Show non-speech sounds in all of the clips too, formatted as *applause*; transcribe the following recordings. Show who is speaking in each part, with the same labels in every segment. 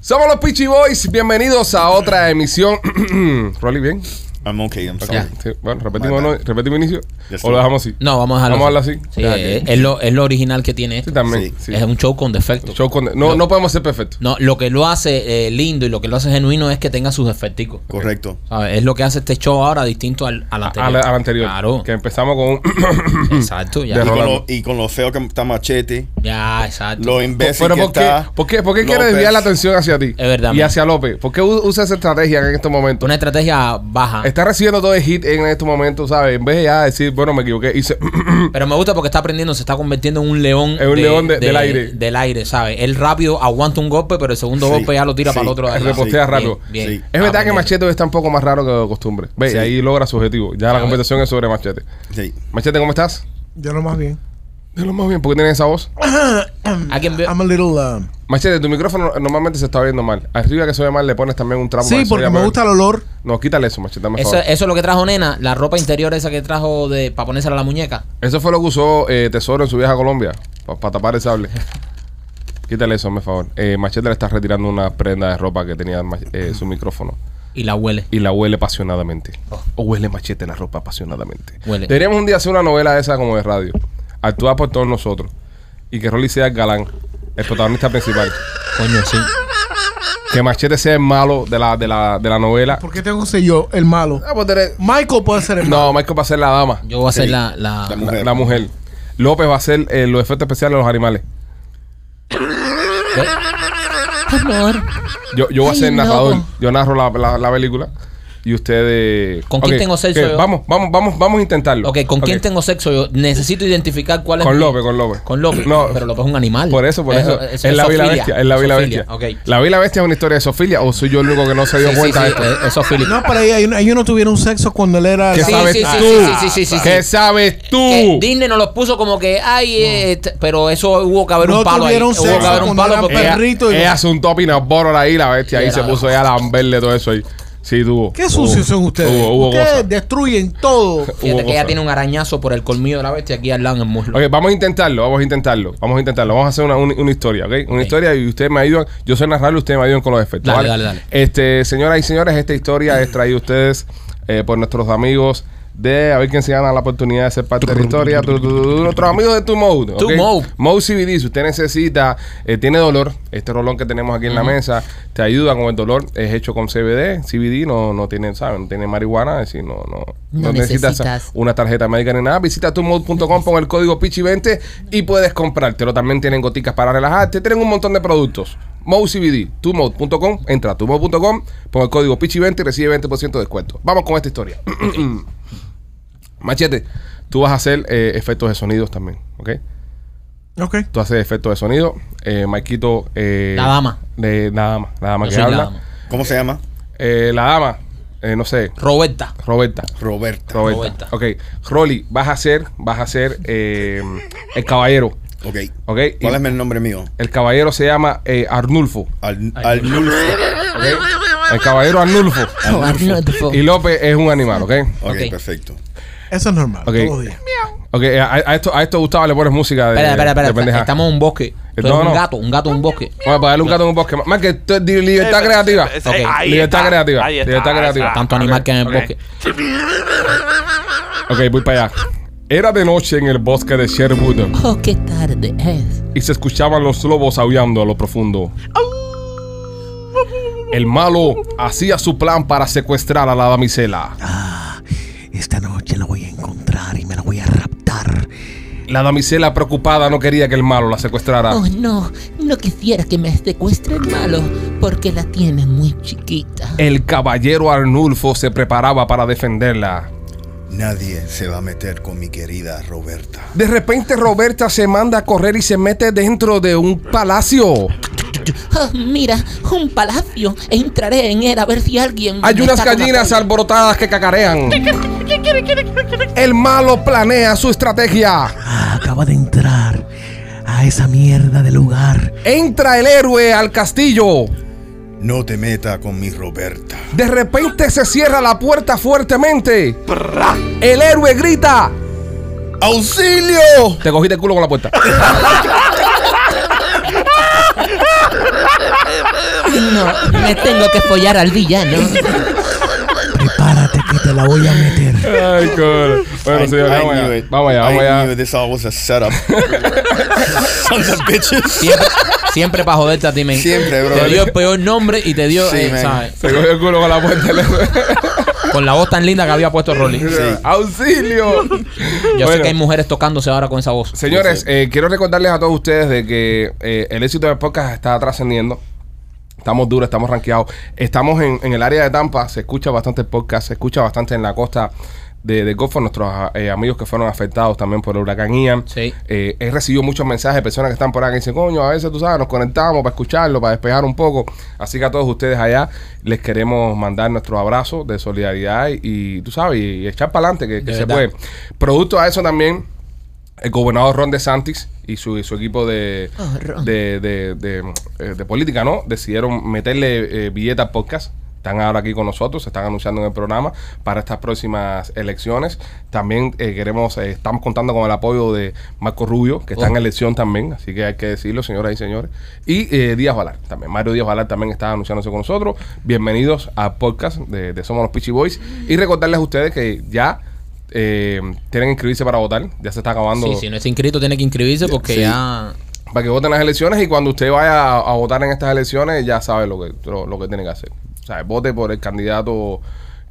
Speaker 1: Somos los Peachy Boys, bienvenidos a otra emisión. *clears throat* Rolly, bien.
Speaker 2: I'm okay, I'm sorry.
Speaker 3: Ya.
Speaker 1: Sí, bueno, repetimos,
Speaker 2: My
Speaker 1: ¿no?
Speaker 2: bad.
Speaker 1: repetimos inicio.
Speaker 2: Ya está.
Speaker 1: O lo dejamos así.
Speaker 3: No, vamos a dejarlo.
Speaker 1: Vamos a hablar
Speaker 3: así.
Speaker 1: así.
Speaker 3: Sí,
Speaker 1: Ya,
Speaker 3: es,
Speaker 1: ok.
Speaker 3: es lo, es lo original que tiene esto.
Speaker 1: Sí, también.
Speaker 2: Sí.
Speaker 1: sí.
Speaker 3: Es un show con defecto.
Speaker 1: Show con- no, no podemos ser perfectos.
Speaker 3: No, lo que lo hace eh, lindo y lo que lo hace genuino es que tenga sus defecticos.
Speaker 2: Correcto.
Speaker 3: ¿sabes? Es lo que hace este show ahora distinto al, al anterior.
Speaker 1: A la, a la anterior.
Speaker 3: Claro.
Speaker 1: Que empezamos con un. *coughs*
Speaker 3: Exacto, ya.
Speaker 1: De
Speaker 2: Y con, lo,
Speaker 1: Rolando.
Speaker 2: y con lo feo que está Machete,
Speaker 3: Ya, exacto.
Speaker 2: lo imbécil
Speaker 1: Pero
Speaker 2: que
Speaker 1: ¿por qué,
Speaker 2: está.
Speaker 1: por qué, por qué quiere
Speaker 2: López.
Speaker 1: desviar la atención hacia ti?
Speaker 3: Es verdad,
Speaker 1: Y
Speaker 3: man.
Speaker 1: hacia López. ¿Por qué u- usa esa estrategia en estos momentos?
Speaker 3: Una estrategia baja.
Speaker 1: Está recibiendo todo el hit en estos momentos, ¿sabes? En vez de ya decir, bueno, me equivoqué, *clears throat* hice.
Speaker 3: Pero me gusta porque está aprendiendo, se está convirtiendo en un león.
Speaker 1: En un león de- del aire.
Speaker 3: Del aire, ¿sabes? Él rápido aguanta un golpe, pero el segundo
Speaker 2: Sí,
Speaker 3: golpe ya lo tira
Speaker 2: sí,
Speaker 3: para el otro lado.
Speaker 1: repostea
Speaker 3: Bien,
Speaker 1: rápido.
Speaker 3: bien.
Speaker 2: Sí.
Speaker 1: Es verdad que
Speaker 3: Aprendiendo.
Speaker 1: Machete está un poco más raro que de costumbre. Ve,
Speaker 2: Sí.
Speaker 1: ahí logra su objetivo. Ya la
Speaker 3: A
Speaker 1: conversación es sobre Machete.
Speaker 2: Sí.
Speaker 1: Machete, ¿cómo estás?
Speaker 4: Yo lo más bien.
Speaker 1: De lo más bien, ¿por qué tienes esa voz?
Speaker 3: Alguien ve-
Speaker 1: Ah,
Speaker 4: I'm a little. um,
Speaker 1: Machete, tu micrófono normalmente se está viendo mal. Arriba que se ve mal le pones también un trapo. para
Speaker 4: sí,
Speaker 1: que se
Speaker 4: porque
Speaker 1: vea
Speaker 4: me
Speaker 1: peor.
Speaker 4: gusta el olor.
Speaker 1: No, quítale eso, Machete, dame
Speaker 3: Eso,
Speaker 1: favor.
Speaker 3: eso es lo que trajo Nena, la ropa interior esa que trajo de para ponérsela a la muñeca.
Speaker 1: Eso fue lo que usó eh, Tesoro en su viaje a Colombia para tapar el *laughs* sable. Quítale eso, por favor. Eh, Machete le está retirando una prenda de ropa que tenía Mach- eh, su micrófono
Speaker 3: Y la huele.
Speaker 1: y la huele apasionadamente. O Oh. huele Machete la ropa apasionadamente.
Speaker 3: Huele.
Speaker 1: Deberíamos un día hacer una novela esa como de radio. Actuar por todos nosotros y que Rolly sea el galán, el protagonista principal.
Speaker 3: Coño, sí.
Speaker 1: Que Machete sea el malo de la, de la, de la novela.
Speaker 4: ¿Por qué tengo que ser yo el malo?
Speaker 1: Ah, pues tenés-
Speaker 4: Michael puede ser el malo.
Speaker 1: No, Michael va a ser la dama,
Speaker 3: Yo voy a hacer
Speaker 2: Sí.
Speaker 3: la, la-
Speaker 2: La
Speaker 1: la,
Speaker 2: mujer.
Speaker 1: la mujer. López va a ser eh, los efectos especiales de los animales. Yo, yo voy a
Speaker 3: Ay,
Speaker 1: ser el narrador.
Speaker 3: loco.
Speaker 1: Yo narro la, la- la película. Y ustedes.
Speaker 3: ¿Con quién
Speaker 1: Ok,
Speaker 3: tengo sexo
Speaker 1: ok,
Speaker 3: yo?
Speaker 1: Vamos, vamos, vamos, vamos a intentarlo.
Speaker 3: Ok, ¿con quién
Speaker 1: Ok.
Speaker 3: tengo sexo? Yo necesito identificar cuál es.
Speaker 1: Con
Speaker 3: mi-
Speaker 1: López, con López.
Speaker 3: Con López.
Speaker 1: No.
Speaker 3: Pero López es un animal.
Speaker 1: Por eso, por eso. es la Vila
Speaker 3: zoofilia.
Speaker 1: Bestia. Es la Vila Bestia.
Speaker 3: Zoofilia, Ok.
Speaker 1: La Vila Bestia es una historia de Sofía. ¿O soy yo el único que no se dio
Speaker 3: Sí, sí,
Speaker 1: cuenta
Speaker 3: sí,
Speaker 1: de esto?
Speaker 3: es- es zoofilia.
Speaker 4: No, pero ahí, ahí no- ellos no tuvieron sexo cuando él era.
Speaker 1: ¿Qué
Speaker 3: Sí,
Speaker 1: sabes
Speaker 3: sí, sí,
Speaker 1: tú?
Speaker 3: sí, sí, sí, sí, sí.
Speaker 1: ¿Qué sabes
Speaker 3: Que
Speaker 4: Uh.
Speaker 1: tú?
Speaker 3: Disney nos los puso como que, ay, eh, t- pero eso hubo que haber un
Speaker 4: No
Speaker 3: palo ahí.
Speaker 4: tuvieron
Speaker 3: Hubo
Speaker 4: sexo
Speaker 3: que haber un
Speaker 4: cuando
Speaker 3: palo
Speaker 4: eran
Speaker 3: porque-
Speaker 1: Ella,
Speaker 4: perrito y-
Speaker 1: ella hace un topping a Borola ahí, la bestia. Ahí
Speaker 3: Mira,
Speaker 1: se
Speaker 3: la-
Speaker 1: puso ella a lamberle todo eso ahí. Sí, tuvo.
Speaker 4: Qué sucios son ustedes.
Speaker 1: Uh, Hubo, hubo
Speaker 4: ustedes
Speaker 1: cosas.
Speaker 4: destruyen todo.
Speaker 3: Fíjate
Speaker 1: hubo
Speaker 3: que ella
Speaker 1: cosas.
Speaker 3: tiene un arañazo por el colmillo de la bestia aquí al lado en el muslo.
Speaker 1: Ok, vamos a intentarlo, vamos a intentarlo, vamos a intentarlo, vamos a hacer una, un- una historia, ¿ok? Una historia y ustedes me ayudan, yo soy narrador y ustedes me ayudan con los efectos.
Speaker 3: Dale, dale, dale.
Speaker 1: Este, señoras y señores, esta historia es traída a ustedes eh, por nuestros amigos de, a ver quién se gana la oportunidad de ser parte de la historia, tu- tu- tu- tu- nuestros amigos de Tu Mode, ¿ok?
Speaker 3: Tu Mode.
Speaker 1: Mode CBD, si usted necesita, eh, tiene dolor, este rolón que tenemos aquí en la mesa, te ayuda con el dolor, es hecho con CBD, CBD no, no tiene, ¿sabes? No tiene marihuana, es decir, no, no,
Speaker 5: No necesitas.
Speaker 1: una tarjeta médica ni nada. Visita tumod.com con el código PICHI20 y puedes comprártelo. También tienen goticas para relajarte. Tienen un montón de productos. Mode CBD, tumod.com. Entra a tumod.com, pon el código PICHI20 y recibe 20% de descuento. Vamos con esta historia. *clears throat* Machete, tú vas a hacer eh, efectos de sonidos también, ¿ok?
Speaker 4: *laughs* Ok.
Speaker 1: Tú haces efectos de sonido. Eh, Maikito... eh,
Speaker 3: La dama.
Speaker 1: de- la dama. La dama
Speaker 3: Yo
Speaker 1: que
Speaker 3: soy la
Speaker 1: habla.
Speaker 3: dama.
Speaker 2: ¿Cómo se llama?
Speaker 1: Eh, la dama, eh, no sé, *laughs*
Speaker 3: Roberta.
Speaker 1: Roberta.
Speaker 2: Roberta.
Speaker 1: Roberta.
Speaker 3: Roberta.
Speaker 1: Ok. Rolly, vas a ser, vas a ser eh, el caballero.
Speaker 2: Ok.
Speaker 1: Ok. Y
Speaker 2: ¿Cuál es el nombre mío?
Speaker 1: El caballero se llama eh, Arnulfo.
Speaker 2: Al,
Speaker 1: *laughs*
Speaker 2: Arnulfo.
Speaker 1: ¿ok? El caballero Arnulfo.
Speaker 3: Ah.
Speaker 5: Oh, Arnulfo.
Speaker 1: Y López es un animal, ¿ok?
Speaker 2: Ok,
Speaker 3: Ok.
Speaker 2: perfecto.
Speaker 4: Eso es normal.
Speaker 1: Ok.
Speaker 4: Todos los días.
Speaker 1: Ok, a, a esto, a esto Gustavo le pones música de,
Speaker 3: Espera, espera, espera.
Speaker 1: de pendeja.
Speaker 3: Estamos en un bosque. Tú eres
Speaker 1: No, no.
Speaker 3: un gato, un gato en un bosque.
Speaker 1: Vamos a darle un gato en un bosque. Más que esto es di- libertad
Speaker 6: Eh,
Speaker 1: creativa.
Speaker 6: eh, eh,
Speaker 3: Ok.
Speaker 6: ahí
Speaker 1: Libertad
Speaker 6: está,
Speaker 1: creativa.
Speaker 6: ahí está,
Speaker 1: Libertad
Speaker 6: ahí
Speaker 1: creativa.
Speaker 6: está.
Speaker 3: Tanto animal que hay en el
Speaker 6: ok.
Speaker 3: bosque.
Speaker 1: Ok, voy para allá. Era de noche en el bosque de Sherwood
Speaker 5: Oh, qué tarde es.
Speaker 1: y se escuchaban los lobos aullando a lo profundo. El malo hacía su plan para secuestrar a la damisela.
Speaker 7: Ah, Esta noche la voy a encontrar y me la voy a raptar.
Speaker 1: La damisela preocupada no quería que el malo la secuestrara.
Speaker 5: Oh, no. No quisiera que me secuestren malo porque la tiene muy chiquita.
Speaker 1: El caballero Arnulfo se preparaba para defenderla.
Speaker 2: Nadie se va a meter con mi querida Roberta.
Speaker 1: De repente Roberta se manda a correr y se mete dentro de un palacio.
Speaker 5: Yo- ah, mira, un palacio. Entraré en él a ver si alguien.
Speaker 1: Hay
Speaker 5: me
Speaker 1: unas
Speaker 5: saca una
Speaker 1: gallinas
Speaker 5: polla.
Speaker 1: alborotadas que cacarean. El malo planea su estrategia.
Speaker 7: Ah, acaba de entrar a esa mierda de lugar.
Speaker 1: Entra el héroe al castillo.
Speaker 2: No te meta con mi Roberta.
Speaker 1: De repente se cierra la puerta fuertemente. El héroe grita.
Speaker 2: ¡Auxilio!
Speaker 1: Te cogiste el culo con la puerta.
Speaker 5: Eh, No, me tengo que follar al villano.
Speaker 7: Prepárate que te la voy a meter.
Speaker 1: *laughs* Ay, coño. Bueno,
Speaker 2: I-
Speaker 1: señores,
Speaker 2: I
Speaker 1: vamos
Speaker 2: knew
Speaker 1: allá.
Speaker 2: it.
Speaker 1: Vamos allá, vamos
Speaker 2: I
Speaker 1: allá.
Speaker 2: knew this all was a setup. *laughs* Sons of bitches.
Speaker 3: Siempre, siempre para joderte a ti, men.
Speaker 2: Siempre, bro.
Speaker 3: Te dio el peor nombre y te dio,
Speaker 2: Sí,
Speaker 3: eh,
Speaker 2: men.
Speaker 3: ¿sabes?
Speaker 1: Se cogió el culo con la puerta el héroe.
Speaker 3: Con la voz tan linda que había puesto Rolly.
Speaker 1: ¡Auxilio!
Speaker 3: Yo sé
Speaker 1: Bueno.
Speaker 3: que hay mujeres tocándose ahora con esa voz.
Speaker 1: Señores,
Speaker 3: pues,
Speaker 1: eh, quiero recordarles a todos ustedes de que eh, el éxito del podcast está trascendiendo. Estamos duros, estamos rankeados. Estamos en, en el área de Tampa, se escucha bastante el podcast, se escucha bastante en la costa de, de Golfo, nuestros eh, amigos que fueron afectados también por el huracán Ian.
Speaker 3: Sí.
Speaker 1: Eh, he recibido muchos mensajes de personas que están por acá que dicen, coño, a veces tú sabes, nos conectamos para escucharlo, para despejar un poco. Así que a todos ustedes allá les queremos mandar nuestro abrazo de solidaridad y, y, tú sabes, y, echar para adelante que, que
Speaker 3: De
Speaker 1: se
Speaker 3: verdad.
Speaker 1: puede. Producto a eso también, el gobernador Ron DeSantis y su, y su equipo de,
Speaker 5: Oh, Ron.
Speaker 1: de, de- de, eh, de política, ¿no? Decidieron meterle eh, billete al podcast. Están ahora aquí con nosotros, se están anunciando en el programa para estas próximas elecciones. También eh, queremos, eh, estamos contando con el apoyo de Marco Rubio, que
Speaker 5: Oh.
Speaker 1: está en elección también, así que hay que decirlo, señoras y señores. Y eh, Díaz Valar también. Mario Díaz Valar también está anunciándose con nosotros. Bienvenidos al podcast de, de Somos los Pitchy Boys. Y recordarles a ustedes que ya eh, tienen que inscribirse para votar. Ya se está acabando
Speaker 3: Sí, si no es inscrito, tiene que inscribirse porque ya.
Speaker 1: para que voten las elecciones y cuando usted vaya a, a votar en estas elecciones ya sabe lo que lo, lo que tiene que hacer. O sea, vote por el candidato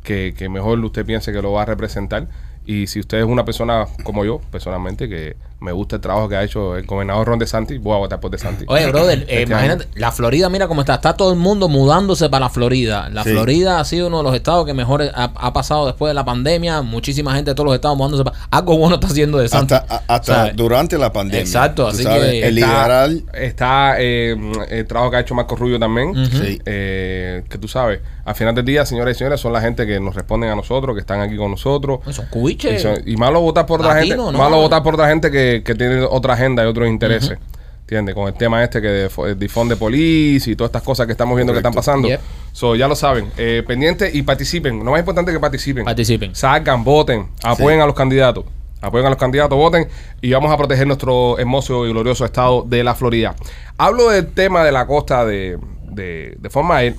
Speaker 1: que, que mejor usted piense que lo va a representar. Y si usted es una persona como yo, personalmente, que me gusta el trabajo que ha hecho el gobernador Ron DeSantis, voy a votar por DeSantis.
Speaker 3: Oye, brother, eh,
Speaker 1: Este
Speaker 3: imagínate,
Speaker 1: año.
Speaker 3: la Florida, mira cómo está. Está todo el mundo mudándose para la Florida. La
Speaker 2: Sí.
Speaker 3: Florida ha sido uno de los estados que mejor ha, ha pasado después de la pandemia. Muchísima gente de todos los estados mudándose para. Algo bueno está haciendo de Santa.
Speaker 2: Hasta, a- hasta
Speaker 3: ¿Sabes?
Speaker 2: durante la pandemia.
Speaker 3: Exacto,
Speaker 2: tú
Speaker 3: así
Speaker 2: sabes,
Speaker 3: que
Speaker 2: El
Speaker 1: Está-
Speaker 2: liberal.
Speaker 1: Está eh, el trabajo que ha hecho Marco Rubio también.
Speaker 2: Sí.
Speaker 1: Eh, que tú sabes, al final del día, señoras y señores, son la gente que nos responden a nosotros, que están aquí con nosotros.
Speaker 3: Son
Speaker 1: Y,
Speaker 3: cubiches.
Speaker 1: son- y malo votar por otra
Speaker 3: Latino,
Speaker 1: gente,
Speaker 3: ¿no?
Speaker 1: malo votar por otra gente que, que tiene otra agenda y otros intereses. ¿Entiendes? Con el tema este que def- difunde polis y todas estas cosas que estamos viendo que están pasando.
Speaker 3: Yep.
Speaker 1: So, ya lo saben. Eh, pendiente y participen. Lo más importante es que participen.
Speaker 3: Participen.
Speaker 1: Salgan, voten, apoyen a los candidatos. Apoyen a los candidatos, voten y vamos a proteger nuestro hermoso y glorioso estado de la Florida. Hablo del tema de la costa de, de, de forma aérea,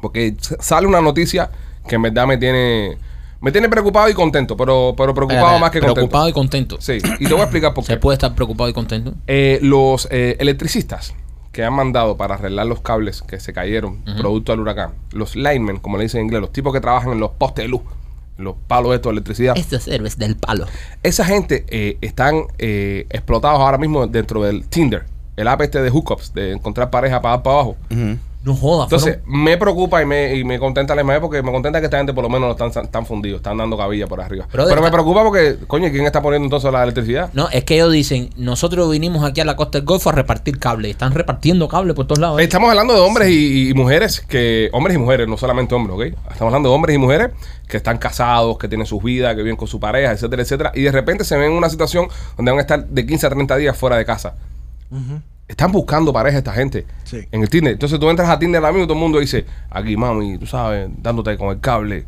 Speaker 1: porque s- sale una noticia que en verdad me tiene me tiene preocupado y contento, pero, pero preocupado
Speaker 3: Espérate,
Speaker 1: más que
Speaker 3: Preocupado y contento.
Speaker 1: contento. Sí, y te voy a explicar
Speaker 3: *clears throat*
Speaker 1: por
Speaker 3: Se
Speaker 1: qué.
Speaker 3: puede estar preocupado y contento.
Speaker 1: Eh, los eh, electricistas que han mandado para arreglar los cables que se cayeron producto del huracán, los linemen, como le dicen en inglés, los tipos que trabajan en los postes de luz, los palos estos de electricidad,
Speaker 5: Estos héroes del palo.
Speaker 1: esa gente eh, están eh, explotados ahora mismo dentro del Tinder, el app este de hookups, de encontrar pareja para dar para abajo.
Speaker 3: No jodas.
Speaker 1: Entonces,
Speaker 3: fueron-
Speaker 1: me preocupa y me, y me contenta la imagen porque me contenta que esta gente por lo menos no están, están fundidos, están dando cabilla por arriba.
Speaker 3: Brother,
Speaker 1: Pero me
Speaker 3: está-
Speaker 1: preocupa porque, coño, ¿quién está poniendo entonces la electricidad?
Speaker 3: no, es que ellos dicen, nosotros vinimos aquí a la costa del Golfo a repartir cable. Y Están repartiendo cable por todos lados. ¿eh?
Speaker 1: Estamos hablando de hombres y, y mujeres que. Hombres y mujeres, no solamente hombres, ¿ok? Estamos hablando de hombres y mujeres que están casados, que tienen sus vidas, que viven con su pareja, etcétera, etcétera. Y de repente se ven en una situación donde van a estar de 15 a 30 días fuera de casa. Están buscando pareja esta gente
Speaker 4: Sí.
Speaker 1: en el Tinder. Entonces tú entras a Tinder ahora mismo y todo el mundo dice, aquí mami, tú sabes, dándote con el cable.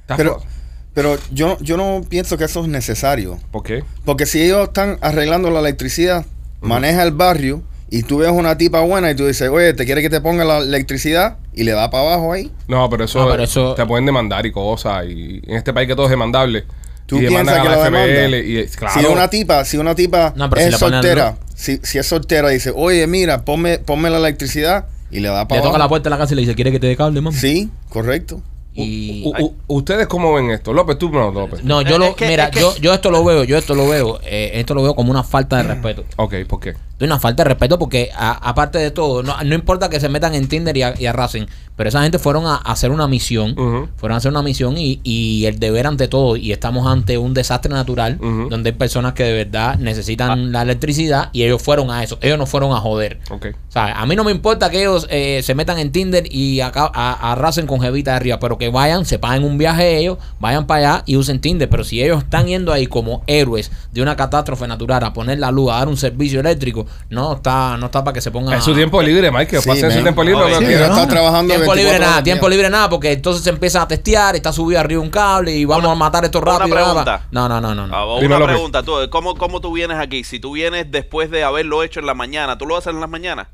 Speaker 1: Estás
Speaker 2: Pero,
Speaker 1: fu-
Speaker 2: pero yo, yo no pienso que eso es necesario.
Speaker 1: ¿Por qué?
Speaker 2: Porque si ellos están arreglando la electricidad, maneja el barrio y tú ves una tipa buena y tú dices, oye, ¿te quiere que te ponga la electricidad? Y le da para abajo ahí.
Speaker 1: No, pero eso,
Speaker 3: Ah, pero eso-
Speaker 1: te pueden demandar y cosas. Y en este país que todo es demandable.
Speaker 2: Tú
Speaker 1: y
Speaker 2: piensas
Speaker 1: demandan
Speaker 2: que
Speaker 1: a
Speaker 2: la
Speaker 1: la
Speaker 2: demanda.
Speaker 1: FBL y eh, claro.
Speaker 2: Si una tipa, si una tipa
Speaker 3: No, pero si
Speaker 2: es
Speaker 3: le ponen el
Speaker 2: soltera,
Speaker 3: luz.
Speaker 2: si, si es soltera dice, oye, mira, ponme, ponme la electricidad y le da
Speaker 3: Le
Speaker 2: para
Speaker 3: toca
Speaker 2: abajo.
Speaker 3: la puerta de la casa y le dice, ¿quiere que te dé cable, mami?
Speaker 2: Sí, correcto.
Speaker 3: Y-
Speaker 1: U- u- ¿Ustedes cómo ven esto? López, tú no, López.
Speaker 3: No, yo
Speaker 8: Es
Speaker 3: lo,
Speaker 8: que-
Speaker 3: mira,
Speaker 8: es Mm. que-
Speaker 3: yo, yo esto lo veo, yo esto lo veo, eh, esto lo veo como una falta de respeto.
Speaker 1: Ok, ¿por qué?
Speaker 3: de una falta de respeto porque a- aparte de todo, no, no importa que se metan en Tinder y, a- y arrasen, pero esa gente fueron a, a hacer una misión,
Speaker 1: Ujú.
Speaker 3: fueron a hacer una misión y, y el deber ante todo, y estamos ante un desastre natural
Speaker 1: Ujú. Ah.
Speaker 3: donde hay personas que de verdad necesitan la electricidad y ellos fueron a eso, ellos no fueron a joder.
Speaker 1: Ok.
Speaker 3: O sea, a mí no me importa que ellos eh, se metan en Tinder y acá- a- arrasen con jevita de arriba, pero que vayan, se paguen un viaje ellos, vayan para allá y usen Tinder. Pero si ellos están yendo ahí como héroes de una catástrofe natural a poner la luz, a dar un servicio eléctrico, no está, no está para que se pongan.
Speaker 1: Es su
Speaker 3: a-
Speaker 1: tiempo libre, Mike. Que
Speaker 2: Sí,
Speaker 1: pasen su
Speaker 2: man.
Speaker 1: tiempo libre.
Speaker 2: Sí,
Speaker 1: lo que
Speaker 2: pero
Speaker 1: quieran.
Speaker 2: está trabajando
Speaker 3: Tiempo libre
Speaker 2: 24
Speaker 3: nada,
Speaker 2: horas
Speaker 3: tiempo
Speaker 2: al día.
Speaker 3: libre nada, porque entonces se empieza a testear, está subido arriba un cable y vamos a matar esto
Speaker 6: una
Speaker 3: rápido.
Speaker 6: pregunta.
Speaker 3: No, no, no, no. no.
Speaker 6: Ah,
Speaker 1: Dime,
Speaker 6: una
Speaker 1: López.
Speaker 6: pregunta, tú, ¿cómo, ¿cómo tú vienes aquí? Si tú vienes después de haberlo hecho en la mañana, ¿tú lo haces en las mañanas?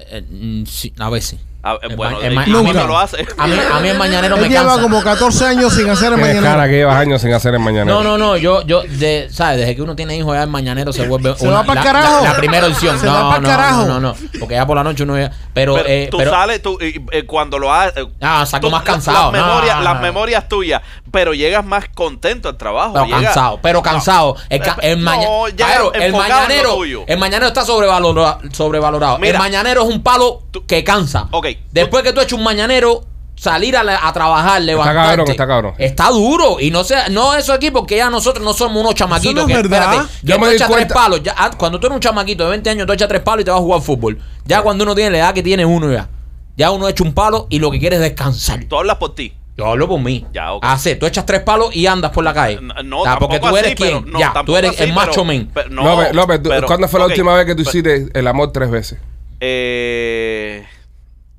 Speaker 3: Eh, mm, sí, a veces.
Speaker 6: A- eh,
Speaker 3: Es
Speaker 6: bueno,
Speaker 3: ma- es
Speaker 6: ¿y
Speaker 3: ma-
Speaker 6: cómo
Speaker 4: nunca.
Speaker 6: lo haces?
Speaker 3: A mí, a mí el mañanero
Speaker 4: Él
Speaker 3: me
Speaker 4: lleva
Speaker 3: cansa.
Speaker 4: como 14 años sin hacer el
Speaker 1: Tienes cara
Speaker 4: mañana.
Speaker 1: que llevas años sin hacer el mañana.
Speaker 3: No, no, no, yo, yo, de, ¿sabes? Desde que uno tiene hijos, ya el mañanero se vuelve
Speaker 4: Se
Speaker 3: una-
Speaker 4: va pa'l
Speaker 3: la,
Speaker 4: carajo.
Speaker 3: la- la primera opción.
Speaker 4: Se
Speaker 3: no,
Speaker 4: va pa'l
Speaker 3: no,
Speaker 4: carajo.
Speaker 3: no, no, no, porque ya por la noche uno ya... Pero,
Speaker 6: Pero
Speaker 3: eh,
Speaker 6: tú
Speaker 3: pero-
Speaker 6: sales, tú, y- eh, cuando lo haces...
Speaker 3: Ah, salgo más cansado,
Speaker 6: Las,
Speaker 3: no,
Speaker 6: memorias,
Speaker 3: no,
Speaker 6: las
Speaker 3: no.
Speaker 6: memorias tuyas, pero llegas más contento al trabajo.
Speaker 3: pero
Speaker 6: llegas-
Speaker 3: cansado, pero cansado. El, ca- el, maña-
Speaker 6: No, ya
Speaker 3: Claro, el
Speaker 6: enfocado en lo
Speaker 3: mañanero,
Speaker 6: tuyo.
Speaker 3: el mañanero está sobrevalorado. sobrevalorado. el
Speaker 6: Mira.
Speaker 3: mañanero es un palo
Speaker 6: Tú-
Speaker 3: que cansa.
Speaker 6: Ok.
Speaker 3: Después que tú echas un mañanero, salir a, la- a trabajar, levantarte.
Speaker 1: cabrón, está cabrón.
Speaker 3: Está duro. Y no sea, no eso aquí, porque ya nosotros no somos unos chamaquitos.
Speaker 4: Eso no es
Speaker 3: que,
Speaker 4: verdad.
Speaker 3: espérate,
Speaker 1: Yo
Speaker 3: ya
Speaker 1: me
Speaker 3: tú
Speaker 1: di
Speaker 3: echas tres
Speaker 1: cuenta-
Speaker 3: palos. Ya, ah, cuando tú eres un chamaquito de 20 años, tú echas tres palos y te vas a jugar fútbol. Ya cuando uno tiene la edad que tiene uno ya. Ya uno echa un palo y lo que quiere es descansar.
Speaker 6: Tú hablas por ti.
Speaker 3: Yo hablo por mí.
Speaker 6: Ya, ok.
Speaker 3: Hace, tú echas tres palos y andas por la calle.
Speaker 6: N-
Speaker 3: O sea, Eh, porque
Speaker 6: tampoco
Speaker 3: tú eres
Speaker 6: así,
Speaker 3: quien.
Speaker 6: pero- no,
Speaker 3: ya, tú
Speaker 6: tampoco
Speaker 3: eres
Speaker 6: así,
Speaker 3: el macho
Speaker 6: pero-
Speaker 3: men.
Speaker 6: pero no,
Speaker 1: López, López, tú-
Speaker 6: pero-
Speaker 1: ¿cuándo fue la
Speaker 6: ok,
Speaker 1: última vez que tú
Speaker 6: pero-
Speaker 1: hiciste el amor tres veces?
Speaker 6: Eh,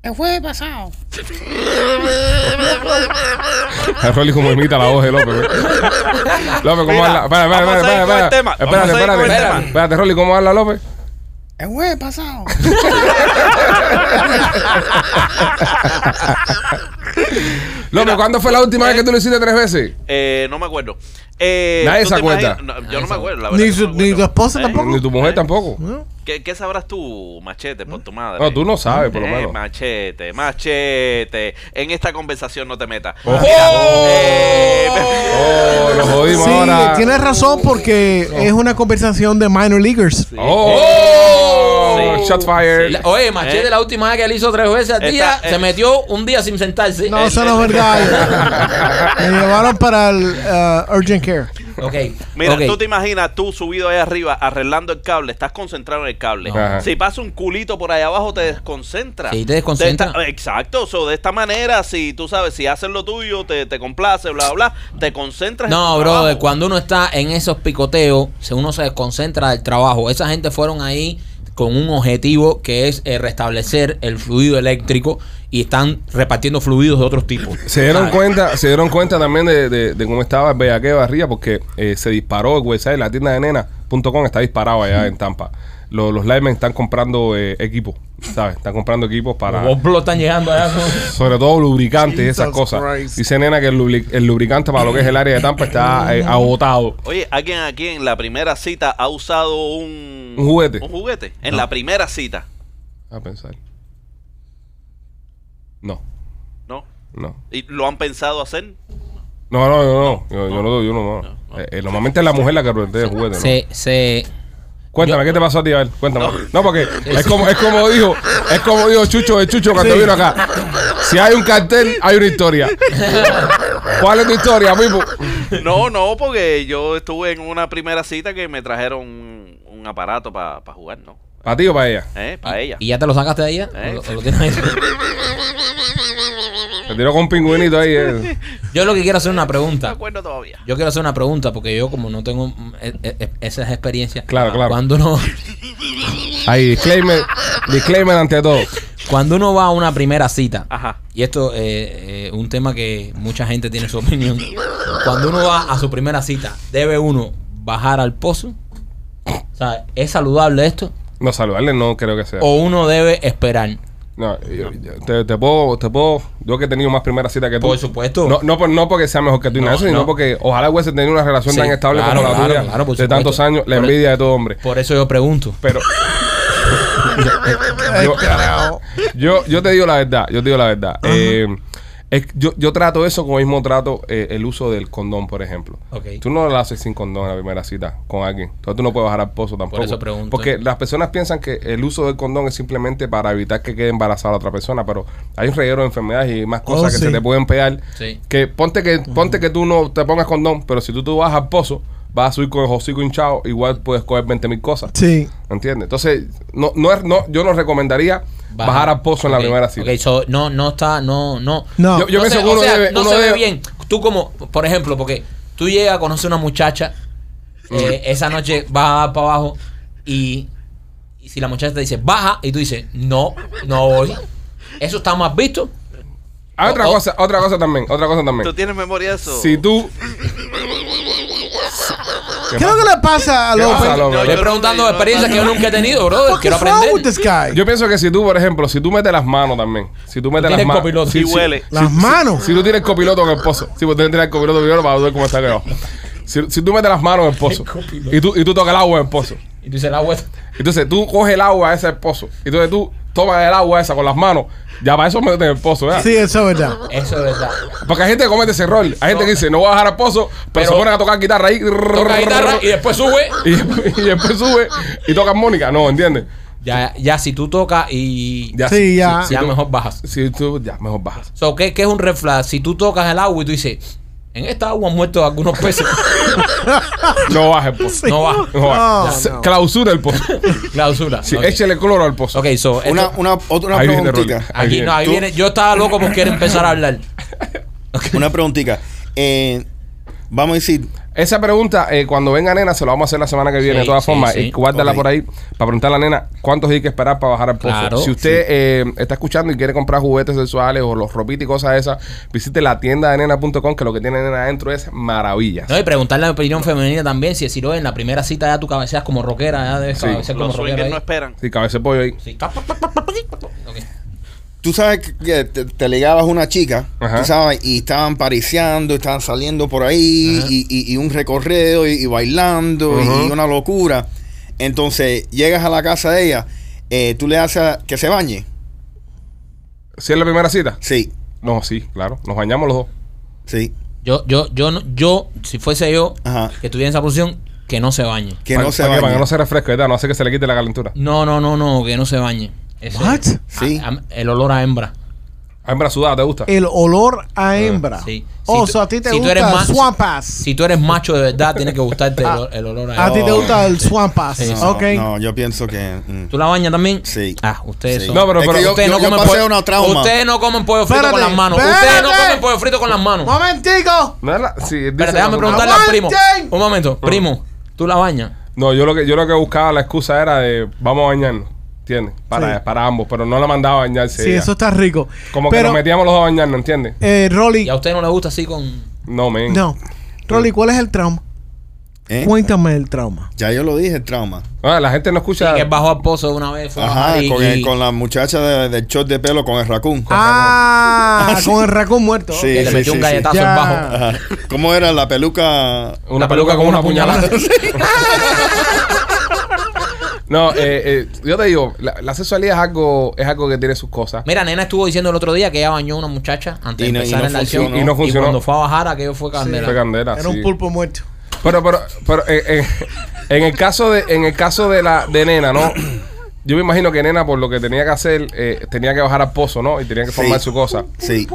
Speaker 9: El jueves pasado.
Speaker 1: El Rolly como imita la voz de López.
Speaker 6: *laughs*
Speaker 1: güey. López, ¿cómo
Speaker 6: Mira,
Speaker 1: habla? Espera, espera,
Speaker 6: vamos a
Speaker 1: espera,
Speaker 6: seguir con el
Speaker 1: espera.
Speaker 6: tema. Vamos a
Speaker 1: Espérate,
Speaker 6: seguir con el
Speaker 1: espérate.
Speaker 6: tema.
Speaker 1: Espérate, Espérate, Rolly, ¿cómo habla López?
Speaker 9: El jueves pasado.
Speaker 1: López, ¿cuándo fue la última vez que tú lo hiciste tres veces?
Speaker 6: eh, no me acuerdo. Eh,
Speaker 1: Nadie
Speaker 6: ¿tú
Speaker 1: se
Speaker 6: te
Speaker 1: acuerda.
Speaker 6: imaginas? No,
Speaker 3: Nadie
Speaker 6: yo no
Speaker 3: se
Speaker 6: me acuerdo, la verdad.
Speaker 4: Ni
Speaker 6: que
Speaker 4: su,
Speaker 6: no me
Speaker 4: ni
Speaker 6: acuerdo.
Speaker 4: tu esposa
Speaker 6: Eh,
Speaker 4: tampoco.
Speaker 1: Ni tu mujer tampoco.
Speaker 4: ¿No?
Speaker 6: ¿Qué, qué sabrás tú, Machete, por tu madre?
Speaker 1: No, tú no sabes, por lo
Speaker 6: Eh,
Speaker 1: menos.
Speaker 6: Machete, Machete. En esta conversación no te metas.
Speaker 1: Oh.
Speaker 6: Mira,
Speaker 1: Oh.
Speaker 6: eh,
Speaker 1: Oh, lo jodimos
Speaker 4: Sí,
Speaker 1: ahora.
Speaker 4: tienes razón porque es una conversación de minor leaguers.
Speaker 1: Oh,
Speaker 6: eh, Sí.
Speaker 1: shot fired.
Speaker 3: La- Oye, Machete,
Speaker 6: Eh.
Speaker 3: la última vez que él hizo tres veces al día,
Speaker 6: Esta-
Speaker 3: se
Speaker 6: eh.
Speaker 3: metió un día sin sentarse.
Speaker 4: No, eso no es verdad. Me llevaron para el ah, urgent care.
Speaker 3: Ok.
Speaker 6: Mira,
Speaker 3: ok.
Speaker 6: tú te imaginas tú subido ahí arriba arreglando el cable, estás concentrado en el cable.
Speaker 1: Ajá.
Speaker 6: Si pasa un culito por ahí abajo, te desconcentra.
Speaker 3: Sí, te desconcentra.
Speaker 6: De esta- exacto, so, de esta manera, si tú sabes, si haces lo tuyo, te, te complace, bla, bla, bla, te concentras. en
Speaker 3: No,
Speaker 6: tu
Speaker 3: brother,
Speaker 6: trabajo.
Speaker 3: cuando uno está en esos picoteos, se- uno se desconcentra del trabajo. Esa gente fueron ahí con un objetivo que es eh, restablecer el fluido eléctrico y están repartiendo fluidos de otros tipos.
Speaker 1: Se dieron
Speaker 3: ¿Sabes?
Speaker 1: cuenta, se dieron cuenta también de, de- de cómo estaba el bellaqueo de arriba porque eh, se disparó el website, la tienda de nena.com está disparado allá en Tampa. Lo- Los, linemen están comprando eh, equipos, ¿sabes? Están comprando equipos para,
Speaker 3: Los bolos están llegando allá. con-
Speaker 1: sobre todo lubricantes y esas
Speaker 4: Jesus
Speaker 1: cosas.
Speaker 4: Christ.
Speaker 1: Dice nena que el, lubri- el lubricante para lo que es el área de Tampa está eh, agotado.
Speaker 6: Oye, ¿alguien aquí en la primera cita ha usado un,
Speaker 1: Un juguete.
Speaker 6: Un juguete. En la primera cita,
Speaker 1: A pensar. No,
Speaker 6: ¿no?
Speaker 1: no.
Speaker 6: ¿Y lo han pensado hacer?
Speaker 1: No, no, no, no. Yo, yo no, yo no, no. Eh, eh, normalmente es la mujer la que plantea el juguete. ¿no?
Speaker 3: Se, se,
Speaker 1: Cuéntame, ¿qué te pasó a ti? A ver, cuéntame. No, porque es como, es como dijo, es como dijo Chucho de Chucho cuando
Speaker 4: Sí.
Speaker 1: vino acá. Si hay un cartel, hay una historia. ¿Cuál es tu historia, Mipo?
Speaker 6: No, no, porque yo estuve en una primera cita que me trajeron un, un aparato para jugar, ¿no?
Speaker 1: ¿Para ti o para ella?
Speaker 6: ¿Eh? Para ella.
Speaker 3: ¿Y ya te lo sacaste de ella?
Speaker 6: Eh.
Speaker 3: ¿O lo- o lo tienes
Speaker 6: *laughs*
Speaker 3: ahí?
Speaker 1: Se tiró con un pingüinito ahí. eh.
Speaker 3: Yo lo que quiero hacer es una
Speaker 6: No me
Speaker 3: pregunta.
Speaker 6: acuerdo todavía.
Speaker 3: Yo quiero hacer una pregunta porque yo como no tengo mm, e- e- esas experiencias.
Speaker 1: Claro, claro.
Speaker 3: Cuando uno,
Speaker 1: Ahí, disclaimer, disclaimer ante todo.
Speaker 3: cuando uno va a una primera cita,
Speaker 6: Ajá.
Speaker 3: y esto es un tema que mucha gente tiene su opinión, cuando uno va a su primera cita, debe uno bajar al pozo. O sea, ¿es saludable esto?
Speaker 1: No, saludarle no creo que sea.
Speaker 3: ¿O uno debe esperar?
Speaker 1: No, yo- yo- te, te puedo, te puedo. Yo que he tenido más primeras citas que tú.
Speaker 3: Por supuesto.
Speaker 1: No, no, por- no porque sea mejor que tú, y nada
Speaker 3: No,
Speaker 1: de eso, sino
Speaker 3: no.
Speaker 1: porque ojalá hubiese tenido una relación
Speaker 3: Sí,
Speaker 1: tan estable
Speaker 3: claro,
Speaker 1: como la
Speaker 3: claro,
Speaker 1: tuya
Speaker 3: claro, por
Speaker 1: de tantos
Speaker 3: supuesto.
Speaker 1: años, la
Speaker 3: Por-
Speaker 1: envidia de todo hombre.
Speaker 3: Por eso yo pregunto.
Speaker 1: Pero.
Speaker 3: *laughs*
Speaker 1: yo, yo, yo te digo la verdad, yo te digo la verdad. Eh, Es- yo, yo trato eso como mismo trato eh, el uso del condón, por ejemplo.
Speaker 3: Ok.
Speaker 1: Tú no lo haces sin condón en la primera cita con alguien. Entonces tú no puedes bajar al pozo tampoco.
Speaker 3: eso pregunto.
Speaker 1: Porque las personas piensan que el uso del condón es simplemente para evitar que quede embarazada la otra persona, pero hay un reguero de enfermedades y más cosas
Speaker 4: Oh,
Speaker 1: que
Speaker 4: sí.
Speaker 1: se te pueden pegar.
Speaker 3: Sí.
Speaker 1: Que ponte que ponte que tú no te pongas condón, pero si tú, tú vas al pozo, vas a subir con el hocico hinchado, igual puedes coger 20 mil cosas.
Speaker 4: Sí.
Speaker 1: ¿Entiendes? Entonces, no, no, es- no, yo no recomendaría bajar, al pozo en la
Speaker 3: Ok,
Speaker 1: primera cita.
Speaker 3: ok, so, no, no está, no, no.
Speaker 4: No.
Speaker 1: Yo- yo
Speaker 3: no
Speaker 1: pienso
Speaker 3: se,
Speaker 1: que uno
Speaker 3: o sea,
Speaker 1: debe-
Speaker 3: no
Speaker 1: uno
Speaker 3: se ve
Speaker 1: debe-
Speaker 3: bien. Tú como, por ejemplo, porque tú llegas a conocer una muchacha, eh,
Speaker 1: Mm.
Speaker 3: esa noche vas a dar para abajo y, y si la muchacha te dice baja y tú dices no, no voy. Eso está más visto.
Speaker 1: Ah, otra
Speaker 3: Oh, oh.
Speaker 1: cosa, otra cosa también, otra cosa también.
Speaker 6: ¿Tú tienes memoria de eso?
Speaker 1: Si tú.
Speaker 4: ¿Qué es lo que le pasa a
Speaker 1: ¿Qué
Speaker 4: López?
Speaker 1: pasa, López?
Speaker 6: No,
Speaker 3: Estoy
Speaker 6: yo
Speaker 3: preguntando
Speaker 6: yo
Speaker 3: experiencias que yo nunca he tenido, brother.
Speaker 4: What the
Speaker 3: Quiero
Speaker 4: fuck is wrong with
Speaker 3: aprender.
Speaker 4: this guy?
Speaker 1: Yo pienso que si tú, por ejemplo, si tú metes las manos también, si tú metes las
Speaker 3: tienes
Speaker 1: manos.
Speaker 3: copiloto.
Speaker 1: Si,
Speaker 6: Y
Speaker 1: si-
Speaker 6: huele.
Speaker 4: Las manos.
Speaker 1: si tú tienes copiloto en el pozo. Si tú tienes el copiloto primero para ver cómo está quedado. Si, si tú metes las manos en el pozo y tú, y tú tocas el agua en el pozo.
Speaker 3: Y tú dices la vuelta.
Speaker 1: Entonces tú coges el agua esa del pozo. Entonces tú tomas el agua esa con las manos. Ya para eso metes en el pozo, ¿verdad?
Speaker 4: Sí, eso es verdad.
Speaker 3: Eso es verdad.
Speaker 1: Porque hay gente que comete ese error. Hay gente que dice, no voy a bajar al pozo, pero,
Speaker 3: Pero-
Speaker 1: se ponen a tocar guitarra ahí.
Speaker 3: Toca guitarra y después sube.
Speaker 1: y, *laughs* y después sube y toca armónica. No, ¿entiendes?
Speaker 3: Ya, ya si tú tocas y ya,
Speaker 1: Ya,
Speaker 4: Sí, ya.
Speaker 1: tú-
Speaker 3: mejor bajas.
Speaker 1: Si tú, ya, mejor bajas.
Speaker 3: So, ¿qué, qué es un red flag? Si tú tocas el agua y tú dices, en esta agua han muerto algunos peces,
Speaker 1: No bajes el pozo.
Speaker 3: no va.
Speaker 1: No bajes.
Speaker 4: No,
Speaker 1: Se- Clausura el pozo.
Speaker 3: Clausura. *laughs*
Speaker 1: Sí,
Speaker 3: ok,
Speaker 1: Échale cloro al pozo.
Speaker 3: Ok, so, esto-
Speaker 2: *laughs* Una, una, otra, una
Speaker 1: Ahí viene
Speaker 2: preguntita.
Speaker 1: Rolly.
Speaker 3: aquí no, ahí
Speaker 2: Tú-
Speaker 3: viene. Yo estaba loco porque era empezar a hablar.
Speaker 2: Una preguntita. Eh, vamos a decir,
Speaker 1: Esa pregunta, eh, cuando venga nena, se la vamos a hacer la semana que viene, de todas
Speaker 3: sí,
Speaker 1: formas.
Speaker 3: sí.
Speaker 1: Y guárdala
Speaker 2: Ok.
Speaker 1: por ahí para preguntarle a la nena cuántos hay que esperar para bajar al pozo.
Speaker 3: Claro.
Speaker 1: si usted eh, está escuchando y quiere comprar juguetes sexuales o los ropitos y cosas esas, visite la tienda de nena.com, que lo que tiene nena adentro es maravillas.
Speaker 3: No, y preguntarle la opinión femenina también. Si decir, oye, en la primera cita ya tú cabeceas como rockera, ya debes
Speaker 1: Sí,
Speaker 3: cabecear como
Speaker 6: Los
Speaker 3: rockera.
Speaker 6: swingers
Speaker 3: ahí.
Speaker 6: no esperan.
Speaker 1: Sí, cabeza de pollo ahí.
Speaker 3: Sí, pa, pa, pa, pa, pa, pa, pa. Ok.
Speaker 2: tú sabes que te, te ligabas una chica,
Speaker 1: Ajá.
Speaker 2: tú sabes, y estaban pariseando, estaban saliendo por ahí, y, y- y un recorrido, y, y bailando, y- y, una locura. Entonces, llegas a la casa de ella, eh, tú le haces a- que se bañe.
Speaker 1: ¿Sí es la primera cita?
Speaker 2: Sí,
Speaker 1: No, sí, claro. Nos bañamos los dos.
Speaker 2: sí.
Speaker 3: Yo, yo, yo, no- yo, si fuese yo,
Speaker 2: Ajá.
Speaker 3: que estuviera en esa posición, que no se bañe.
Speaker 2: Que
Speaker 1: Pa-
Speaker 2: no se
Speaker 1: pa' que-
Speaker 2: bañe.
Speaker 1: Para que no se refresque, ¿verdad? No hace que se le quite la calentura.
Speaker 3: No, no, no, no, que no se bañe. Eso
Speaker 4: What?
Speaker 3: es.
Speaker 2: Sí.
Speaker 3: A- a- el olor a hembra.
Speaker 1: Ah, hembra sudada, ¿te
Speaker 3: Eh,
Speaker 1: gusta?
Speaker 4: El olor a hembra.
Speaker 3: Sí. Si
Speaker 4: Oh,
Speaker 3: tú-
Speaker 4: so a ti te
Speaker 3: si tú eres
Speaker 4: gusta
Speaker 3: más-
Speaker 4: swamp ass. Ah,
Speaker 3: Si tú eres macho de verdad, tiene que gustarte el, ol- el olor a
Speaker 4: a ti te
Speaker 2: No.
Speaker 4: gusta el swamp ass.
Speaker 3: Sí, sí.
Speaker 2: No,
Speaker 4: ok.
Speaker 2: no, yo pienso que. mm.
Speaker 3: ¿Tú la bañas también?
Speaker 2: Sí.
Speaker 3: Ah, ustedes
Speaker 2: Sí.
Speaker 3: son.
Speaker 1: No, pero-
Speaker 2: Es
Speaker 1: pero
Speaker 2: que yo,
Speaker 3: ustedes
Speaker 2: yo-
Speaker 3: no
Speaker 2: yo
Speaker 3: comen
Speaker 2: pasé
Speaker 3: pollo-
Speaker 2: una trauma.
Speaker 3: Ustedes no comen pollo frito
Speaker 4: Espérate,
Speaker 3: con las manos. Ustedes no
Speaker 4: espérate.
Speaker 3: comen pollo frito con las manos.
Speaker 4: Momentico.
Speaker 1: No, es la- sí, dice
Speaker 3: Pero déjame
Speaker 1: la-
Speaker 3: preguntarle al primo.
Speaker 4: ¡Aguanten!
Speaker 3: Un momento,
Speaker 1: Ah.
Speaker 3: primo. ¿Tú la bañas?
Speaker 1: No, yo lo que yo lo que buscaba la excusa era de vamos a bañarnos, ¿entiendes? Para,
Speaker 4: Sí.
Speaker 1: para ambos, pero no la mandaba a bañarse.
Speaker 4: Sí,
Speaker 1: ella.
Speaker 4: eso está rico.
Speaker 1: Como que
Speaker 4: Pero,
Speaker 1: nos metíamos los dos a bañarnos, ¿entiendes?
Speaker 4: eh, Rolly,
Speaker 3: ¿Y a usted no le gusta así con.?
Speaker 1: No, men.
Speaker 4: no. Rolly, ¿cuál es el trauma?
Speaker 2: ¿Eh?
Speaker 4: Cuéntame el trauma.
Speaker 2: Ya yo lo dije, el trauma.
Speaker 1: Ah, la gente no escucha.
Speaker 3: que él bajó al pozo de una vez. Fue a
Speaker 2: Ajá,
Speaker 3: bajar y-
Speaker 2: con, el-
Speaker 3: y-
Speaker 2: con la muchacha de- del short de pelo con el raccoon.
Speaker 4: Ah,
Speaker 2: Ah, sí.
Speaker 4: con el racón muerto.
Speaker 2: Sí,
Speaker 3: que le
Speaker 2: sí,
Speaker 3: metió un
Speaker 2: sí, sí.
Speaker 3: galletazo
Speaker 4: Ya.
Speaker 3: en bajo.
Speaker 2: Ajá. ¿Cómo era la peluca?
Speaker 1: una peluca con una puñalada. *laughs* no, eh, eh, yo te digo, la, la sexualidad es algo, es algo que tiene sus cosas.
Speaker 3: Mira, nena estuvo diciendo el otro día que ella bañó a una muchacha antes
Speaker 2: Y no-
Speaker 3: de
Speaker 2: y
Speaker 3: empezar
Speaker 2: no
Speaker 3: en la acción.
Speaker 2: funcionó.
Speaker 1: Y no funcionó.
Speaker 3: cuando fue a bajar, aquello fue candela.
Speaker 1: Fue candela,
Speaker 4: Era un
Speaker 1: Ah, sí.
Speaker 4: pulpo muerto.
Speaker 1: Pero, pero, pero eh, eh, en el caso de, en el caso de la de nena, ¿no? Yo me imagino que nena por lo que tenía que hacer, eh, tenía que bajar al pozo, ¿no? Y tenía que formar
Speaker 2: Sí.
Speaker 1: su cosa.
Speaker 2: Sí.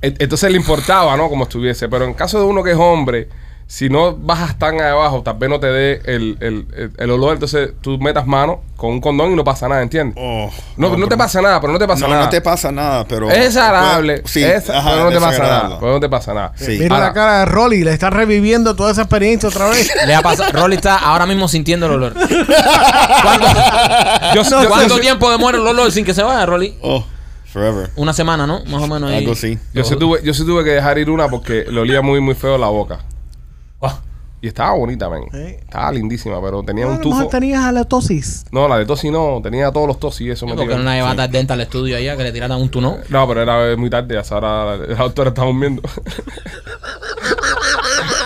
Speaker 1: Et- E-, Entonces le importaba, ¿no? Como estuviese. Pero en caso de uno que es hombre, si no bajas tan abajo, tal vez no te dé el, el- el- el olor, entonces tú metas mano con un condón y no pasa nada, ¿entiendes?
Speaker 2: Oh,
Speaker 1: No, no te pasa nada, pero no te pasa
Speaker 2: no,
Speaker 1: nada.
Speaker 2: no te pasa nada, pero.
Speaker 1: es desagradable,
Speaker 2: Sí,
Speaker 1: es-
Speaker 2: ajá,
Speaker 1: pero no te pasa nada.
Speaker 2: desagradable.
Speaker 1: Pero no te pasa nada.
Speaker 2: Sí.
Speaker 4: Mira
Speaker 1: Ahora-
Speaker 4: la cara de Rolly, le está reviviendo toda esa experiencia otra
Speaker 1: *laughs*
Speaker 4: vez.
Speaker 3: Le ha pasado. Rolly está ahora mismo sintiendo el olor. ¿Cuánto,
Speaker 1: Yo, yo-
Speaker 3: cuánto
Speaker 1: yo-
Speaker 3: tiempo demora el olor sin que se vaya, Rolly?
Speaker 2: Oh, forever.
Speaker 3: Una semana, ¿no? Más o menos. ahí.
Speaker 2: Algo así.
Speaker 1: yo sí tuve, yo sí tuve que dejar ir una porque le olía muy, muy feo la boca.
Speaker 3: Guau.
Speaker 1: Y estaba bonita, men.
Speaker 4: Sí.
Speaker 1: Estaba lindísima, pero tenía
Speaker 4: A
Speaker 1: un
Speaker 4: lo mejor
Speaker 1: tufo.
Speaker 4: tenías halitosis.
Speaker 1: No, la de tosi no, tenía todos los tosis y eso.
Speaker 3: Sí,
Speaker 1: me
Speaker 3: porque
Speaker 1: tiró.
Speaker 3: no la llevaste al dental estudio allá que le tiraran un tunón.
Speaker 1: No, pero era muy tarde, hasta ahora la, la doctora está durmiendo.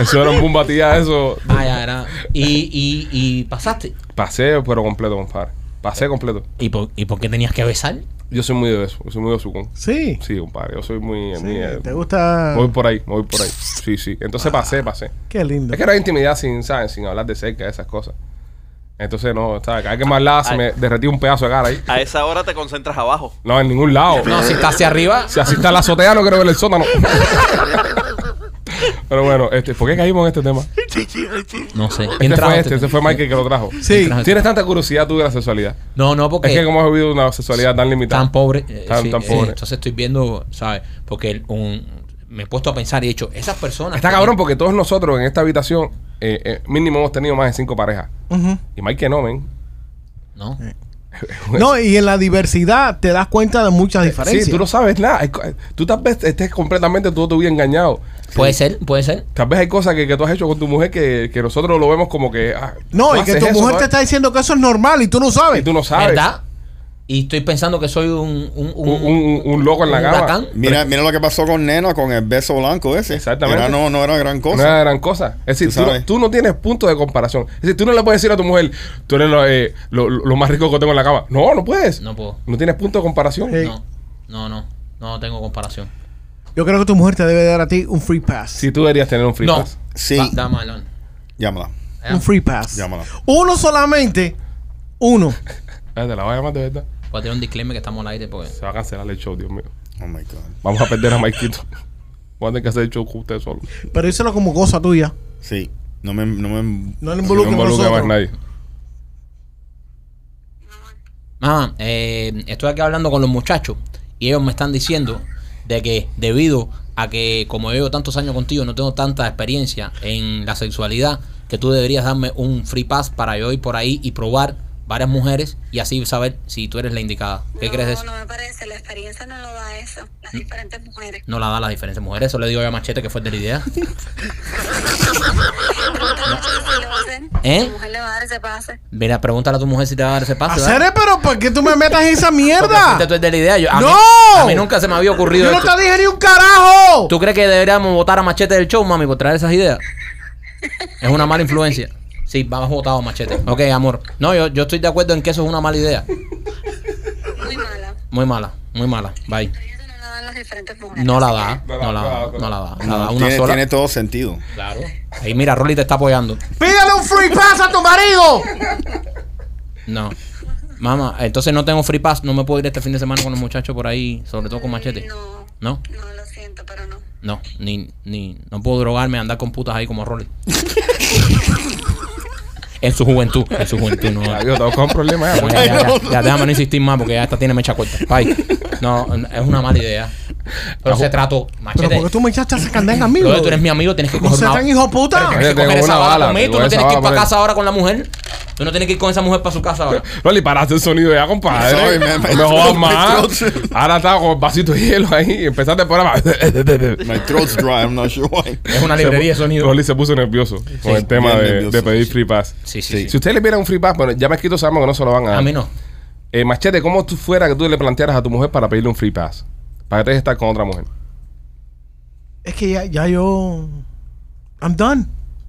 Speaker 1: eso era un boom batía, eso.
Speaker 3: Ah, ya era. Y, y, y pasaste.
Speaker 1: Pasé, pero completo, compadre. Pasé completo.
Speaker 3: ¿Y por, ¿Y por qué tenías que besar?
Speaker 1: Yo soy muy de eso, yo soy muy de su
Speaker 4: Sí.
Speaker 1: Sí, compadre, yo soy muy...
Speaker 4: Sí,
Speaker 1: muy, eh,
Speaker 4: ¿Te gusta?
Speaker 1: Voy por ahí, voy por ahí. Sí, sí. Entonces pasé, pasé.
Speaker 4: Qué lindo.
Speaker 1: Es que era intimidad sin, ¿sabes? Sin hablar de cerca, de esas cosas. Entonces, no, ¿sabes? Cada vez que me hablaba se me derretía un pedazo de cara ahí.
Speaker 6: A esa hora te concentras abajo.
Speaker 1: No, en ningún lado.
Speaker 3: No, si está hacia arriba,
Speaker 1: Si así está la azotea, no quiero ver el sótano. *laughs* Pero bueno, este, ¿por qué caímos en este tema?
Speaker 3: no sé.
Speaker 1: Este
Speaker 3: Entra
Speaker 1: fue
Speaker 3: otro.
Speaker 1: este, este fue Michael que lo trajo.
Speaker 4: Sí.
Speaker 3: Entra-
Speaker 1: ¿Tienes tanta curiosidad tú de la sexualidad?
Speaker 3: No, no, porque
Speaker 1: Es que como has vivido una sexualidad tan limitada.
Speaker 3: tan pobre. eh,
Speaker 1: Tan-
Speaker 3: sí,
Speaker 1: tan
Speaker 3: eh,
Speaker 1: pobre.
Speaker 3: entonces estoy viendo, ¿sabes? Porque el- un, me he puesto a pensar y he dicho, esas personas.
Speaker 1: Está cabrón porque todos nosotros en esta habitación eh, eh, mínimo hemos tenido más de cinco parejas.
Speaker 4: Ujú.
Speaker 1: Y Mike no, men.
Speaker 3: No.
Speaker 4: No, y en la diversidad te das cuenta de muchas diferencias.
Speaker 1: Eh, Sí, tú no sabes nada. Hay co- eh, Tú tal vez estés completamente todo tu vida engañado.
Speaker 3: Puede ser, puede ser.
Speaker 1: Tal vez hay cosas que, que tú has hecho con tu mujer que, que nosotros lo vemos como que. ah,
Speaker 4: No,
Speaker 1: tú
Speaker 4: y que
Speaker 1: haces
Speaker 4: tu
Speaker 1: eso,
Speaker 4: mujer
Speaker 1: ¿no?
Speaker 4: te está diciendo que eso es normal y tú no sabes.
Speaker 1: Y tú no sabes.
Speaker 3: ¿Verdad? Y estoy pensando que soy un. Un,
Speaker 1: Un, un- un loco en la
Speaker 3: un
Speaker 1: cama.
Speaker 3: huracán.
Speaker 2: Mira, mira lo que pasó con Nena con el beso blanco ese.
Speaker 1: Exactamente.
Speaker 2: Era- no, no era gran
Speaker 1: No
Speaker 2: cosa.
Speaker 1: era gran cosa. Es decir,
Speaker 2: Tú
Speaker 1: tú, no,
Speaker 2: sabes.
Speaker 1: tú no tienes punto de comparación. Es decir, tú no le puedes decir a tu mujer, tú eres lo, eh, lo- lo más rico que tengo en la cama. No, no puedes.
Speaker 3: No puedo.
Speaker 1: No tienes punto de comparación.
Speaker 4: Sí.
Speaker 3: No, no, no. No tengo comparación.
Speaker 4: Yo creo que tu mujer te debe dar a ti un free pass.
Speaker 1: Si tú deberías tener un free
Speaker 3: no.
Speaker 1: pass.
Speaker 2: Sí.
Speaker 3: Va- dame, Alon.
Speaker 2: Llámala.
Speaker 4: Un free pass.
Speaker 2: Llámala.
Speaker 4: Uno solamente. Uno.
Speaker 1: Ah, Te la voy a llamar de verdad.
Speaker 3: Voy a tirar un disclaimer que estamos al aire porque.
Speaker 1: Se va a cancelar el show, Dios mío.
Speaker 2: Oh my God.
Speaker 1: Vamos a perder a Maikito. *laughs* Voy a tener que hacer el show con ustedes solos.
Speaker 4: Pero eso era como cosa tuya.
Speaker 2: Sí. No me. No me.
Speaker 4: No
Speaker 1: No
Speaker 4: le involucres
Speaker 1: involucra más nadie.
Speaker 3: Mamá, eh, estoy aquí hablando con los muchachos y ellos me están diciendo de que debido a que como llevo tantos años contigo no tengo tanta experiencia en la sexualidad que tú deberías darme un free pass para yo ir por ahí y probar varias mujeres y así saber si tú eres la indicada. ¿Qué
Speaker 10: no,
Speaker 3: crees de eso? ¿Mm?
Speaker 10: No me parece, la experiencia no lo da eso. Las diferentes mujeres.
Speaker 3: No la da las diferentes mujeres, eso le digo yo a Machete que fue el de la idea.
Speaker 10: Pregúntale a tu mujer si lo hacen.
Speaker 3: ¿Eh?
Speaker 10: Tu mujer le va a dar ese pase.
Speaker 3: Mira, pregúntale a tu mujer si te va a dar ese paso. ¿verdad?
Speaker 4: Hacer pero ¿por qué tú me metas en esa
Speaker 3: Porque
Speaker 4: mierda?
Speaker 3: fuiste tú el de la idea. Yo- a
Speaker 4: ¡No!
Speaker 3: Mí, a mí nunca se me había ocurrido
Speaker 4: Yo no
Speaker 3: esto.
Speaker 4: te dije ni un carajo.
Speaker 3: ¿Tú crees que deberíamos votar a Machete del show, mami, por traer esas ideas? Es una mala influencia. Sí, vamos votado a Machete. Ok, amor. No, yo, yo estoy de acuerdo en que eso es una mala idea.
Speaker 10: Muy mala.
Speaker 3: Muy mala, muy mala. Bye.
Speaker 10: La experiencia no la dan las diferentes mujeres.
Speaker 3: No la da, no la da, no la da. La da una
Speaker 2: tiene, tiene
Speaker 3: sola.
Speaker 2: todo sentido.
Speaker 3: Claro. Ahí mira, Rolly te está apoyando.
Speaker 4: Pídale un free pass a tu marido.
Speaker 3: No. Mamá, entonces no tengo free pass, no me puedo ir este fin de semana con los muchachos por ahí, sobre todo con Machete.
Speaker 10: No,
Speaker 3: No,
Speaker 10: no lo siento, pero no.
Speaker 3: no, ni, ni, no puedo drogarme, andar con putas ahí como Rolly. en su juventud, en su juventud, no.
Speaker 1: Ya, Yo tengo con problemas.
Speaker 3: Ya,
Speaker 1: ya, pues.
Speaker 3: ya, *laughs* ya, ya, ya, déjame no insistir más porque ya esta tiene mecha corta. Bye. No, es una mala idea. Pero se trató.
Speaker 4: Pero
Speaker 3: Machete.
Speaker 4: porque tú me echaste esa candela a mí.
Speaker 3: Brother,
Speaker 4: bro?
Speaker 3: tú eres mi amigo, tienes que
Speaker 4: No
Speaker 3: coger
Speaker 4: seas tan
Speaker 3: una.
Speaker 4: hijo puta.
Speaker 3: Tienes que
Speaker 1: Tengo
Speaker 3: coger esa
Speaker 1: una
Speaker 3: bala,
Speaker 1: bala,
Speaker 3: conmigo. Tú
Speaker 1: tengo
Speaker 3: no
Speaker 1: esa
Speaker 3: tienes que ir
Speaker 1: bala
Speaker 3: para
Speaker 1: por
Speaker 3: casa ahora con la mujer. Tú no tienes que ir con esa mujer para su casa ahora.
Speaker 1: Rolly, paraste el sonido ya,
Speaker 2: Sorry,
Speaker 1: compadre. no
Speaker 2: man. *laughs*
Speaker 1: me jodas más. Ahora estaba con el vasito de hielo ahí. Empezaste el programa.
Speaker 2: *laughs* My throat's dry. I'm not sure why.
Speaker 3: Es una librería de sonido.
Speaker 1: Rolly se puso nervioso con el tema
Speaker 2: Bien
Speaker 1: de,
Speaker 2: nervioso,
Speaker 1: de pedir
Speaker 2: sí.
Speaker 1: free pass.
Speaker 3: Sí, sí, sí.
Speaker 1: Si ustedes le pidieran un free pass, bueno, ya me escrito sabemos que no se lo van a dar.
Speaker 3: A mí no.
Speaker 1: Eh, machete, ¿cómo tú fuera que tú le plantearas a tu mujer para pedirle un free pass? Para que te deje estar con otra mujer.
Speaker 4: Es que ya, ya yo. I'm done.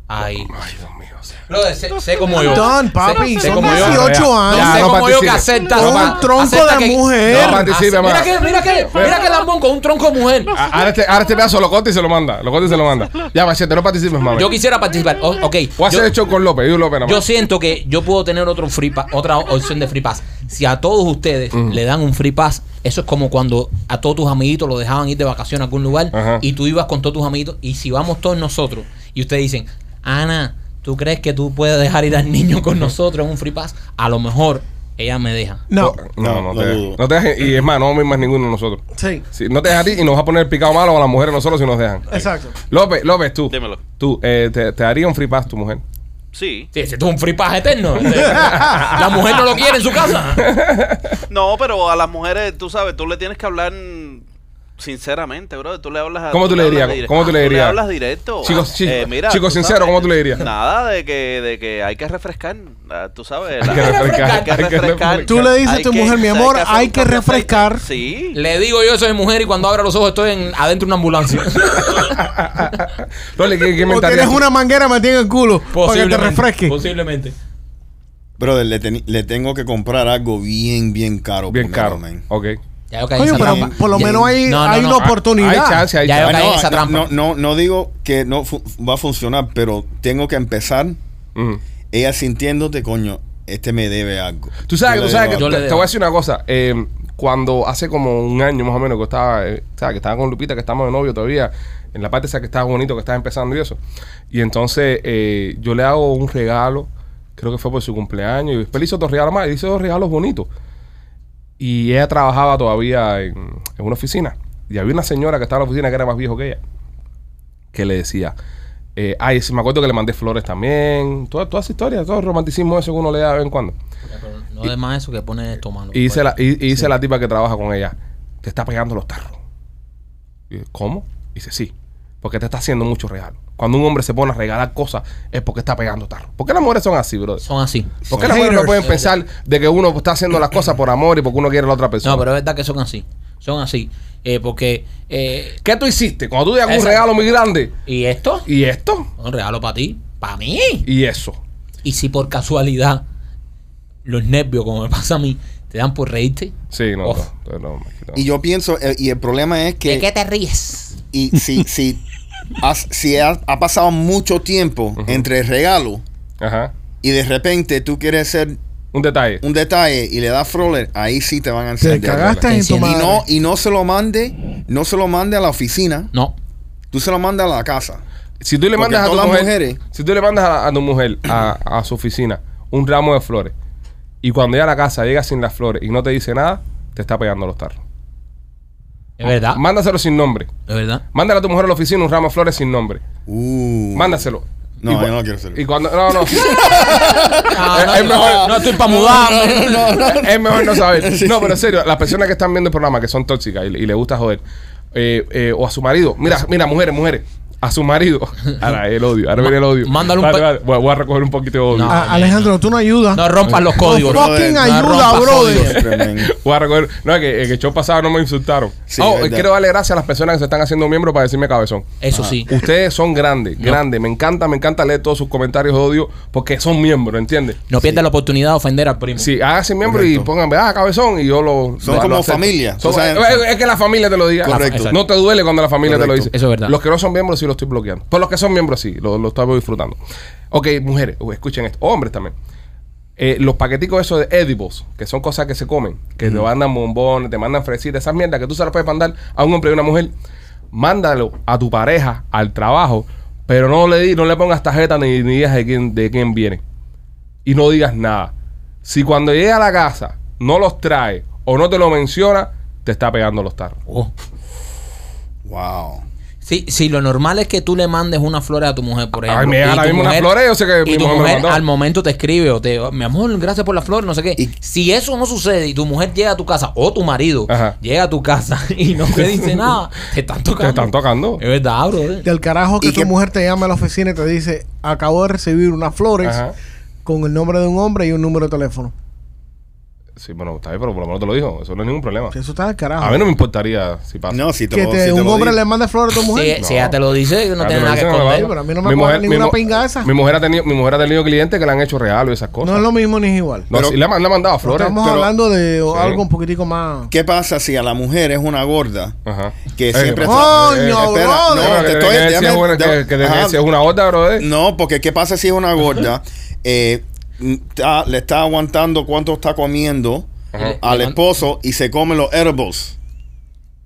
Speaker 3: Ay.
Speaker 1: Ay, Dios mío. o sea.
Speaker 3: Brother, sé, sé como yo.
Speaker 4: Don, papi,
Speaker 3: sé, sé
Speaker 4: son
Speaker 3: como yo.
Speaker 4: 18
Speaker 3: No,
Speaker 4: años.
Speaker 1: Ya,
Speaker 3: sé
Speaker 1: Ah, no
Speaker 3: como yo que
Speaker 1: participe.
Speaker 3: acepta.
Speaker 1: No,
Speaker 3: no,
Speaker 1: un
Speaker 4: tronco
Speaker 3: acepta
Speaker 4: de
Speaker 3: que-
Speaker 4: mujer.
Speaker 1: No participe,
Speaker 3: Ace- mira
Speaker 1: mamá.
Speaker 3: que, mira que, mira que lambón con un tronco de mujer.
Speaker 1: A- Ahora este, ahora este pedazo lo corta y se lo manda. Lo corta y se lo
Speaker 3: *laughs*
Speaker 1: manda. Ya, machete, no participes, mami.
Speaker 3: Yo quisiera participar. O- ok.
Speaker 1: Voy a hacer
Speaker 3: yo-
Speaker 1: el show con López. Yo López, nada más.
Speaker 3: Yo siento que yo puedo tener otro free pass, otra opción de free pass. Si a todos ustedes le dan un free pass, eso es como cuando a todos tus amiguitos lo dejaban ir de vacaciones a algún lugar
Speaker 1: Ajá.
Speaker 3: y tú ibas con todos tus amiguitos y si vamos todos nosotros y ustedes dicen, Ana, ¿tú crees que tú puedes dejar ir al niño con nosotros en un free pass? A lo mejor ella me deja.
Speaker 4: No.
Speaker 1: No, no,
Speaker 2: No,
Speaker 1: te
Speaker 2: lo
Speaker 1: dejes.
Speaker 2: dudo.
Speaker 1: No te dejes. Y es más, no vamos a ir más ninguno de nosotros.
Speaker 4: Sí.
Speaker 1: Sí, no te dejes a ti y nos va a poner el picado malo a las mujeres nosotros si nos dejan.
Speaker 3: *laughs*
Speaker 4: Exacto.
Speaker 1: López, López, tú.
Speaker 6: Dímelo.
Speaker 1: Tú, eh, te, te daría un free pass tu mujer.
Speaker 6: Sí.
Speaker 3: Sí, ese es un free pass *laughs* eterno. La mujer no lo quiere en su casa.
Speaker 6: No, pero a las mujeres, tú sabes, tú le tienes que hablar sinceramente, bro. Tú le hablas a-
Speaker 1: ¿Cómo tú le
Speaker 6: hablas
Speaker 1: dirías?
Speaker 6: dire- Ah,
Speaker 1: ¿Cómo tú le dirías?
Speaker 6: hablas directo. Eh,
Speaker 1: Chicos, chicos, chicos
Speaker 6: tú
Speaker 1: sinceros, ¿cómo tú le dirías?
Speaker 6: Nada de que, de que hay que refrescar. ah, Tú sabes.
Speaker 1: Hay que refrescar,
Speaker 6: Hay que
Speaker 1: hay que
Speaker 6: refrescar.
Speaker 1: refrescar.
Speaker 4: Tú le dices a
Speaker 6: Hay
Speaker 4: tu
Speaker 6: que-
Speaker 4: mujer, mi
Speaker 6: hay
Speaker 4: amor,
Speaker 6: que hacer
Speaker 4: hay
Speaker 6: un
Speaker 4: que
Speaker 6: café.
Speaker 4: refrescar.
Speaker 6: Sí.
Speaker 3: Le digo yo soy mujer y cuando abro los ojos estoy en, adentro de una ambulancia.
Speaker 1: López, ¿qué, qué
Speaker 4: O
Speaker 1: mentalidad?
Speaker 4: tienes
Speaker 1: tú-
Speaker 4: una manguera metida en el culo para que te
Speaker 3: Posiblemente,
Speaker 4: refresque.
Speaker 3: Posiblemente.
Speaker 2: Brother, le, teni- le tengo que comprar algo bien, bien caro.
Speaker 1: Bien
Speaker 2: primero,
Speaker 1: caro.
Speaker 2: man.
Speaker 1: Ok.
Speaker 3: Ya yo caí en
Speaker 4: Coño,
Speaker 3: esa
Speaker 4: pero
Speaker 3: trampa.
Speaker 4: por lo
Speaker 3: Ya-
Speaker 4: menos hay,
Speaker 3: No, no,
Speaker 4: hay
Speaker 3: no.
Speaker 4: una
Speaker 1: Ah,
Speaker 4: oportunidad.
Speaker 1: Hay chance, hay
Speaker 3: Ya yo
Speaker 1: chance.
Speaker 3: caí en esa
Speaker 2: Ah, no,
Speaker 3: trampa.
Speaker 2: no, no, no digo que no fu- va a funcionar, pero tengo que empezar
Speaker 1: Ujú.
Speaker 2: ella sintiéndote, coño, este me debe algo.
Speaker 1: Tú sabes,
Speaker 2: Yo
Speaker 1: tú
Speaker 2: le
Speaker 1: sabes que
Speaker 2: debo
Speaker 3: Yo
Speaker 1: te,
Speaker 3: le
Speaker 1: te
Speaker 3: debo.
Speaker 1: voy a decir una cosa. eh, cuando hace como un año más o menos que estaba, eh, sabes, que estaba con Lupita, que estamos de novio todavía, en la parte esa que estaba bonito, que estaba empezando y eso. Y entonces eh, yo le hago un regalo, creo que fue por su cumpleaños, y después le hizo dos regalos más, le hizo dos regalos bonitos. Y ella trabajaba todavía en, en una oficina. Y había una señora que estaba en la oficina que era más viejo que ella, que le decía, eh, ay, sí, me acuerdo que le mandé flores también, toda, toda esa historia, todo el romanticismo eso que uno le da de vez en cuando.
Speaker 3: No es más eso que pone tomando.
Speaker 1: Y dice la, y, y dice la tipa que trabaja con ella, te está pegando los tarros. Y yo, ¿Cómo? Y dice, sí, porque te está haciendo muchos regalos. Cuando un hombre se pone a regalar cosas es porque está pegando tarros. ¿Por qué las mujeres son así, brother?
Speaker 3: Son así.
Speaker 1: ¿Por qué las mujeres no
Speaker 4: haters.
Speaker 1: pueden pensar de que uno está haciendo las cosas por amor y porque uno quiere a la otra persona?
Speaker 3: No, pero es verdad que son así. Son así. Eh, porque. eh,
Speaker 1: ¿Qué tú hiciste? Cuando tú dejas un
Speaker 3: Exacto.
Speaker 1: regalo muy grande,
Speaker 3: ¿Y esto?
Speaker 1: ¿y esto?
Speaker 3: Un regalo para ti. Para mí.
Speaker 1: ¿Y eso?
Speaker 3: Y si por casualidad los nervios, como me pasa a mí, te dan por reírte.
Speaker 1: Sí, no,
Speaker 3: Uf.
Speaker 1: no, no, no, no.
Speaker 2: Y yo pienso, eh, y el problema es
Speaker 5: ¿De qué
Speaker 2: que
Speaker 5: te ríes?
Speaker 2: y si, si, has- si ha, ha pasado mucho tiempo entre el regalo
Speaker 1: Ajá.
Speaker 2: y de repente tú quieres hacer
Speaker 1: Un detalle.
Speaker 2: un detalle y le das froller, ahí sí te van a
Speaker 4: Te
Speaker 2: encender.
Speaker 4: cagaste en tu
Speaker 2: Y
Speaker 4: madre.
Speaker 2: no, y no se lo mande, no se lo mande a la oficina,
Speaker 3: No.
Speaker 2: tú se lo mandas a la casa.
Speaker 1: Si tú le
Speaker 2: Porque
Speaker 1: mandas a tu
Speaker 2: todas las
Speaker 1: mujer,
Speaker 2: mujeres-
Speaker 1: si tú le mandas a, a tu mujer a, a su oficina un ramo de flores y cuando llega a la casa llega sin las flores y no te dice nada, te está pegando los tarros.
Speaker 3: Es verdad.
Speaker 1: Mándaselo sin nombre.
Speaker 3: Es verdad.
Speaker 1: Mándale a tu mujer a la oficina un ramo de flores sin nombre.
Speaker 2: Uh.
Speaker 1: Mándaselo.
Speaker 2: No,
Speaker 1: y,
Speaker 2: yo
Speaker 1: cua-
Speaker 2: no quiero hacer *laughs*
Speaker 1: y cuando no no
Speaker 3: Ah, no,
Speaker 1: es
Speaker 3: no,
Speaker 1: mejor-
Speaker 3: no estoy para mudarme.
Speaker 1: es mejor
Speaker 2: *laughs*
Speaker 1: no saber. No, pero en serio, las personas que están viendo el programa que son tóxicas y, y le gusta joder eh, eh, o a su marido, mira, mira mujeres, mujeres, a su marido,
Speaker 3: *laughs*
Speaker 1: ahora el odio, ahora viene el odio.
Speaker 3: Mándale un
Speaker 1: Vale,
Speaker 3: pa-
Speaker 1: vale, voy, a- voy a recoger un poquito de odio.
Speaker 3: No.
Speaker 4: A- Alejandro, tú no ayudas.
Speaker 3: ah, No rompas los códigos.
Speaker 4: Ah, No fucking
Speaker 2: No
Speaker 4: ayuda,
Speaker 3: rompas
Speaker 4: brother.
Speaker 2: Siempre, men.
Speaker 1: *laughs* Voy a recoger. No, es que, es que el show pasado no me insultaron.
Speaker 2: Sí,
Speaker 1: oh,
Speaker 2: verdad.
Speaker 1: eh, quiero darle gracias a las personas que se están haciendo miembros para decirme cabezón.
Speaker 3: Eso sí.
Speaker 1: Ustedes son grandes, grandes. Me encanta, me encanta leer todos sus comentarios de odio porque son miembros, ¿entiendes?
Speaker 3: No pierdas la oportunidad de ofender al primo.
Speaker 1: Sí, háganse miembro y pónganme, ah, cabezón, y yo lo.
Speaker 2: Son
Speaker 1: lo-
Speaker 2: como
Speaker 1: lo acepto.
Speaker 2: familia, tú
Speaker 1: Son-
Speaker 2: sabes.
Speaker 1: es, es que la familia te lo diga.
Speaker 2: Correcto.
Speaker 1: Exacto. No te duele cuando la familia te lo
Speaker 2: Correcto.
Speaker 1: dice.
Speaker 3: Eso es verdad.
Speaker 1: Los que no son miembros sí lo estoy bloqueando. Pero los que son miembros sí, lo, lo estamos disfrutando. Ok, mujeres, uy, escuchen esto. Hombres también. Eh, los paqueticos esos de edibles, que son cosas que se comen, que te mandan bombones, te mandan fresitas, esas mierdas que tú se las puedes mandar a un hombre y a una mujer, mándalo a tu pareja, al trabajo, pero no le di, no le pongas tarjeta ni, ni digas de quién, de quién viene. Y no digas nada. Si cuando llegue a la casa no los trae o no te lo menciona, te está pegando los tarros.
Speaker 3: Oh.
Speaker 2: Wow.
Speaker 3: Sí, sí, lo normal es que tú le mandes una flor a tu mujer, por ejemplo.
Speaker 1: Ay, me
Speaker 3: Y
Speaker 1: da la
Speaker 3: tu
Speaker 1: misma una flor, yo sé que
Speaker 3: y
Speaker 1: mi
Speaker 3: tu
Speaker 1: mujer me
Speaker 3: mujer
Speaker 1: mandó.
Speaker 3: al momento te escribe o te, "Oh, mi amor, gracias por la flor, no sé qué.
Speaker 2: Y-
Speaker 3: si eso no sucede y tu mujer llega a tu casa o tu marido
Speaker 1: Ajá.
Speaker 3: llega a tu casa *laughs* y no te dice nada, te están tocando.
Speaker 1: Te están tocando.
Speaker 3: Es verdad, bro.
Speaker 4: Del carajo
Speaker 2: ¿Y
Speaker 4: que tu
Speaker 2: qué-
Speaker 4: mujer te llama a la oficina y te dice, acabo de recibir unas flores
Speaker 1: Ajá.
Speaker 4: con el nombre de un hombre y un número de teléfono.
Speaker 1: Sí, bueno, está bien, pero por lo menos te lo dijo. Eso no es ningún problema.
Speaker 4: Eso está del carajo.
Speaker 1: A mí no me importaría si pasa.
Speaker 2: No, si te
Speaker 4: que
Speaker 2: lo-
Speaker 4: te-
Speaker 2: si te
Speaker 4: un
Speaker 2: lo
Speaker 4: hombre
Speaker 2: digo.
Speaker 4: le manda flores a tu mujer.
Speaker 3: Si, si ella te lo dice, no
Speaker 1: Ah,
Speaker 3: tiene
Speaker 1: te lo
Speaker 3: nada que
Speaker 1: dicen, no,
Speaker 3: esconder.
Speaker 1: no.
Speaker 4: pero a mí no me cuadra ninguna pinga esa.
Speaker 1: Mi mujer ha tenido, mi mujer ha tenido clientes que le han hecho regalos y esas cosas.
Speaker 4: No es lo mismo ni es igual.
Speaker 1: No,
Speaker 2: Pero-
Speaker 1: sí, le, han- le han mandado flores.
Speaker 4: Estamos
Speaker 2: pero-
Speaker 4: hablando de
Speaker 1: Sí.
Speaker 4: algo un poquitico más.
Speaker 2: ¿Qué pasa si a la mujer es una gorda?
Speaker 1: Ajá.
Speaker 2: Que
Speaker 1: Eh,
Speaker 2: siempre
Speaker 1: eh,
Speaker 4: ¡Coño,
Speaker 2: espera,
Speaker 4: brother!
Speaker 2: no,
Speaker 1: No, que
Speaker 2: te
Speaker 1: te
Speaker 2: estoy-
Speaker 1: que si es
Speaker 2: déjame-
Speaker 1: buena- que- que
Speaker 2: Ajá.
Speaker 1: te- si es una otra, brother.
Speaker 2: No, porque ¿qué pasa si es una
Speaker 1: *laughs*
Speaker 2: gorda? Eh, está- le está aguantando cuánto está comiendo
Speaker 1: Ajá.
Speaker 2: al esposo y se come los herbos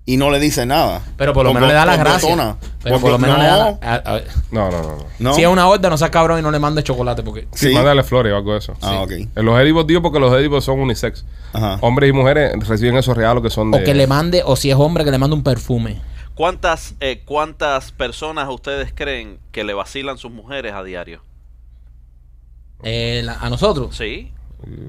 Speaker 2: y no le dice nada.
Speaker 3: Pero por lo menos le da las
Speaker 2: la
Speaker 3: gracias.
Speaker 2: grasas.
Speaker 3: Pero por lo menos
Speaker 2: no,
Speaker 3: le da la- a- a-
Speaker 1: No, no, no. no.
Speaker 2: no.
Speaker 3: Si es una horda, no seas cabrón y no le mandes chocolate porque.
Speaker 1: Sí,
Speaker 2: Sí.
Speaker 1: mándale flores o algo de eso.
Speaker 2: Ah,
Speaker 1: Sí.
Speaker 2: ok.
Speaker 1: Los edibos, digo, porque los edibos son unisex.
Speaker 2: Ajá.
Speaker 3: Oh,
Speaker 1: Hombres y mujeres reciben esos regalos que son de.
Speaker 3: O que le mande, o si es hombre, que le mande un perfume.
Speaker 6: ¿Cuántas, eh, ¿Cuántas personas ustedes creen que le vacilan sus mujeres a diario?
Speaker 3: Eh, la- a nosotros.
Speaker 6: Sí,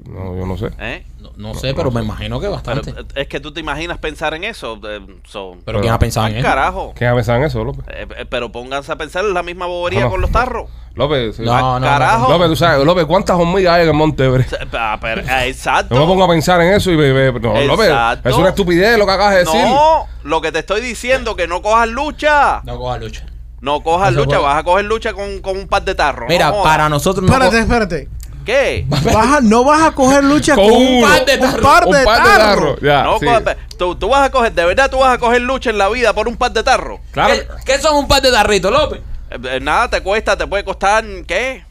Speaker 1: No, yo no sé.
Speaker 6: ¿eh?
Speaker 3: No, no sé, pero me imagino que
Speaker 6: Pero,
Speaker 3: bastante.
Speaker 6: eh,
Speaker 3: Pero,
Speaker 6: es que tú te imaginas pensar en eso. eh, so-
Speaker 3: ¿quién ha pensado en
Speaker 6: Al
Speaker 3: eso?
Speaker 6: carajo.
Speaker 1: ¿Quién pensado en eso, López?
Speaker 6: Eh, eh, pero pónganse a pensar en la misma bobería
Speaker 1: Ah, no.
Speaker 6: con los tarros. Ah,
Speaker 1: López. sí.
Speaker 3: No, no, no.
Speaker 6: carajo.
Speaker 1: López, tú sabes, López, ¿cuántas hormigas hay en el Monte Everest?
Speaker 6: Eh, ah, pero, eh, exacto.
Speaker 1: No me pongo a pensar en eso y me, me- no, López,
Speaker 6: Exacto.
Speaker 1: es una estupidez lo que acabas de decir.
Speaker 6: No, lo que te estoy diciendo, que no cojas lucha.
Speaker 3: No coja lucha.
Speaker 6: No cojas
Speaker 3: No se
Speaker 6: lucha,
Speaker 3: puede.
Speaker 6: vas a coger lucha con, con un par de tarros.
Speaker 3: Mira,
Speaker 6: No jodas.
Speaker 3: para nosotros no
Speaker 4: Espérate,
Speaker 3: co-
Speaker 4: espérate.
Speaker 6: ¿Qué?
Speaker 4: Vas a- no vas a coger lucha
Speaker 1: Con
Speaker 4: con,
Speaker 1: uno.
Speaker 4: un par de
Speaker 1: Un
Speaker 4: tarros. par de tarros.
Speaker 1: tarros. Ya,
Speaker 6: no, pues,
Speaker 1: sí.
Speaker 6: co- tú, tú vas a coger, de verdad tú vas a coger lucha en la vida por un par de tarros.
Speaker 1: Claro.
Speaker 3: ¿Qué, qué son un par de tarritos, López?
Speaker 6: Eh, eh, Nada te cuesta, te puede costar, ¿qué?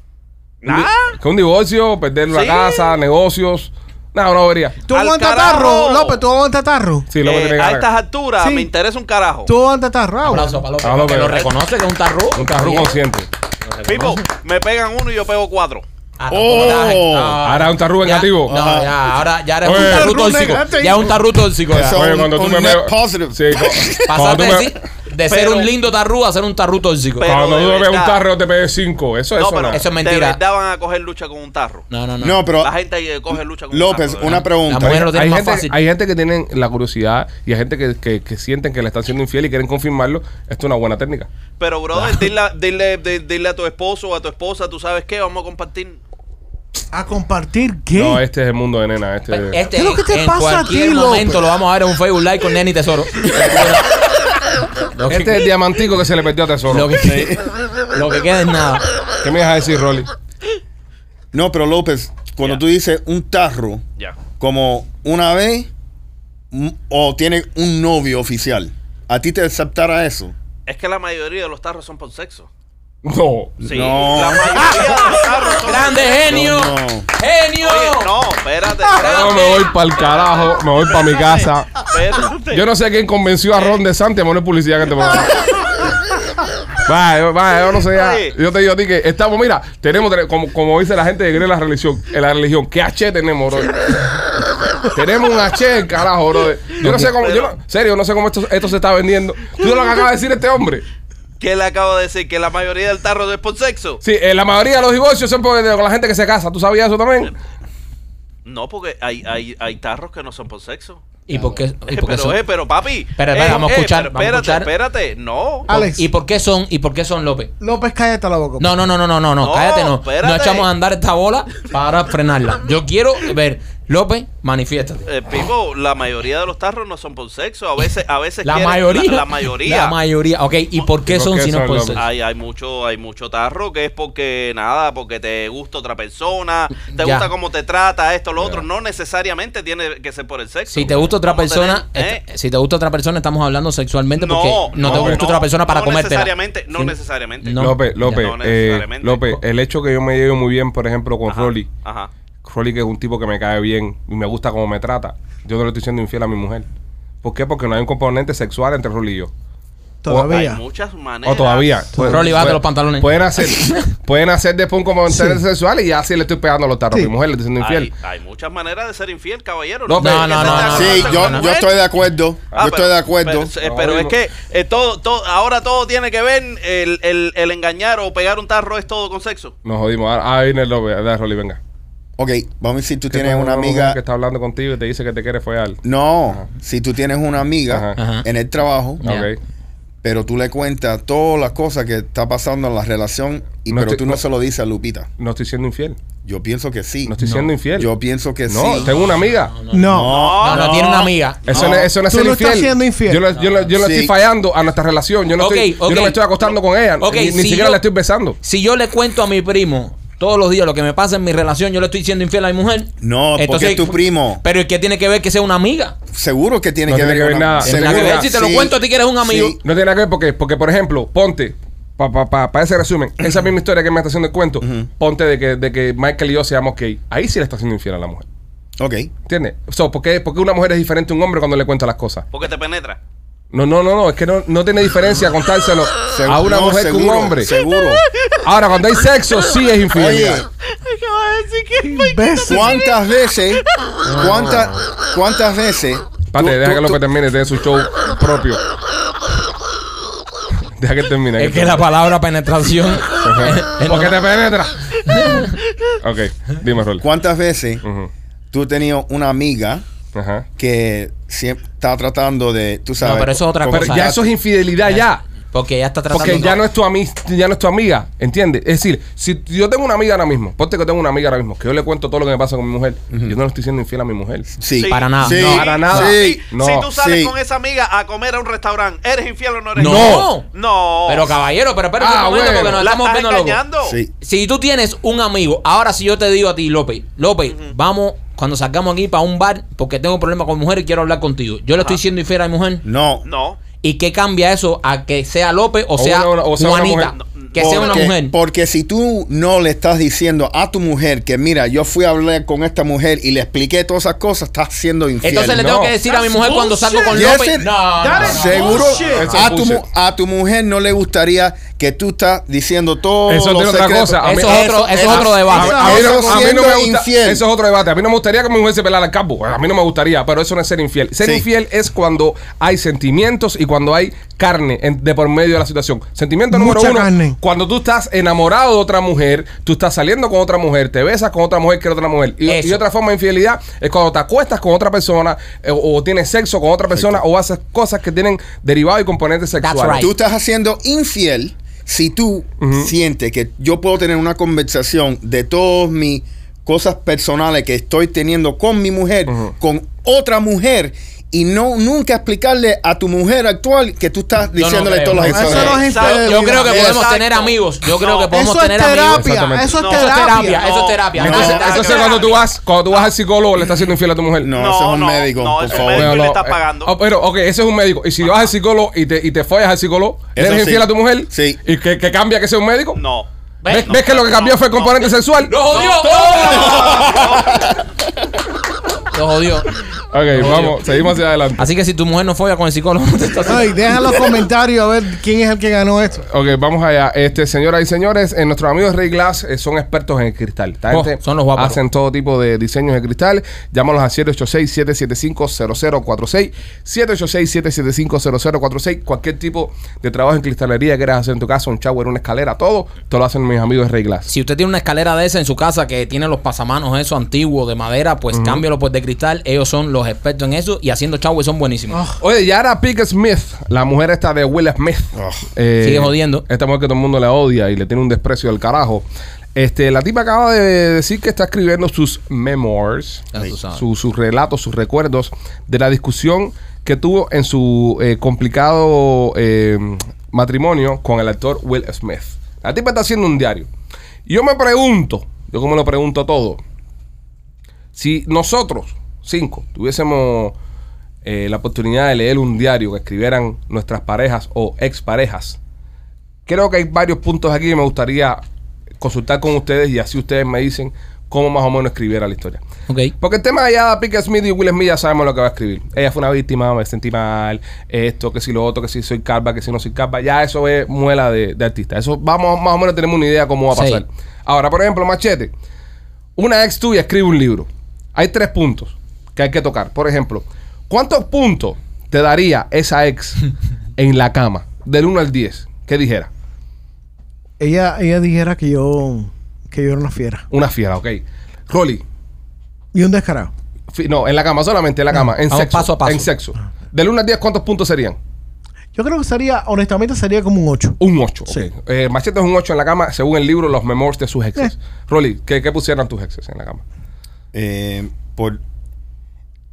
Speaker 6: Nada.
Speaker 1: Que un divorcio, perder la
Speaker 6: Sí.
Speaker 1: casa, negocios. No, no vería.
Speaker 4: ¿Tú
Speaker 6: ¡Al
Speaker 4: aguantas
Speaker 6: carajo!
Speaker 4: tarro, López? ¿Tú aguantas tarro?
Speaker 1: Sí, lo
Speaker 6: Eh,
Speaker 1: que tiene
Speaker 6: a
Speaker 1: ganas.
Speaker 6: estas alturas
Speaker 4: Sí.
Speaker 6: me interesa un carajo.
Speaker 4: ¿Tú aguantas tarro? Ah, bueno.
Speaker 3: Aplauso para López.
Speaker 1: Ah,
Speaker 3: porque
Speaker 1: López.
Speaker 3: lo reconoce que es un tarro.
Speaker 1: Un tarro consciente.
Speaker 6: Pipo, me pegan uno y yo pego cuatro.
Speaker 3: Ah, tampoco te dejes.
Speaker 1: Oh.
Speaker 3: No,
Speaker 1: Ahora un tarro
Speaker 3: Ah. ya-
Speaker 1: vengativo.
Speaker 3: No, ya, ahora ya eres
Speaker 1: Ah, Oye.
Speaker 3: un tarro
Speaker 2: Tarro
Speaker 3: tóxico.
Speaker 2: negativo.
Speaker 3: Ya es un tarro tóxico. ya.
Speaker 2: Eso.
Speaker 1: Oye,
Speaker 2: Un-
Speaker 1: cuando tú
Speaker 2: un
Speaker 1: me
Speaker 2: net
Speaker 1: pegas-
Speaker 2: positive.
Speaker 1: Sí, cu- cuando
Speaker 3: Pasaste
Speaker 1: tú
Speaker 3: de,
Speaker 1: me-
Speaker 3: sí- de ser
Speaker 6: Pero-
Speaker 3: un lindo tarru a ser un tarru tóxico.
Speaker 6: Pero-
Speaker 1: Cuando
Speaker 6: de
Speaker 1: tú me pegas un
Speaker 6: verdad.
Speaker 1: tarro, te pegues cinco. Eso, eso, no.
Speaker 3: Eso es
Speaker 6: De
Speaker 3: mentira.
Speaker 6: verdad van a coger lucha con un tarro.
Speaker 3: No, no, no.
Speaker 2: No, pero
Speaker 6: La gente eh, coge lucha con un
Speaker 2: López,
Speaker 6: tarro. de
Speaker 2: una
Speaker 6: verdad.
Speaker 3: La
Speaker 2: pregunta.
Speaker 3: mujer lo tiene
Speaker 1: hay
Speaker 3: más
Speaker 1: gente,
Speaker 3: fácil.
Speaker 1: hay gente que tienen la curiosidad y hay gente que, que- que sienten que le están siendo infiel y quieren confirmarlo. Esto es una buena técnica.
Speaker 2: *laughs*
Speaker 6: Pero, brother, dile, a- dile- di- dile a tu esposo o a tu esposa, tú sabes qué, vamos a compartir.
Speaker 4: ¿A compartir qué?
Speaker 1: No, este es el mundo de nena. Este,
Speaker 3: Pe- Este,
Speaker 4: ¿Qué es lo que te
Speaker 3: en
Speaker 4: pasa a
Speaker 3: cualquier
Speaker 4: ti, López?
Speaker 3: momento lo vamos a ver en un Facebook Live con Neni Tesoro.
Speaker 6: *laughs*
Speaker 3: lo, que,
Speaker 1: este es el diamantico que se le perdió a Tesoro.
Speaker 3: lo, que, lo que queda es nada.
Speaker 1: ¿Qué me vas a decir, Rolly?
Speaker 2: No, pero López, cuando
Speaker 6: Ya.
Speaker 2: tú dices un tarro,
Speaker 6: Ya.
Speaker 2: como una vez mm, o tiene un novio oficial, ¿a ti te aceptará eso?
Speaker 6: Es que la mayoría de los tarros son por sexo.
Speaker 1: No.
Speaker 6: Sí.
Speaker 2: No.
Speaker 6: La mayoría de los
Speaker 2: *laughs*
Speaker 6: tarros son
Speaker 3: ¡Grande genio!
Speaker 2: No, no.
Speaker 3: ¡Genio!
Speaker 6: Oye, no, espérate,
Speaker 1: Yo
Speaker 6: espérate.
Speaker 1: me voy para el carajo, me voy para mi casa.
Speaker 6: espérate.
Speaker 1: Yo no sé quién convenció a Ron de Santi a poner publicidad en este programa. Va, yo- va, yo no sé ya.
Speaker 6: Oye.
Speaker 1: Yo te digo a ti que estamos, mira, tenemos, tenemos- como, como dice la gente que cree en la religión, en la religión, ¿qué H tenemos, bro? tenemos un H, carajo, bro. Yo no sé cómo, yo no, serio, no sé cómo esto, esto se está vendiendo. ¿Tú no lo que acaba de decir este hombre?
Speaker 6: ¿Qué le acabo de decir? Que la mayoría del tarro es por sexo.
Speaker 1: Sí, eh, la mayoría de los divorcios son por, con la gente que se casa. ¿Tú sabías eso también?
Speaker 6: No, porque hay, hay, hay tarros que no son por sexo.
Speaker 3: ¿Y por qué, y
Speaker 6: Eh,
Speaker 3: por qué
Speaker 6: pero,
Speaker 3: son?
Speaker 6: eh, pero papi.
Speaker 3: Espera, espera,
Speaker 6: eh,
Speaker 3: vamos a
Speaker 6: eh,
Speaker 3: escuchar,
Speaker 6: pero
Speaker 3: vamos a
Speaker 6: Espérate,
Speaker 3: escuchar.
Speaker 6: espérate. No.
Speaker 4: Alex.
Speaker 3: ¿Y por qué son? ¿Y por qué son López?
Speaker 4: López, cállate la boca.
Speaker 3: No, no, no, no, no, no, no,
Speaker 6: No,
Speaker 3: cállate, no. No
Speaker 6: espérate.
Speaker 3: echamos a andar esta bola para frenarla. Yo quiero ver, López, manifiéstate.
Speaker 6: Eh, Pipo, la mayoría de los tarros no son por sexo. A veces, a veces.
Speaker 3: La
Speaker 6: quieren-
Speaker 3: mayoría.
Speaker 6: La, la mayoría. Ah,
Speaker 3: La mayoría. Ok, ¿y por qué
Speaker 1: ¿Y por
Speaker 3: son
Speaker 1: qué
Speaker 3: si no es
Speaker 1: son
Speaker 3: por
Speaker 1: López?
Speaker 3: sexo?
Speaker 6: hay, hay mucho, hay mucho tarro que es porque nada, porque te gusta otra persona,
Speaker 3: Ya.
Speaker 6: te gusta cómo te trata, esto, lo otro. No necesariamente tiene que ser por el sexo.
Speaker 3: Si te gusta otra
Speaker 6: Vamos a
Speaker 3: persona,
Speaker 6: tener, ¿eh?
Speaker 3: est- si te gusta otra persona, estamos hablando sexualmente porque no, te gusta otra persona para
Speaker 6: no
Speaker 3: comértela.
Speaker 6: Necesariamente, no
Speaker 3: Sí.
Speaker 6: necesariamente.
Speaker 3: No.
Speaker 1: López, López,
Speaker 6: No
Speaker 1: eh,
Speaker 6: necesariamente.
Speaker 1: López, el hecho que yo me llevo muy bien, por ejemplo, con
Speaker 6: Ajá,
Speaker 1: Rolly.
Speaker 6: Ajá.
Speaker 1: Rolly, que es un tipo que me cae bien y me gusta cómo me trata, yo no le estoy siendo infiel a mi mujer. ¿Por qué? Porque no hay un componente sexual entre Rolly y yo.
Speaker 6: Hay
Speaker 4: pues, Todavía.
Speaker 6: muchas maneras.
Speaker 1: O todavía. Pueden-
Speaker 3: Rolly, bájate
Speaker 1: pueden-
Speaker 3: los pantalones.
Speaker 1: Pueden
Speaker 3: *laughs*
Speaker 1: hacer, pueden hacer después un componente sexual y ya sí le estoy pegando los tarros a
Speaker 4: Sí.
Speaker 1: mi mujer, le estoy siendo
Speaker 6: Hay,
Speaker 1: infiel.
Speaker 6: hay muchas maneras de ser infiel, caballero.
Speaker 1: No,
Speaker 6: tienes
Speaker 1: no,
Speaker 6: que
Speaker 3: Ah, no,
Speaker 6: estar
Speaker 3: no, no,
Speaker 6: casado
Speaker 2: Sí,
Speaker 6: con
Speaker 2: yo,
Speaker 6: una
Speaker 2: yo
Speaker 6: mujer.
Speaker 2: estoy de acuerdo.
Speaker 6: Ah,
Speaker 2: yo
Speaker 6: pero-
Speaker 2: estoy de acuerdo.
Speaker 6: Pero, eh, pero es que eh, todo, todo, ahora todo tiene que ver el, el, el engañar o pegar un tarro es todo con sexo.
Speaker 1: Nos jodimos. Ah, ahí viene el López. Dale, Rolly, venga.
Speaker 2: ok, vamos a decir, tú tienes
Speaker 1: ¿Qué pasa
Speaker 2: una
Speaker 1: mujer
Speaker 2: amiga.
Speaker 1: que está hablando contigo y te dice que te quiere follar.
Speaker 2: No,
Speaker 1: Ajá.
Speaker 2: si tú tienes una amiga
Speaker 1: Ajá.
Speaker 3: Ajá.
Speaker 2: en el trabajo,
Speaker 3: Ya.
Speaker 1: Ok.
Speaker 2: pero tú le cuentas todas las cosas que está pasando en la relación, y
Speaker 1: No
Speaker 2: pero
Speaker 1: estoy-
Speaker 2: tú no,
Speaker 1: no-
Speaker 2: se lo dices a Lupita.
Speaker 1: No estoy siendo infiel.
Speaker 2: Yo pienso que sí.
Speaker 1: No estoy siendo infiel.
Speaker 2: Yo pienso que
Speaker 1: no,
Speaker 2: sí.
Speaker 1: tengo una amiga.
Speaker 4: No.
Speaker 3: No, no, tiene una amiga.
Speaker 1: Eso no, es- eso no es
Speaker 4: Tú
Speaker 1: ser
Speaker 4: no estás
Speaker 1: infiel.
Speaker 4: siendo infiel.
Speaker 1: Yo, le- yo le- yo le
Speaker 2: Sí.
Speaker 1: estoy fallando a nuestra relación. Yo no,
Speaker 3: Ok,
Speaker 1: estoy,
Speaker 3: ok.
Speaker 1: yo no me estoy acostando con ella.
Speaker 3: Ok,
Speaker 1: ni ni
Speaker 3: si
Speaker 1: siquiera
Speaker 3: yo-
Speaker 1: la estoy besando.
Speaker 3: Si yo le cuento a mi primo todos los días lo que me pasa en mi relación, yo le estoy siendo infiel a mi mujer.
Speaker 2: No, porque es tu primo.
Speaker 3: Pero ¿y ¿qué tiene que ver que sea una amiga?
Speaker 2: Seguro que tiene
Speaker 1: No
Speaker 2: que
Speaker 1: tiene
Speaker 2: ver
Speaker 1: que ver
Speaker 2: con
Speaker 1: nada.
Speaker 3: Tiene
Speaker 1: Seguro.
Speaker 3: que ver si te lo
Speaker 2: Sí.
Speaker 3: cuento a ti que eres un amigo.
Speaker 2: Sí.
Speaker 1: No tiene nada que ver porque, porque por ejemplo, ponte, para pa, pa- pa ese resumen, esa misma historia que me está haciendo el cuento, ponte de que, de que Michael y yo seamos gay. Ahí sí le está haciendo infiel a la mujer.
Speaker 2: Ok.
Speaker 1: ¿Entiendes? So, ¿por, qué, por qué una mujer es diferente a un hombre cuando le cuenta las cosas?
Speaker 6: Porque te penetra.
Speaker 1: No, no, no, no, es que no, no tiene diferencia contárselo
Speaker 2: Segu-
Speaker 1: a una
Speaker 2: no,
Speaker 1: mujer que
Speaker 2: seguro,
Speaker 1: un hombre.
Speaker 2: Seguro.
Speaker 1: Ahora, cuando hay sexo, sí es
Speaker 2: Oye,
Speaker 1: infidelidad.
Speaker 4: Imbécil.
Speaker 2: ¿cuántas veces? ¿Cuántas, cuántas veces?
Speaker 1: Pate,
Speaker 2: tú-
Speaker 1: deja que
Speaker 2: tú-
Speaker 1: López termine, tiene su show propio. Deja que termine.
Speaker 3: Es que la palabra penetración. es- es- *laughs*
Speaker 1: Porque te penetra. ok, dime, Rolly.
Speaker 2: ¿Cuántas veces
Speaker 1: Ujú,
Speaker 2: tú has tenido una amiga
Speaker 1: Ajá.
Speaker 2: que siempre está tratando de, tú sabes.
Speaker 3: pero eso es otra
Speaker 2: como
Speaker 1: Pero
Speaker 3: cosa.
Speaker 1: ya eso es infidelidad, ya.
Speaker 3: Porque ella está tratando.
Speaker 1: Porque ya no, es tu ami- ya no es tu amiga, ¿entiendes? Es decir, si yo tengo una amiga ahora mismo, ponte que tengo una amiga ahora mismo, que yo le cuento todo lo que me pasa con mi mujer, yo no le estoy siendo infiel a mi mujer.
Speaker 2: Sí.
Speaker 6: Sí.
Speaker 3: Para nada.
Speaker 2: Sí.
Speaker 1: No, para nada.
Speaker 2: Sí.
Speaker 1: No,
Speaker 6: si tú sales
Speaker 2: sí.
Speaker 6: con esa amiga a comer a un restaurante, ¿eres infiel o no eres
Speaker 3: No.
Speaker 6: infiel? No.
Speaker 3: Pero caballero, pero espérate
Speaker 1: Ah,
Speaker 3: un momento
Speaker 1: bueno.
Speaker 3: porque nos
Speaker 6: la
Speaker 3: estamos
Speaker 6: estás
Speaker 3: viendo loco.
Speaker 6: engañando.
Speaker 2: Sí.
Speaker 3: Si tú tienes un amigo, ahora si yo te digo a ti, López, López, vamos cuando salgamos aquí para un bar porque tengo un problema con mujer y quiero hablar contigo. Yo le estoy siendo infiel a mi mujer.
Speaker 2: No.
Speaker 6: No.
Speaker 3: ¿Y qué cambia eso a que sea López o,
Speaker 1: O
Speaker 3: sea
Speaker 1: una- o sea una
Speaker 3: Juanita?
Speaker 1: mujer.
Speaker 3: Que sea una mujer.
Speaker 2: Porque si tú no le estás diciendo a tu mujer que mira, yo fui a hablar con esta mujer y le expliqué todas esas cosas, estás siendo infiel.
Speaker 3: Entonces le tengo
Speaker 1: no.
Speaker 3: que decir a mi mujer cuando salgo con
Speaker 2: Yes,
Speaker 3: López.
Speaker 2: it-
Speaker 3: No, no, no.
Speaker 2: Seguro
Speaker 1: bullshit. Eso es
Speaker 2: a tu, mu-
Speaker 1: bullshit.
Speaker 2: a tu mujer no le gustaría que tú estás diciendo todo. los
Speaker 1: Eso tiene otra
Speaker 2: secretos.
Speaker 1: cosa. A mí-
Speaker 3: Eso es otro, eso es otro debate.
Speaker 1: A mí, no,
Speaker 2: Eso
Speaker 1: a mí no
Speaker 2: siendo
Speaker 1: me gusta,
Speaker 2: infiel.
Speaker 1: Eso es otro debate. A mí no me gustaría que mi mujer se pelara el campo. A mí no me gustaría, pero eso no es ser infiel. Ser
Speaker 2: Sí.
Speaker 1: infiel es cuando hay sentimientos y cuando hay carne en- de por medio de la situación. Sentimiento número
Speaker 4: Mucha
Speaker 1: uno,
Speaker 4: carne.
Speaker 1: cuando tú estás enamorado de otra mujer, tú estás saliendo con otra mujer, te besas con otra mujer que otra mujer. Y,
Speaker 3: Eso.
Speaker 1: y otra forma de infidelidad es cuando te acuestas con otra persona eh, o, o tienes sexo con otra persona o haces cosas que tienen derivado y componentes sexuales.
Speaker 3: right.
Speaker 2: Tú estás haciendo infiel si tú sientes que yo puedo tener una conversación de todas mis cosas personales que estoy teniendo con mi mujer, con otra mujer. Y no nunca explicarle a tu mujer actual que tú estás
Speaker 3: no
Speaker 2: diciéndole
Speaker 3: creo,
Speaker 2: todas las
Speaker 3: no
Speaker 4: Eso no es
Speaker 6: Exacto.
Speaker 4: infidelidad.
Speaker 3: Yo creo que podemos
Speaker 6: Exacto.
Speaker 3: tener amigos. Yo creo que
Speaker 6: No.
Speaker 3: podemos
Speaker 4: Eso es
Speaker 3: tener amigos.
Speaker 4: terapia.
Speaker 1: Exactamente.
Speaker 4: Eso
Speaker 3: Eso
Speaker 4: es
Speaker 6: No, eso
Speaker 3: es terapia,
Speaker 4: terapia.
Speaker 3: eso es
Speaker 6: No.
Speaker 3: terapia.
Speaker 6: No,
Speaker 1: Entonces,
Speaker 6: no, no,
Speaker 1: entonces
Speaker 6: no,
Speaker 1: cuando tú
Speaker 6: no.
Speaker 1: vas, cuando tú vas al psicólogo le estás haciendo infiel a tu mujer.
Speaker 2: No,
Speaker 6: No,
Speaker 2: eso es un
Speaker 6: no,
Speaker 2: médico,
Speaker 6: no,
Speaker 2: por
Speaker 6: eso es
Speaker 2: favor.
Speaker 6: médico.
Speaker 1: Bueno,
Speaker 6: y le
Speaker 1: no,
Speaker 6: estás
Speaker 1: eh,
Speaker 6: pagando.
Speaker 1: oh, pero, ok, ese es un médico. Y si vas al psicólogo y te, y te follas al psicólogo,
Speaker 2: Eso
Speaker 1: ¿eres
Speaker 2: sí.
Speaker 1: infiel a tu mujer?
Speaker 2: Sí.
Speaker 1: ¿Y que, que cambia que sea un médico?
Speaker 6: No.
Speaker 1: ¿Ves,
Speaker 6: No,
Speaker 1: ves que lo que cambió
Speaker 6: no,
Speaker 1: fue el
Speaker 6: no.
Speaker 1: componente sexual?
Speaker 3: ¡Lo jodió! Lo jodió.
Speaker 1: Ok, vamos, seguimos hacia adelante.
Speaker 3: Así que si tu mujer no folla con el psicólogo, *laughs* te estás-
Speaker 4: Ay, deja en *laughs* los comentarios a ver quién es el que ganó esto.
Speaker 1: Ok, vamos allá. Este, señoras y señores, eh, nuestros amigos de Ray Glass eh, son expertos en el cristal. Esta
Speaker 3: Oh,
Speaker 1: gente
Speaker 3: son los guapos.
Speaker 1: Hacen todo tipo de diseños de cristal. Llámalos a 786-775-0046. 786-775-0046. Cualquier tipo de trabajo en cristalería que quieras hacer en tu casa, un shower, una escalera, todo, te lo hacen mis amigos de Ray Glass.
Speaker 3: Si usted tiene una escalera de esa en su casa que tiene los pasamanos eso antiguos de madera, pues cámbialo por de cristal. Ellos son los expertos en eso y haciendo chavo son buenísimos.
Speaker 1: Oye, Yara Pick Smith, la mujer esta de Will Smith.
Speaker 4: Oh.
Speaker 1: eh,
Speaker 3: Sigue jodiendo.
Speaker 1: Esta mujer que todo el mundo la odia y le tiene un desprecio del carajo. Este, la tipa acaba de decir que está escribiendo sus memoirs,
Speaker 3: Ya tú sabes.
Speaker 1: su- sus relatos, sus recuerdos de la discusión que tuvo en su eh, complicado eh, matrimonio con el actor Will Smith. La tipa está haciendo un diario. Yo me pregunto, yo como lo pregunto todo, si nosotros, cinco, tuviésemos eh, la oportunidad de leer un diario que escribieran nuestras parejas o exparejas, creo que hay varios puntos aquí que me gustaría consultar con ustedes y así ustedes me dicen cómo más o menos escribiera la historia.
Speaker 3: Ok.
Speaker 1: Porque el tema de Yada Pickett Smith y Will Smith ya sabemos lo que va a escribir. Ella fue una víctima, me sentí mal, esto, que si lo otro, que si soy calva, que si no soy calva. Ya eso es muela de, de artista. Eso vamos, más o menos tenemos una idea cómo va a
Speaker 3: Sí.
Speaker 1: pasar. Ahora, por ejemplo, Machete, una ex tuya escribe un libro. Hay tres puntos que hay que tocar. Por ejemplo, ¿cuántos puntos te daría
Speaker 3: *laughs*
Speaker 1: esa ex en la cama? Del 1 al 10. ¿Qué dijera?
Speaker 4: Ella, ella dijera que yo, que yo era una fiera.
Speaker 1: Una fiera, ok. Rolly,
Speaker 4: Y un descarado.
Speaker 1: fi- no, en la cama, solamente en la cama, en
Speaker 3: Vamos
Speaker 1: sexo.
Speaker 3: paso a paso.
Speaker 1: En sexo. Del 1 al 10, ¿cuántos puntos serían?
Speaker 4: Yo creo que sería, honestamente, sería como un 8.
Speaker 1: Un 8.
Speaker 4: Sí.
Speaker 1: Machete es un 8 en la cama, según el libro Los Memoirs de sus exes. Rolly, ¿qué, qué pusieran tus exes en la cama?
Speaker 2: Eh, por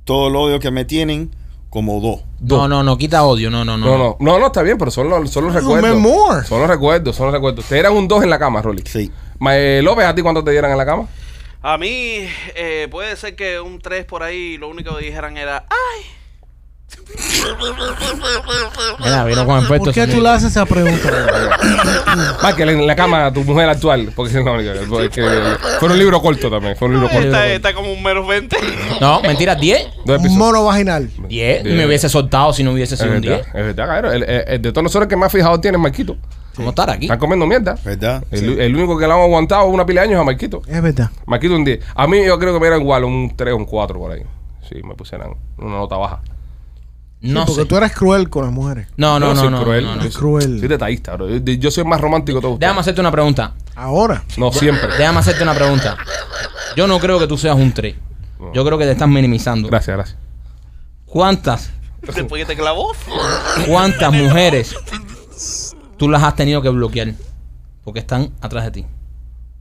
Speaker 2: todo el odio que me tienen, como dos.
Speaker 3: No, no, no, quita odio. No, no, no.
Speaker 1: No, no, no, no, está bien, pero son los, son los
Speaker 4: Los
Speaker 1: recuerdos.
Speaker 4: Memoirs.
Speaker 1: Son los recuerdos, son los recuerdos. Te dieran un 2 en la cama, Rolly.
Speaker 2: Sí.
Speaker 1: Ma- eh, López, ¿a ti cuánto te dieran en la cama?
Speaker 6: A mí eh, puede ser que un 3 por ahí lo único que dijeran era, ay,
Speaker 3: Mira, vino con efecto
Speaker 4: ¿Por qué tú
Speaker 3: sonido.
Speaker 4: le haces
Speaker 3: *laughs*
Speaker 4: esa pregunta?
Speaker 1: Michael, en la cama a tu mujer actual. Porque no, porque fue un libro corto también. Fue un libro corto.
Speaker 6: está, está como un menos 20.
Speaker 3: No, mentira, 10.
Speaker 1: Dos
Speaker 4: un
Speaker 1: episodios.
Speaker 4: mono vaginal.
Speaker 3: 10.
Speaker 1: Diez.
Speaker 3: Me hubiese soltado si no hubiese
Speaker 1: Es
Speaker 3: sido un
Speaker 1: verdad,
Speaker 3: 10.
Speaker 1: es verdad, cabrón. El, el- el de todos nosotros que más fijado tiene es Marquito.
Speaker 3: Vamos a estar aquí.
Speaker 1: Están comiendo mierda.
Speaker 2: ¿Verdad?
Speaker 1: El, el único que le hemos aguantado una pila de años es a Marquito.
Speaker 4: Es verdad.
Speaker 1: Marquito un 10. A mí yo creo que me era igual un 3 o un 4 por ahí. Sí, me pusieran una nota baja.
Speaker 3: No
Speaker 4: Sí, porque
Speaker 3: sé.
Speaker 4: tú eres cruel con las mujeres.
Speaker 3: No, no,
Speaker 1: Yo
Speaker 3: no,
Speaker 1: soy
Speaker 3: no,
Speaker 1: cruel.
Speaker 3: no, no.
Speaker 1: Yo soy-
Speaker 4: Cruel.
Speaker 1: Soy detallista, bro. Yo- Yo soy más romántico que todos ustedes.
Speaker 3: Déjame hacerte una pregunta.
Speaker 4: Ahora.
Speaker 1: No, siempre.
Speaker 3: Déjame hacerte una pregunta. Yo no creo que tú seas un 3. Yo creo que te estás minimizando.
Speaker 1: Gracias, gracias.
Speaker 3: ¿Cuántas,
Speaker 1: *laughs*
Speaker 6: Después que te clavó.
Speaker 3: cuántas mujeres tú las has tenido que bloquear porque están atrás de ti.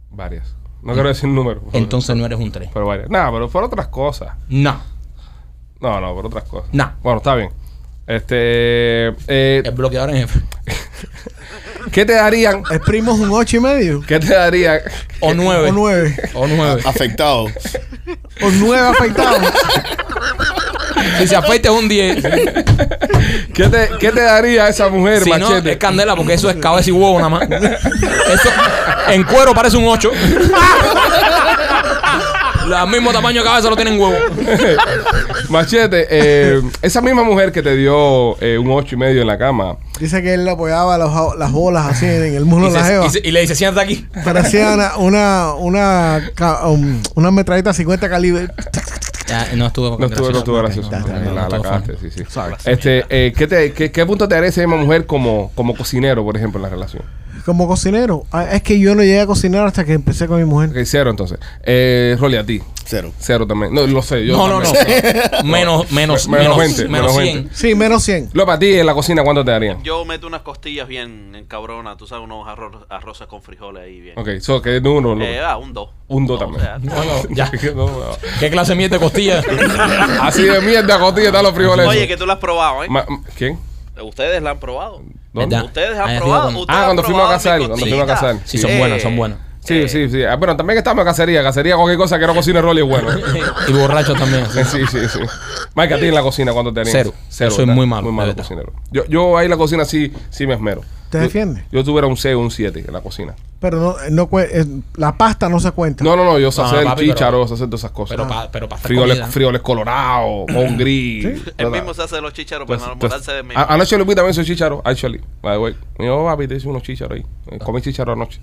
Speaker 1: Varias. No quiero decir número.
Speaker 3: Entonces no eres un 3.
Speaker 1: Pero varias. Nada, pero por otras cosas.
Speaker 3: No,
Speaker 1: No, no, por otras cosas.
Speaker 3: no.
Speaker 1: Bueno, está bien. Este. eh,
Speaker 3: El bloqueador en jefe.
Speaker 1: ¿Qué te darían?
Speaker 4: El primo es un ocho y medio.
Speaker 1: ¿Qué te darían? Eh,
Speaker 3: O 9.
Speaker 4: O nueve.
Speaker 3: O
Speaker 1: Ah,
Speaker 3: 9.
Speaker 2: Afectado.
Speaker 4: O nueve afectados.
Speaker 3: Si se afeita es un 10.
Speaker 1: *laughs* ¿Qué te, qué te daría esa mujer,
Speaker 3: Si no,
Speaker 1: machete?
Speaker 3: es candela porque eso es cabeza y huevo nada más. Eso en cuero parece un *laughs* 8. El mismo tamaño de cabeza lo tienen huevo.
Speaker 1: machete,
Speaker 3: *laughs*
Speaker 1: eh, esa misma mujer que te dio eh, un ocho y medio en la cama.
Speaker 4: Dice que él le apoyaba los- las bolas así en el muslo
Speaker 3: Y,
Speaker 4: de la
Speaker 3: se-
Speaker 4: jeva.
Speaker 3: y se- y le dice, siéntate aquí.
Speaker 4: Parecía una, una, una, ca- um, una metralleta 50 calibre.
Speaker 3: Ya, Ah, no estuve
Speaker 1: No estuvo, no estuvo gracioso. La, la cagaste, sí, sí. Este, eh, ¿qué, te, qué, qué punto te daría esa misma mujer como, como cocinero, por ejemplo, en la relación?
Speaker 4: Como cocinero. Ah, Es que yo no llegué a cocinar hasta que empecé con mi mujer.
Speaker 1: Ok, cero, entonces. Eh, Rolly, a ti.
Speaker 2: Cero.
Speaker 1: Cero también. No, lo sé. Yo
Speaker 3: No, no, no.
Speaker 1: también. *laughs*
Speaker 3: Menos, menos,
Speaker 1: Menos
Speaker 3: menos,
Speaker 1: 20, menos
Speaker 3: menos 100.
Speaker 1: 20.
Speaker 4: Sí, menos 100.
Speaker 1: López, a ti en la cocina, ¿cuánto te darían?
Speaker 6: Yo meto unas costillas bien en cabrona, tú sabes, unos arroz, arroces con frijoles ahí bien.
Speaker 1: Ok, so, que es uno. *laughs*
Speaker 6: Eh,
Speaker 1: López.
Speaker 6: ah, un 2.
Speaker 1: Un dos también.
Speaker 3: Ya.
Speaker 1: *laughs* No, no.
Speaker 3: ¿Qué clase de mierda de costilla?
Speaker 1: Así de mierda, costilla, están los frijoles.
Speaker 6: Oye, que tú la has probado, ¿eh?
Speaker 1: Ma- ¿Quién?
Speaker 6: Ustedes la han probado.
Speaker 1: ¿Dónde?
Speaker 3: ¿Verdad?
Speaker 6: Ustedes
Speaker 3: Ahí
Speaker 6: han
Speaker 3: arriba
Speaker 6: probado.
Speaker 3: con-
Speaker 6: ¿Ustedes
Speaker 1: Ah,
Speaker 6: han
Speaker 1: cuando fuimos a
Speaker 6: probado
Speaker 1: casar,
Speaker 6: mis
Speaker 1: cuando fuimos a
Speaker 6: costillitas?
Speaker 1: casar.
Speaker 3: Sí, son
Speaker 6: Eh,
Speaker 3: buenas, son buenas.
Speaker 1: Sí, sí, sí. Ah, Bueno, también estamos en cacería. Cacería, cualquier cosa que no cocine Rolly es bueno. ¿eh?
Speaker 3: Y borrachos también.
Speaker 1: Sí, sí, sí. sí. Mike, a ti en la cocina, ¿cuánto te darían?
Speaker 3: Cero. Yo soy
Speaker 1: ¿verdad?
Speaker 3: muy malo,
Speaker 1: Muy malo
Speaker 3: la verdad.
Speaker 1: cocinero. Yo, yo ahí en la cocina sí, sí me esmero.
Speaker 4: ¿Te
Speaker 1: Yo-
Speaker 4: defiende?
Speaker 1: Yo tuviera un 6 o un 7 en la cocina.
Speaker 4: Pero no, no cue- eh, la pasta no se cuenta.
Speaker 1: No, no, no, yo sé
Speaker 3: No,
Speaker 1: hacer
Speaker 3: papi,
Speaker 1: chícharos,
Speaker 3: pero-
Speaker 1: sé hacer todas esas cosas.
Speaker 3: Pero pa- pero pa hacer
Speaker 1: Frijoles,
Speaker 3: comida. *clears throat*
Speaker 1: frijoles colorados, con gris.
Speaker 6: Él
Speaker 1: toda-
Speaker 6: mismo se hace los chicharos
Speaker 1: toda-
Speaker 6: para no
Speaker 1: toda-
Speaker 6: enamorarse de mí.
Speaker 1: A- Anoche Lupi también hizo chícharos, actually. By the way. Me dijo, "Oh, papi, te hice unos chícharos ahí. Eh, Comí chícharos anoche.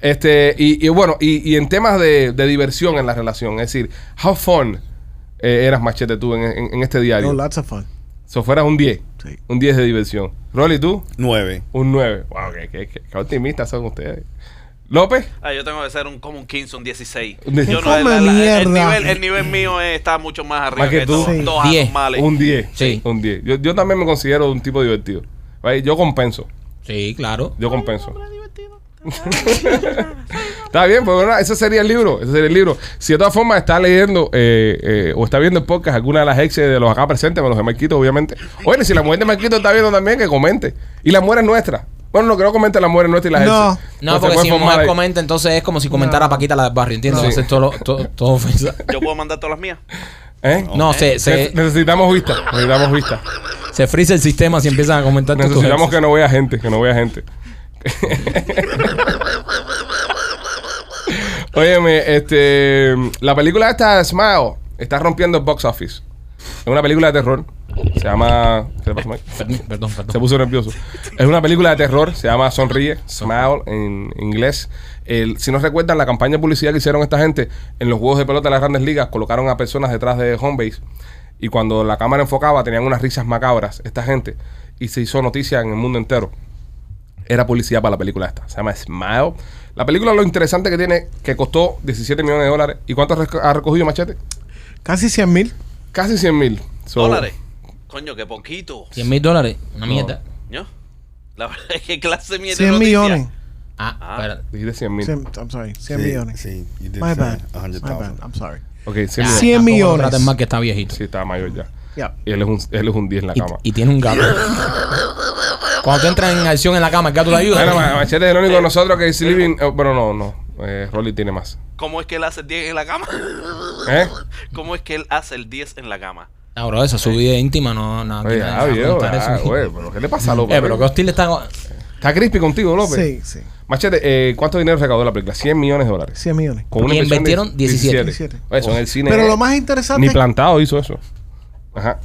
Speaker 1: Este, y, y bueno, y, y en temas de, de diversión en la relación, es decir, how fun eh, eras machete tú en, en- en este diario.
Speaker 4: No, lots of fun.
Speaker 1: Si fueras un 10.
Speaker 4: Sí.
Speaker 1: Un 10 de diversión. Rolly, tú,
Speaker 2: Nueve.
Speaker 1: un 9. Wow, qué, qué, qué- qué optimistas son ustedes. López,
Speaker 6: Ah, yo tengo que ser un, como un 15, un 16.
Speaker 1: Un 16.
Speaker 6: Yo
Speaker 4: Come
Speaker 6: el,
Speaker 4: mierda.
Speaker 6: nivel, el nivel mío es- está mucho más arriba
Speaker 1: Más que
Speaker 6: que,
Speaker 1: tú.
Speaker 6: tú.
Speaker 4: Sí.
Speaker 6: Dos
Speaker 3: Diez.
Speaker 6: anormales.
Speaker 1: un 10.
Speaker 3: Sí.
Speaker 1: Un 10. Yo, yo también me considero un tipo divertido. ¿Vale? Yo compenso.
Speaker 3: Sí, claro.
Speaker 1: Yo compenso. *laughs* está bien, pues bueno, ese sería el libro. Ese sería el libro. Si de todas formas está leyendo eh, eh, o está viendo el podcast alguna de las exes de los acá presentes, bueno, los de Marquito, obviamente. Oye, si la mujer de Marquito está viendo también, que comente. Y la mujer es nuestra. Bueno, no creo que comente la mujer es nuestra y las
Speaker 4: No.
Speaker 1: exes. pues,
Speaker 3: No,
Speaker 1: se
Speaker 3: porque
Speaker 1: puede
Speaker 3: si
Speaker 1: formar
Speaker 3: mujer
Speaker 1: ahí.
Speaker 3: comenta, entonces es como si comentara Paquita la del barrio, ¿entiendes?
Speaker 1: Sí.
Speaker 3: Va a ser todo, lo- todo, todo *laughs* ofensa.
Speaker 6: Yo puedo mandar todas las mías.
Speaker 1: ¿Eh?
Speaker 3: No, se,
Speaker 1: Ne-
Speaker 3: se,
Speaker 1: Necesitamos vistas, necesitamos vistas.
Speaker 3: se frisa el sistema si empiezan a comentar tus
Speaker 1: Necesitamos que
Speaker 3: cosas.
Speaker 1: no vea gente, que no vea gente. Óyeme, este, la película esta Smile está rompiendo el box office. Es una película de terror. Se llama. ¿Qué le pasa, Mike?
Speaker 3: Perdón, Perdón,
Speaker 1: *laughs* Se
Speaker 3: perdón.
Speaker 1: puso nervioso. Es una película de terror, se llama Sonríe, Smile en inglés. El- si no recuerdan, la campaña de publicidad que hicieron esta gente en los juegos de pelota de las grandes ligas, colocaron a personas detrás de home base y cuando la cámara enfocaba tenían unas risas macabras, esta gente, y se hizo noticia en el mundo entero era publicidad para la película esta. Se llama Smile. La película lo interesante que tiene, que costó 17 millones de dólares. ¿Y cuánto reco- ha recogido Machete?
Speaker 4: Casi 100 mil.
Speaker 1: Casi 100 mil. So-
Speaker 6: Dólares. Coño, qué poquito.
Speaker 3: 100 mil dólares. Una mierda.
Speaker 6: ¿No? La *laughs* verdad es que clase mía
Speaker 4: 100 millones.
Speaker 3: Ah, espera.
Speaker 1: Dijiste 100 mil.
Speaker 4: 100, I'm sorry. 100
Speaker 2: Sí,
Speaker 4: millones.
Speaker 2: Sí. You did
Speaker 4: My
Speaker 2: say
Speaker 4: bad.
Speaker 2: a
Speaker 4: My
Speaker 2: hundred
Speaker 4: bad.
Speaker 2: thousand.
Speaker 4: I'm sorry.
Speaker 1: Ok, 100
Speaker 3: Ya,
Speaker 1: millones.
Speaker 3: Ah,
Speaker 4: 100
Speaker 3: tampoco
Speaker 4: millones.
Speaker 3: lo traten más que está viejito.
Speaker 1: Sí, estaba mayor ya.
Speaker 4: Yeah.
Speaker 1: Y él es un, él es un 10 en la
Speaker 3: Y,
Speaker 1: cama.
Speaker 3: y tiene un gato. Cuando tú entras en acción en la cama, el gato te
Speaker 1: Bueno, ma-
Speaker 3: ayuda.
Speaker 1: Machete es el
Speaker 3: Eh.
Speaker 1: único de nosotros que es living. oh, bueno, no, no. Eh, Rolly tiene más.
Speaker 6: ¿Cómo es que él hace el 10 en la cama? *laughs*
Speaker 1: ¿Eh?
Speaker 6: ¿Cómo es que él hace el 10 en la cama?
Speaker 3: No, Ah, bro, esa subida íntima no, no,
Speaker 1: Oye,
Speaker 3: no,
Speaker 1: ah,
Speaker 3: no,
Speaker 1: viejo,
Speaker 3: contar
Speaker 1: ah,
Speaker 3: eso.
Speaker 1: güey, pero ¿qué le pasa a
Speaker 3: *laughs*
Speaker 1: López?
Speaker 3: Eh, pero qué hostil está.
Speaker 1: Está crispy contigo, López.
Speaker 4: Sí, sí.
Speaker 1: Machete, eh, ¿cuánto dinero recaudó la película? 100 millones de dólares.
Speaker 4: 100 millones.
Speaker 1: Con
Speaker 3: Y
Speaker 1: inversión de
Speaker 3: invirtieron 17.
Speaker 1: Oye, Eso en el cine.
Speaker 4: Oh. Pero
Speaker 1: es-
Speaker 4: lo más interesante
Speaker 1: Ni
Speaker 4: es que
Speaker 1: plantado hizo eso. Ajá.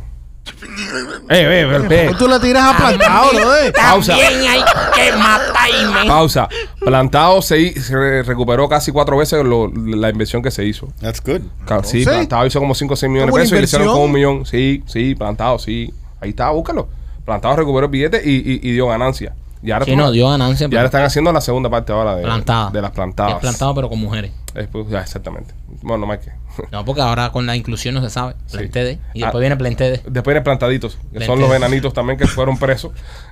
Speaker 1: Eh, eh, pero, eh,
Speaker 4: tú la tiras aplastado, ¿no? eh?
Speaker 2: Ah.
Speaker 1: Pausa.
Speaker 5: hay que matarme.
Speaker 1: Pausa. Plantado se, hi- se re- recuperó casi cuatro veces lo- la inversión que se hizo.
Speaker 2: That's good.
Speaker 1: Ca- Sí,
Speaker 4: ¿Sí?
Speaker 1: plantado hizo como 5 o 6 millones de
Speaker 4: ¿Como una
Speaker 1: pesos y le hicieron
Speaker 4: inversión?
Speaker 1: con un millón. Sí, sí, plantado, sí. Ahí está, búscalo. Plantado recuperó el billete y, y- y dio ganancia. Y ahora
Speaker 3: Sí,
Speaker 1: tú-
Speaker 3: no, dio ganancia.
Speaker 1: Y ahora están haciendo la segunda parte ahora de,
Speaker 3: plantada.
Speaker 1: de las plantadas.
Speaker 3: Es plantado, pero con mujeres.
Speaker 1: Es, pues, ya, exactamente. Bueno, más que.
Speaker 3: No, porque ahora con la inclusión no se sabe. Plantede. Y después
Speaker 1: Ah.
Speaker 3: viene Plantede.
Speaker 1: Después vienen plantaditos, que son
Speaker 3: Plantaditos.
Speaker 1: los enanitos también que
Speaker 3: *laughs*
Speaker 1: fueron presos.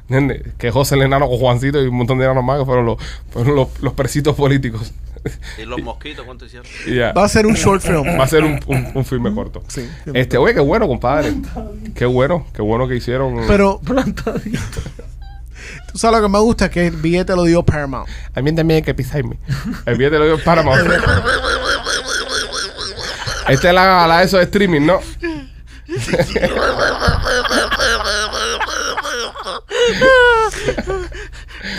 Speaker 1: ¿entiendes? Que José el enano con Juancito y un montón de enanos más que fueron los, fueron los, los presitos políticos.
Speaker 6: ¿Y los mosquitos cuánto hicieron?
Speaker 1: Y ya.
Speaker 4: Va a ser un short
Speaker 2: *laughs*
Speaker 4: film.
Speaker 1: Va a ser un, un- un filme corto.
Speaker 4: Sí.
Speaker 1: Este, oye, qué bueno, compadre. Qué bueno, qué bueno que hicieron.
Speaker 4: Pero. *laughs* Tú sabes lo que me gusta que el billete lo dio Paramount.
Speaker 1: A mí también hay que pisarme. El billete lo dio Paramount. Esta es la, la eso de streaming, ¿no?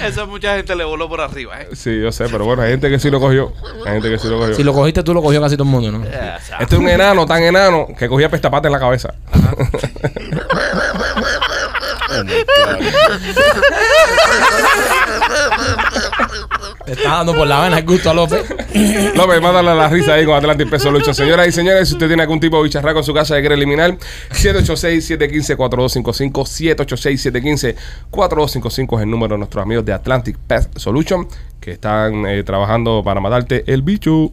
Speaker 6: Eso a mucha gente le voló por arriba, ¿eh?
Speaker 1: Sí, yo sé, pero bueno, hay gente que sí lo cogió. Hay gente que sí lo cogió.
Speaker 3: Si lo cogiste tú, lo cogió casi todo el mundo, ¿no?
Speaker 1: Este es un enano tan enano que cogía pestapata en la cabeza.
Speaker 3: Te está dando por la vena el gusto a López.
Speaker 1: López, mándale la risa ahí con Atlantic Peso Lucho. Señoras y señores, si usted tiene algún tipo de bicharraco en su casa que quiere eliminar, 786-715-4255, 786-715-4255 es el número de nuestros amigos de Atlantic Pest Solution que están eh, trabajando para matarte el bicho.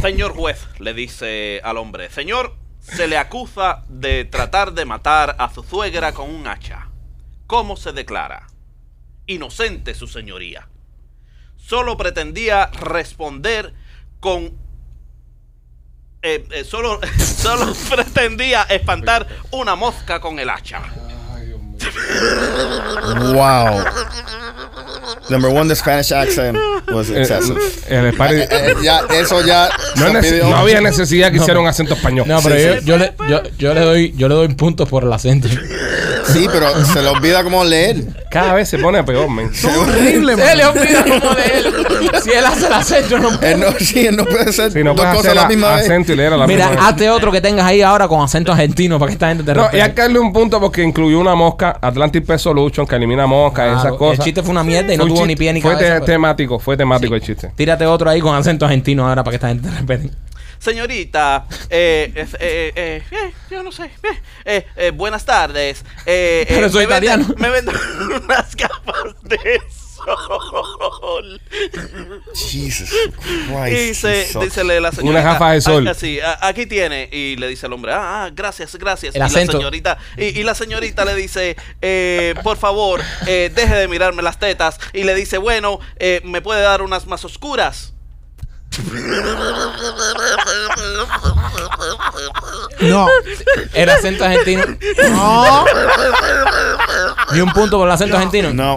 Speaker 6: Señor juez, le dice al hombre, señor, se le acusa de tratar de matar a su suegra con un hacha. ¿Cómo se declara? Inocente su señoría. Solo pretendía responder con... eh, eh, solo, *laughs* solo pretendía espantar una mosca con el hacha.
Speaker 2: Wow. Number one, the Spanish accent was
Speaker 1: Eh,
Speaker 2: excessive.
Speaker 1: el Spanish-
Speaker 2: Eh, ya, eso ya.
Speaker 1: no,
Speaker 2: se
Speaker 1: es nece-
Speaker 2: pidió.
Speaker 1: no había necesidad que hiciera un acento español.
Speaker 3: No, pero
Speaker 2: Sí,
Speaker 3: yo, yo
Speaker 2: sí.
Speaker 3: le, yo, yo le doy, yo le doy puntos por el acento.
Speaker 2: Sí, pero se le olvida cómo leer.
Speaker 1: Cada vez se pone peor, men.
Speaker 4: Horrible, man.
Speaker 3: Se le olvida como de
Speaker 1: *laughs*
Speaker 3: él. Si él hace el acento, no.
Speaker 2: Él Eh, no, *laughs* sí, él no puede ser
Speaker 1: Si no
Speaker 2: dos
Speaker 1: puedes
Speaker 2: cosas a
Speaker 1: hacer
Speaker 2: la
Speaker 1: la-
Speaker 2: misma vez.
Speaker 1: acento y leer a la
Speaker 3: Mira, ah,
Speaker 1: misma vez.
Speaker 3: hazte otro que tengas ahí ahora con acento argentino para que esta gente te
Speaker 1: No, y
Speaker 3: respete.
Speaker 1: hay que darle un punto porque incluyó una mosca, Atlantic Pest Solution, que elimina moscas,
Speaker 3: Claro,
Speaker 1: esas cosas.
Speaker 3: El chiste fue una mierda y no
Speaker 1: Fue un
Speaker 3: tuvo
Speaker 1: chiste-
Speaker 3: ni pie ni
Speaker 1: fue
Speaker 3: cabeza. pues.
Speaker 1: te-
Speaker 3: pero-
Speaker 1: temático, fue temático el chiste.
Speaker 3: Tírate otro ahí con acento argentino ahora para que esta gente te respete.
Speaker 6: Señorita, eh, es- eh, eh, eh, yo no sé. eh, eh, eh, buenas tardes. eh, eh,
Speaker 3: *laughs* Pero soy
Speaker 6: me vende-
Speaker 3: italiano.
Speaker 6: me vendo *laughs* unas capas de sol.
Speaker 2: Jesus
Speaker 6: Y
Speaker 2: Christ.
Speaker 6: dice,
Speaker 2: Jesus.
Speaker 6: dícele la señorita.
Speaker 1: Unas gafas de sol.
Speaker 6: "Ah, ah, sí, ah, aquí tiene. Y le dice el hombre, ah, ah, gracias, gracias.
Speaker 3: El
Speaker 6: y
Speaker 3: acento.
Speaker 6: la señorita, y, y la señorita le dice, eh, por favor, eh, deje de mirarme las tetas. Y le dice, bueno, eh, ¿me puede dar unas más oscuras?
Speaker 4: No.
Speaker 3: El acento argentino.
Speaker 4: No.
Speaker 3: Ni un punto por el acento argentino.
Speaker 2: No.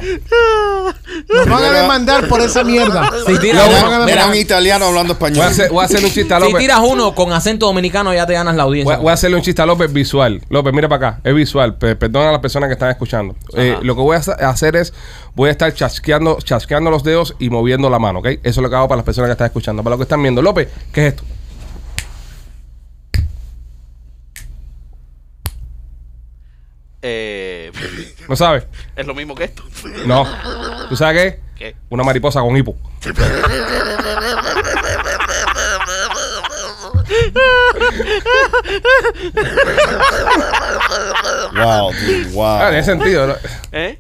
Speaker 4: Nos van a demandar por esa mierda.
Speaker 2: *laughs*
Speaker 3: Si tiras,
Speaker 2: Era,
Speaker 3: uno,
Speaker 2: era un italiano hablando
Speaker 1: Voy a,
Speaker 2: español.
Speaker 1: hacer, voy a hacerle
Speaker 3: *laughs*
Speaker 1: un chiste a
Speaker 3: si
Speaker 1: López.
Speaker 3: tiras uno con acento dominicano ya te ganas la
Speaker 1: Voy
Speaker 3: audiencia.
Speaker 1: a, voy a hacerle un chiste a López visual. López, mira para acá. Es visual. Pe- perdona a las personas que están escuchando. Eh, lo que voy a sa- hacer es, voy a estar chasqueando, chasqueando los dedos y moviendo la mano, ¿ok? Eso es lo que hago para las personas que están escuchando. Para los que están viendo. López, ¿qué es esto?
Speaker 6: Eh, *laughs*
Speaker 1: ¿No sabes?
Speaker 6: es lo mismo que esto. *laughs*
Speaker 1: No. ¿Tú sabes qué?
Speaker 6: ¿Qué?
Speaker 1: Una mariposa con hipo.
Speaker 2: Wow, dude, wow.
Speaker 1: Ah, tiene sentido. ¿no?
Speaker 6: ¿Eh?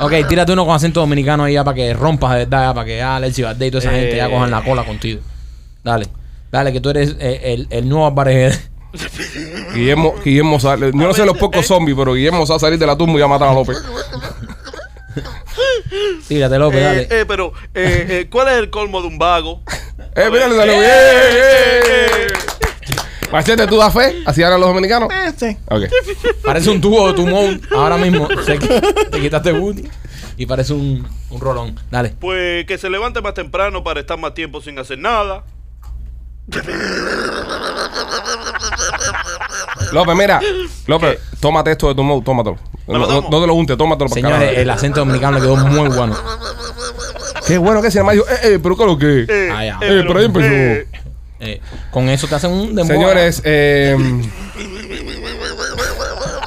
Speaker 3: Ok, tírate uno con acento dominicano ahí ya para que rompas de verdad, ya para que ya Alexis Valdés y toda esa
Speaker 6: Eh.
Speaker 3: gente ya cojan la cola contigo. Dale, dale, que tú eres eh, el, el nuevo Álvarez. *laughs*
Speaker 1: Guillermo, Guillermo sale. Yo no sé los pocos zombies, pero Guillermo va a salir de la tumba y va a matar a López.
Speaker 3: Tírate, López, dale.
Speaker 6: Eh, eh, pero, eh, eh, ¿cuál es el colmo de
Speaker 3: *laughs*
Speaker 6: un vago? Eh,
Speaker 1: ¡Eh, mira, le salió bien! Machete, ¿tú das fe? ¿Así hablan los dominicanos?
Speaker 4: Este.
Speaker 1: Ok.
Speaker 3: Parece un tubo de tumón ahora mismo. Se qui- te quitaste booty y parece un, un rolón. Dale.
Speaker 6: Pues que se levante más temprano para estar más tiempo sin hacer nada.
Speaker 1: López, mira. López, tómate esto de tu mouth, tómatelo.
Speaker 6: ¿Me lo
Speaker 1: No,
Speaker 6: tomo?
Speaker 1: no- no te lo untes, tómatelo para
Speaker 3: Señores, el acento dominicano le quedó muy bueno.
Speaker 1: Qué bueno que se llama. Yo, eh, eh, pero ¿qué es lo que? Eh,
Speaker 3: Ah, ya.
Speaker 6: pero-
Speaker 1: por ahí empezó.
Speaker 6: eh,
Speaker 3: Eh, con eso te hacen un dembow.
Speaker 1: Señores, eh,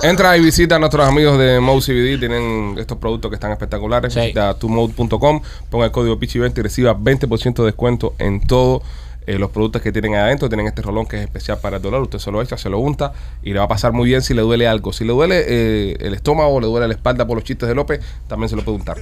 Speaker 1: entra y visita a nuestros amigos de Mode CBD. Tienen estos productos que están espectaculares.
Speaker 3: Sí.
Speaker 1: Visita tumode.com, ponga el código PICHI20 y reciba 20% de descuento en todo Eh, los productos que tienen ahí adentro tienen este rolón que es especial para el dolor. Usted se lo echa, se lo unta y le va a pasar muy bien si le duele algo. Si le duele eh, el estómago, le duele la espalda por los chistes de López, también se lo puede untar.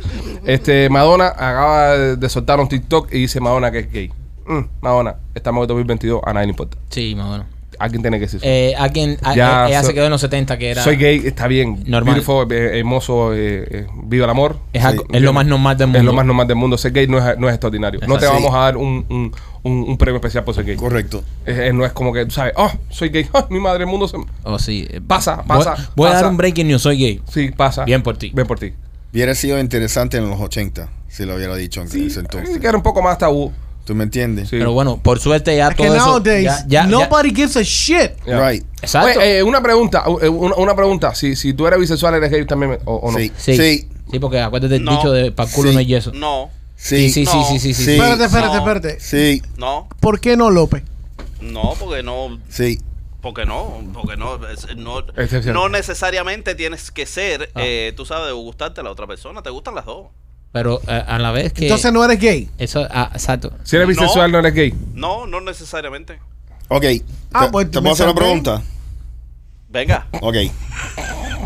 Speaker 1: Este, Madonna acaba de soltar un TikTok y dice Madonna que es gay. Mm, Madonna, estamos en 2022, a nadie le importa.
Speaker 3: Sí, más o menos.
Speaker 1: Alguien tiene que decir eso.
Speaker 3: Eh, alguien, a-
Speaker 1: Ya,
Speaker 3: a- ella
Speaker 1: so-
Speaker 3: se quedó en los 70, que era.
Speaker 1: Soy gay, está bien.
Speaker 3: Normal.
Speaker 1: Beautiful, eh, hermoso, eh, eh, viva el amor.
Speaker 3: Es, algo- es lo más normal del mundo.
Speaker 1: Es lo más normal del mundo. Ser gay no es, no es extraordinario. no te
Speaker 3: Exacto.
Speaker 1: vamos a dar un, un- un- un premio especial por ser gay.
Speaker 2: Correcto.
Speaker 1: Eh, eh, no es como que, tú sabes, oh, soy gay, oh, mi madre, el mundo se...
Speaker 3: Oh, sí. Eh,
Speaker 1: Pasa,
Speaker 3: voy-
Speaker 1: pasa.
Speaker 3: Voy, a
Speaker 1: pasa.
Speaker 3: dar un breaking news. Soy gay.
Speaker 1: Sí, pasa.
Speaker 3: Bien por ti.
Speaker 1: Bien por ti.
Speaker 2: Hubiera sido interesante en los 80, si lo hubiera dicho en ese
Speaker 1: Eh,
Speaker 2: entonces.
Speaker 1: Que era un poco más tabú.
Speaker 2: ¿Tú me entiendes?
Speaker 1: Sí.
Speaker 3: Pero bueno, por suerte ya todo
Speaker 4: Que
Speaker 3: eso.
Speaker 4: nowadays,
Speaker 3: ya- ya- ya-
Speaker 4: nobody gives a shit.
Speaker 1: Ya.
Speaker 2: Right.
Speaker 3: Exacto.
Speaker 1: Oye, eh, una pregunta, eh, una, una pregunta. Si, si tú eres bisexual, eres gay también, o, o no.
Speaker 2: Sí.
Speaker 3: sí.
Speaker 2: Sí.
Speaker 3: sí. porque acuérdate del
Speaker 6: No.
Speaker 3: dicho de para culo
Speaker 2: Sí.
Speaker 3: no hay yeso.
Speaker 6: No,
Speaker 2: Sí.
Speaker 3: sí, sí,
Speaker 6: No.
Speaker 3: sí, sí, sí,
Speaker 2: Sí.
Speaker 3: sí.
Speaker 4: Espérate, espérate,
Speaker 6: No.
Speaker 4: espérate.
Speaker 2: Sí.
Speaker 6: no,
Speaker 4: ¿Por qué no, López?
Speaker 6: no, porque no,
Speaker 2: Sí.
Speaker 6: porque no, porque no, es- eh, no,
Speaker 1: Excepción.
Speaker 6: no necesariamente tienes que ser,
Speaker 3: Ah.
Speaker 6: eh, tú sabes, gustarte a la otra persona, te gustan las dos.
Speaker 3: Pero eh, a la vez que.
Speaker 4: Entonces no eres gay.
Speaker 3: Eso, ah, exacto.
Speaker 1: Si eres
Speaker 6: No.
Speaker 1: bisexual, no eres gay.
Speaker 6: No, no necesariamente.
Speaker 2: Ok.
Speaker 4: Ah,
Speaker 2: ¿Te,
Speaker 4: pues,
Speaker 2: te
Speaker 4: me
Speaker 2: puedo hacer una
Speaker 4: salvé.
Speaker 2: pregunta?
Speaker 6: Venga,
Speaker 2: Ok.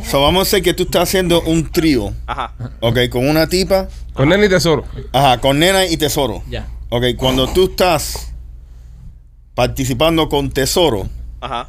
Speaker 2: So, vamos a hacer que tú estás haciendo un trío,
Speaker 6: ajá.
Speaker 2: ok, con una tipa,
Speaker 1: Con
Speaker 3: Ah.
Speaker 1: Nelly Tesoro.
Speaker 2: ajá, con nena y tesoro.
Speaker 3: Ya.
Speaker 2: Ok, cuando tú estás participando con tesoro,
Speaker 6: Ajá.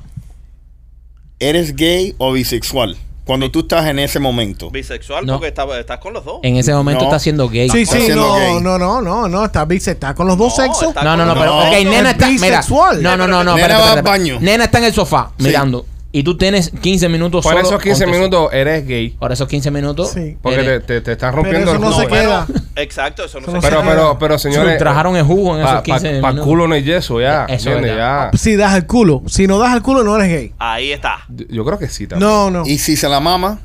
Speaker 2: ¿eres gay o bisexual? Cuando tú estás en ese momento.
Speaker 6: Bisexual
Speaker 3: No.
Speaker 6: porque está- estás con los dos.
Speaker 3: En ese momento
Speaker 2: No.
Speaker 3: está siendo gay.
Speaker 4: Sí,
Speaker 2: Está
Speaker 4: sí,
Speaker 2: siendo
Speaker 4: no,
Speaker 2: gay.
Speaker 4: no, no, no, no, está bis, está con los dos
Speaker 6: No,
Speaker 4: sexos.
Speaker 6: está-
Speaker 3: No, no, no,
Speaker 2: No.
Speaker 3: pero. Ok,
Speaker 2: Es
Speaker 3: nena está. Mira.
Speaker 4: bisexual.
Speaker 3: No, no, no, no.
Speaker 2: Nena
Speaker 3: espérate,
Speaker 2: va al
Speaker 3: espérate, espérate.
Speaker 2: baño.
Speaker 3: Nena está en el sofá
Speaker 2: Sí.
Speaker 3: mirando. Y tú tienes 15 minutos
Speaker 1: Por
Speaker 3: solo
Speaker 1: esos 15
Speaker 3: con tu-
Speaker 1: minutos eres gay.
Speaker 3: Por esos 15 minutos.
Speaker 4: Sí.
Speaker 1: Porque
Speaker 3: eres-
Speaker 1: te, te, te están rompiendo
Speaker 4: Pero eso
Speaker 1: el
Speaker 4: no se
Speaker 1: culo.
Speaker 4: queda.
Speaker 6: Exacto, eso no
Speaker 4: Eso no
Speaker 6: se
Speaker 1: Pero,
Speaker 4: se
Speaker 1: pero,
Speaker 4: queda.
Speaker 1: pero, señores.
Speaker 3: trajeron el jugo en esos
Speaker 1: Para
Speaker 3: 15 minutos.
Speaker 1: culo no hay yeso, ya.
Speaker 3: Eh, eso
Speaker 1: ¿entiendes?
Speaker 3: es
Speaker 1: Ya.
Speaker 3: verdad.
Speaker 4: Si das el culo, si no das el culo no eres gay.
Speaker 6: Ahí está.
Speaker 1: Yo yo creo que sí también.
Speaker 4: No, no.
Speaker 2: Y si se la mama,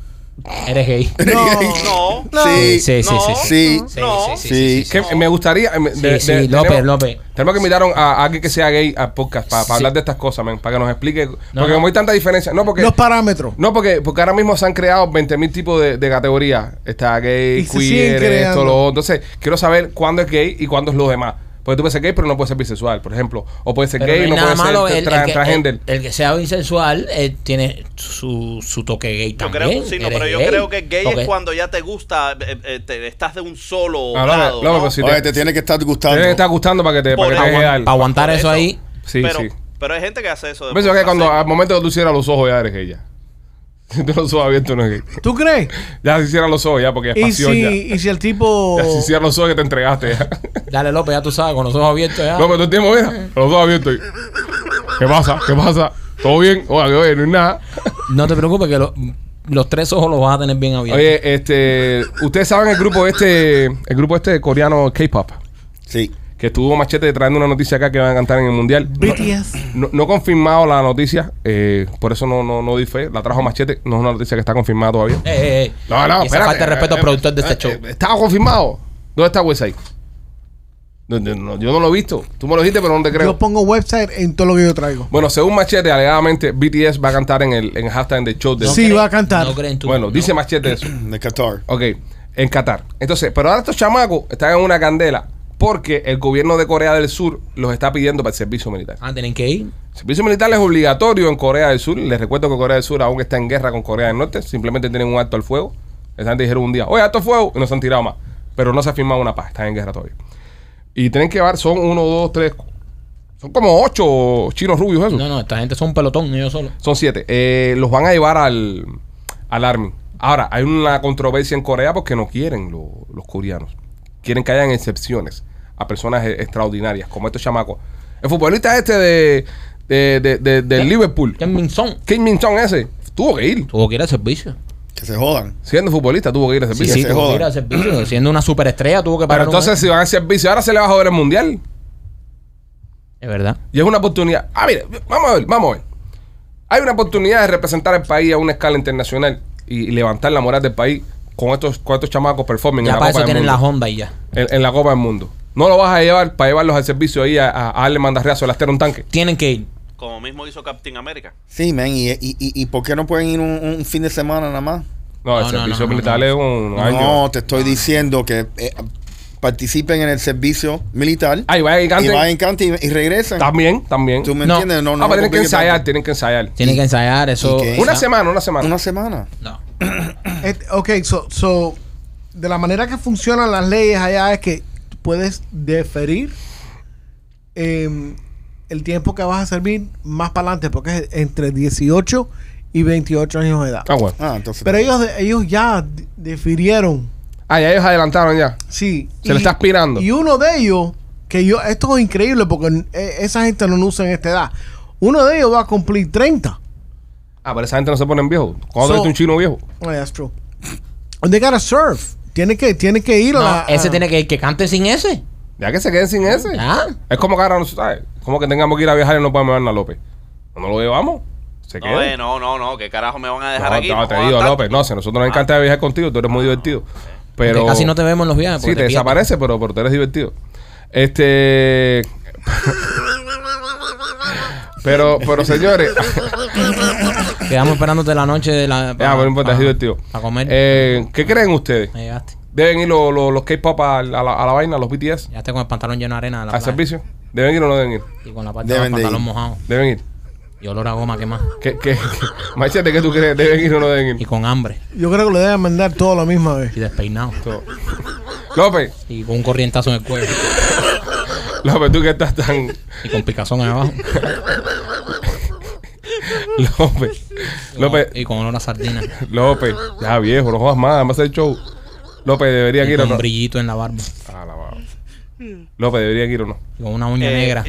Speaker 3: Eres gay.
Speaker 1: *laughs*
Speaker 4: No.
Speaker 6: No.
Speaker 4: No.
Speaker 2: sí,
Speaker 3: Sí, sí,
Speaker 2: sí,
Speaker 3: sí, sí.
Speaker 2: sí,
Speaker 3: Sí,
Speaker 6: No.
Speaker 3: sí, sí,
Speaker 2: sí,
Speaker 3: sí, sí.
Speaker 1: Que me gustaría. eh, me-
Speaker 3: Sí,
Speaker 1: de-
Speaker 3: sí,
Speaker 1: de-
Speaker 3: López,
Speaker 1: tenemos-
Speaker 3: López.
Speaker 1: Tenemos que invitar a, a alguien que sea gay al podcast para
Speaker 3: Sí.
Speaker 1: hablar de estas cosas, men, para que nos explique. porque
Speaker 3: no.
Speaker 1: como hay tanta diferencia. No, porque.
Speaker 4: Los parámetros.
Speaker 1: no, porque, porque ahora mismo se han creado 20.000 tipos de, de categorías. Está gay,
Speaker 4: Y se siguen
Speaker 1: queer, esto,
Speaker 4: creando.
Speaker 1: lo otro. Entonces, quiero saber cuándo es gay y cuándo es lo demás. Porque tú puedes ser gay, pero no puedes ser bisexual, por ejemplo. O puedes ser
Speaker 3: Pero
Speaker 1: gay,
Speaker 3: hay
Speaker 1: no,
Speaker 3: nada
Speaker 1: puedes ser
Speaker 3: malo, el- el
Speaker 1: tra-
Speaker 3: que-
Speaker 1: transgender.
Speaker 3: El, el que sea bisexual eh, tiene su, su toque gay
Speaker 6: Yo
Speaker 3: también.
Speaker 6: creo, sí, no,
Speaker 3: Eres
Speaker 6: pero yo
Speaker 3: gay.
Speaker 6: creo que gay
Speaker 3: Porque-
Speaker 6: es cuando ya te gusta, eh, eh, te- estás de un solo
Speaker 1: Ah, López,
Speaker 6: lado.
Speaker 1: López,
Speaker 6: ¿no?
Speaker 1: pues sí,
Speaker 2: Oye, te tiene que estar gustando.
Speaker 1: Debe estar gustando para que te, para
Speaker 6: Por
Speaker 1: que te deje
Speaker 6: agua-
Speaker 1: algo.
Speaker 3: Aguantar
Speaker 6: Por
Speaker 3: eso ahí.
Speaker 1: Sí,
Speaker 6: pero,
Speaker 1: sí.
Speaker 6: Pero hay gente que hace eso. de
Speaker 1: Pienso que
Speaker 6: placer.
Speaker 1: cuando al momento que tú cierras los ojos ya eres que ya. *laughs* Si tú los ojos abiertos no es gay.
Speaker 4: ¿Tú crees?
Speaker 1: Ya si cierras los ojos ya porque es
Speaker 4: Y
Speaker 1: pasión
Speaker 4: si, Oh.
Speaker 1: ya.
Speaker 4: y si el tipo
Speaker 1: Ya si cierras los ojos que te entregaste ya. *laughs*
Speaker 3: Dale, López, ya tú sabes, con los ojos abiertos ya.
Speaker 1: No, pero tú tienes mira, los ojos abiertos. y- ¿Qué pasa? ¿Qué pasa? ¿Todo bien? Oye, que oye, no es nada.
Speaker 3: No te preocupes que lo- los tres ojos los vas a tener bien abiertos.
Speaker 1: Oye, este, ustedes saben el grupo este, el grupo este coreano K-pop,
Speaker 2: Sí.
Speaker 1: que estuvo machete trayendo una noticia acá que van a cantar en el mundial. No-
Speaker 4: BTS.
Speaker 1: No, no he confirmado la noticia, eh, por eso no, no, no di fe. La trajo Machete, no es una noticia que está confirmada todavía.
Speaker 3: Eh, eh, eh.
Speaker 1: No, no,
Speaker 3: Y esa falta de respeto al
Speaker 1: eh,
Speaker 3: productor de
Speaker 1: eh,
Speaker 3: este show.
Speaker 1: eh, Estaba confirmado. ¿Dónde está Westside? No, no, no, yo no lo he visto. Tú me lo dijiste, pero no te creo.
Speaker 4: Yo pongo website en todo lo que yo traigo.
Speaker 1: Bueno, según Machete, alegadamente BTS va a cantar en el, en el halftime del show de.
Speaker 4: Sí, va a cantar.
Speaker 3: No creen tú.
Speaker 1: bueno,
Speaker 3: No.
Speaker 1: dice Machete eso.
Speaker 2: De Qatar.
Speaker 1: Ok, en Qatar. Entonces, pero ahora estos chamacos están en una candela porque el gobierno de Corea del Sur los está pidiendo para el servicio militar.
Speaker 3: Ah, tienen que ir.
Speaker 1: El servicio militar es obligatorio en Corea del Sur. Les recuerdo que Corea del Sur aún está en guerra con Corea del Norte. Simplemente tienen un alto al fuego. Esa gente dijeron un día, oye, alto al fuego, y no se han tirado más. Pero no se ha firmado una paz, están en guerra todavía. Y tienen que llevar, son uno, dos, tres, son como ocho chinos rubios esos.
Speaker 3: No, no, esta gente son un pelotón, ellos solo.
Speaker 1: Son siete. Eh, los van a llevar al, al Army. Ahora, hay una controversia en Corea porque no quieren lo- los coreanos. Quieren que hayan excepciones a personas e- extraordinarias, como estos chamacos. El futbolista este de, de, de- de- del
Speaker 3: ¿Qué?
Speaker 1: Liverpool,
Speaker 3: Ken Minson.
Speaker 1: Kim Min Chong ese, tuvo que ir.
Speaker 3: Tuvo que ir al servicio.
Speaker 2: Que se jodan.
Speaker 1: Siendo futbolista, tuvo que ir a
Speaker 3: Sí,
Speaker 1: servicio.
Speaker 3: sí,
Speaker 2: se
Speaker 3: tuvo que ir
Speaker 2: joda.
Speaker 3: al servicio. Siendo una superestrella, tuvo que
Speaker 1: Pero
Speaker 3: parar. un-
Speaker 1: entonces, si van a servicio, ahora se le va a joder el mundial.
Speaker 3: Es verdad.
Speaker 1: Y es una oportunidad. Ah, mire, vamos a ver, vamos a ver. Hay una oportunidad de representar al país a una escala internacional y, y levantar la moral del país con estos, con estos chamacos performing
Speaker 3: Ya
Speaker 1: en,
Speaker 3: para
Speaker 1: la
Speaker 3: eso
Speaker 1: Copa del
Speaker 3: tienen la
Speaker 1: mundo,
Speaker 3: Honda y ya.
Speaker 1: en, en la Copa del Mundo. No lo vas a llevar para llevarlos al servicio ahí a, a, a darle mandarreazo, a lastre un tanque.
Speaker 3: Tienen que ir.
Speaker 6: Como mismo hizo Captain America.
Speaker 2: Sí, man. ¿Y, y, y, y por qué no pueden ir un, un fin de semana nada más?
Speaker 1: No, el
Speaker 3: No, no,
Speaker 1: servicio
Speaker 3: no, no,
Speaker 1: militar
Speaker 3: no.
Speaker 1: es un
Speaker 2: No,
Speaker 1: año.
Speaker 2: te estoy diciendo que eh, participen en el servicio militar.
Speaker 3: Ah,
Speaker 1: Ahí vayan y canten.
Speaker 2: Y vayan y canten y, y regresan.
Speaker 1: También, también.
Speaker 2: ¿Tú me
Speaker 3: No.
Speaker 2: entiendes?
Speaker 1: ah, pero tienen que
Speaker 2: complique tanto.
Speaker 1: ensayar, tienen que ensayar.
Speaker 3: Tienen que ensayar eso.
Speaker 2: ¿Y qué?
Speaker 1: Una
Speaker 3: ¿sabes?
Speaker 1: semana, una semana.
Speaker 2: Una semana.
Speaker 3: No.
Speaker 4: Et- Este, ok, so, so, de la manera que funcionan las leyes allá es que tú puedes deferir em, el tiempo que vas a servir más para adelante, porque es entre 18 y 28 años de edad.
Speaker 1: Ah, bueno.
Speaker 2: Ah, entonces.
Speaker 4: Pero ellos, ellos ya de- defirieron.
Speaker 1: Ah, ya ellos adelantaron ya.
Speaker 4: Sí.
Speaker 1: Se le está aspirando.
Speaker 4: Y uno de ellos, que yo, esto es increíble porque eh, esa gente no usa en esta edad. Uno de ellos va a cumplir 30.
Speaker 1: Ah, pero esa gente no se ponen viejo. ¿Cuándo
Speaker 4: So-
Speaker 1: viste un chino viejo?
Speaker 4: Oh, that's true. They gotta surf. Tiene que, tiene que ir a
Speaker 3: No,
Speaker 4: la.
Speaker 3: ese
Speaker 4: a-
Speaker 1: Ah.
Speaker 3: tiene que que cante sin ese.
Speaker 1: Ya que se queden sin ese.
Speaker 3: Ya.
Speaker 1: Es como que ahora no- ¿sabes? Como que tengamos que ir a viajar y no podemos llevar a López. No lo llevamos. Se
Speaker 6: No,
Speaker 1: queda.
Speaker 6: eh, no, no, no, ¿qué carajo me van a dejar
Speaker 1: No,
Speaker 6: aquí?
Speaker 1: no,
Speaker 6: No Ah.
Speaker 1: te
Speaker 6: jodan
Speaker 1: digo,
Speaker 6: tanto.
Speaker 1: López, no, si a nosotros nos encanta viajar contigo, tú eres
Speaker 6: Ah,
Speaker 1: muy divertido. Pero
Speaker 3: Porque casi no te vemos en los viajes.
Speaker 1: Sí,
Speaker 3: porque
Speaker 1: te,
Speaker 3: pierdes.
Speaker 1: desaparece, pero, pero tú eres divertido. Este. *laughs* pero,
Speaker 3: *laughs*
Speaker 1: pero señores.
Speaker 3: Quedamos esperándote la noche de la.
Speaker 1: ya, pero no importa, es divertido.
Speaker 3: A Ah, comer.
Speaker 1: Eh, ¿Qué creen ustedes?
Speaker 3: Me llegaste.
Speaker 1: ¿Deben ir los, los, los K-pop a, la- a la, a la vaina, los BTS?
Speaker 3: Ya estoy con el pantalón lleno de arena. De la
Speaker 1: ¿Al
Speaker 3: playa.
Speaker 1: servicio? ¿Deben ir o no deben ir?
Speaker 3: Y con la parte del
Speaker 2: Deben de
Speaker 3: pantalón
Speaker 2: ir.
Speaker 3: mojado.
Speaker 1: Deben ir.
Speaker 3: Y olor a goma quemada.
Speaker 1: ¿Qué, qué, *laughs* machete, ¿qué tú crees? ¿Deben ir o no deben
Speaker 3: Y
Speaker 1: ir?
Speaker 3: con hambre.
Speaker 4: Yo creo que le deben mandar todo a la misma vez.
Speaker 3: Y despeinado.
Speaker 1: Todo. López,
Speaker 3: Y con un corrientazo en el cuello.
Speaker 1: López, tú que estás tan. *laughs*
Speaker 3: Y con picazón en abajo.
Speaker 1: López, López,
Speaker 3: Y con olor a sardina.
Speaker 1: López, ya viejo, no jodas más, además el show. López, debería
Speaker 3: Y
Speaker 1: ir o
Speaker 3: con un
Speaker 1: no.
Speaker 3: brillito en la barba.
Speaker 1: Ah, la va. López, debería ir o no.
Speaker 3: Y con una uña
Speaker 6: Eh, *laughs*
Speaker 3: negra.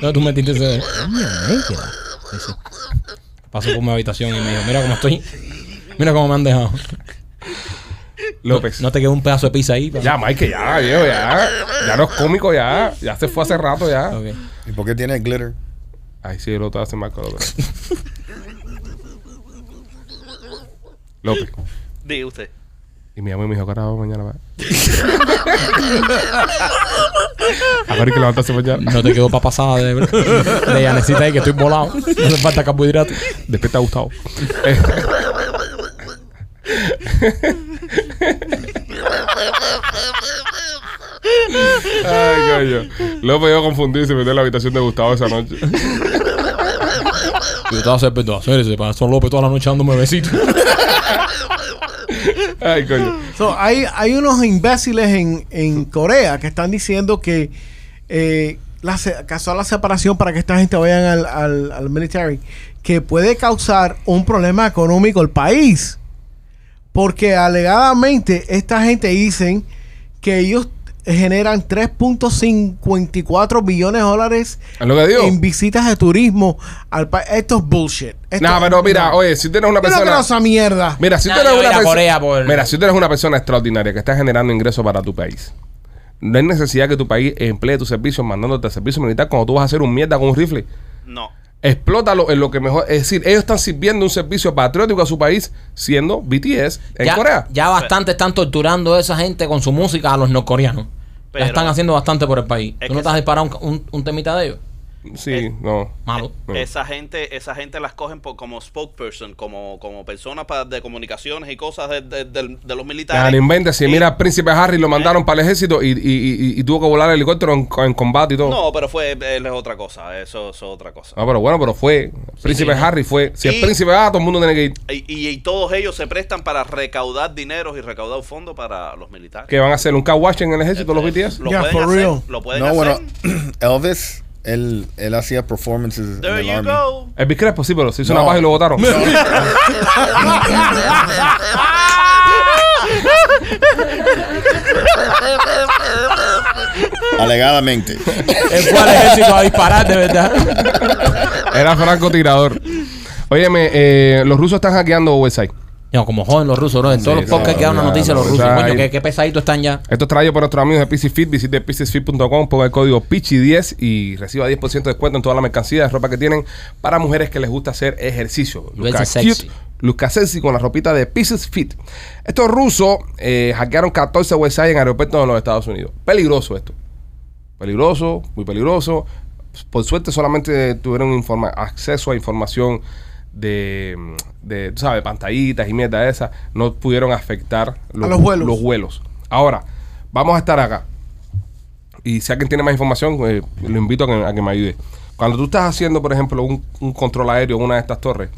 Speaker 3: No, tú metiste ese. Uña negra. Ese. Pasó por mi habitación y me dijo, mira cómo estoy. Mira cómo me han dejado.
Speaker 1: López.
Speaker 3: No te quedó un pedazo de pizza ahí. pa?
Speaker 1: Ya, Mike, ya, viejo, ya. Ya no es cómico, ya. Ya se fue hace rato, ya.
Speaker 3: Ok.
Speaker 2: ¿Y por qué tiene glitter?
Speaker 1: Ay, sí, el otro hace Marco López. López.
Speaker 6: Di usted.
Speaker 1: Y mi mamá me dijo, carajo, mañana va. *laughs* A ver que levantarse mañana.
Speaker 3: No te quedó pa' pasada de, de llanecita ahí que estoy volado. No hace falta carbohidrato.
Speaker 1: Despierta Gustavo. *laughs* Ay, coño. López iba a confundirse y metió en la habitación de Gustavo esa noche.
Speaker 3: Yo estaba haciendo hacer se pasó López toda la noche dándome besitos.
Speaker 1: Ay, coño.
Speaker 4: So, hay, hay unos imbéciles en, en Corea que están diciendo que eh, la, se- causar la separación para que esta gente vayan al, al, al military, que puede causar un problema económico al país. Porque alegadamente esta gente dicen que ellos generan 3.54 billones de dólares
Speaker 1: Es lo que digo.
Speaker 4: en visitas de turismo al país. Esto es bullshit. Esto
Speaker 1: No,
Speaker 4: es-
Speaker 1: pero mira,
Speaker 4: no.
Speaker 1: oye, si tienes una
Speaker 4: Yo no creo
Speaker 1: persona.
Speaker 4: esa mierda.
Speaker 1: Mira, si
Speaker 3: No,
Speaker 1: tú eres
Speaker 3: yo voy
Speaker 1: una
Speaker 3: a
Speaker 1: perso-
Speaker 3: Corea por-
Speaker 1: Mira, si tú eres una persona extraordinaria que está generando ingresos para tu país. No hay necesidad que tu país emplee tus servicios mandándote al servicio militar cuando tú vas a hacer un mierda con un rifle.
Speaker 6: No.
Speaker 1: Explótalo en lo que mejor. Es decir, ellos están sirviendo un servicio patriótico a su país siendo BTS en
Speaker 3: ya,
Speaker 1: Corea.
Speaker 3: Ya bastante están torturando a esa gente con su música a los norcoreanos.
Speaker 6: Pero-
Speaker 3: la están haciendo bastante por el país.
Speaker 6: Es
Speaker 3: ¿Tú no
Speaker 6: que
Speaker 3: te has
Speaker 6: sí.
Speaker 3: disparado un, un- un temita de ellos?
Speaker 1: Sí,
Speaker 6: Eh,
Speaker 1: no.
Speaker 3: Malo.
Speaker 1: Mm.
Speaker 6: Esa gente, esa gente las cogen por, como spokesperson, como, como personas pa- de comunicaciones y cosas de, de- del- de
Speaker 1: Ya,
Speaker 6: los militares.
Speaker 1: no inventes. Si
Speaker 6: Y-
Speaker 1: mira al príncipe Harry,
Speaker 3: Eh.
Speaker 1: lo mandaron para el ejército y, y- y- y tuvo que volar el helicóptero en, en combate y todo. No.
Speaker 6: No, pero fue, él es otra cosa, eso, eso es otra cosa.
Speaker 1: pero bueno, pero fue. Príncipe
Speaker 3: sí.
Speaker 1: Harry fue. Si
Speaker 6: Y-
Speaker 1: el príncipe va, todo el mundo tiene que ir.
Speaker 6: Y, y- y todos ellos se prestan para recaudar dineros y recaudar fondos para los militares.
Speaker 1: que van a hacer un car wash en el ejército los BTS.
Speaker 6: Lo
Speaker 4: Yeah,
Speaker 6: pueden
Speaker 4: for
Speaker 6: hacer,
Speaker 4: real.
Speaker 6: lo pueden
Speaker 2: No,
Speaker 6: hacer.
Speaker 2: bueno, *clears throat* Elvis, él, él hacía performances
Speaker 6: There
Speaker 2: en
Speaker 6: you
Speaker 2: el Army.
Speaker 6: go.
Speaker 1: El Biscrespo, sí, pero se hizo
Speaker 2: No.
Speaker 1: una paja y lo votaron.
Speaker 3: *laughs*
Speaker 2: Alegadamente.
Speaker 3: ¿En cuál ejército a disparar de verdad?
Speaker 1: Era francotirador. Óyeme, eh, los rusos están hackeando website.
Speaker 3: No, como joden los rusos, bro. En todos
Speaker 2: Sí,
Speaker 3: los podcasts
Speaker 2: claro,
Speaker 3: que dan una
Speaker 2: claro,
Speaker 3: noticia los
Speaker 1: o
Speaker 3: rusos.
Speaker 1: sea,
Speaker 3: Coño,
Speaker 1: hay-
Speaker 3: qué, qué pesaditos están ya.
Speaker 1: Esto es traído por nuestros amigos de PCFit. Visite PCFit.com, ponga el código PICHI10 y reciba 10% de descuento en toda la mercancía de ropa que tienen para mujeres que les gusta hacer ejercicio.
Speaker 3: Verse
Speaker 1: Lucas
Speaker 3: sexy.
Speaker 1: cute, Lucas sexy con la ropita de Pieces Fit. Estos rusos eh, hackearon 14 websites en aeropuertos de los Estados Unidos. Peligroso esto. Peligroso, muy peligroso. Por suerte solamente tuvieron informa- acceso a información de, mm, de, tú ¿sabes? Pantallitas y mierda esa. No pudieron afectar
Speaker 4: los vuelos.
Speaker 1: vuelos. Ahora, Vamos a estar acá. Y si alguien tiene más información, eh, lo invito a que, a que me ayude. Cuando tú estás haciendo, por ejemplo, un, un control aéreo en una de estas torres,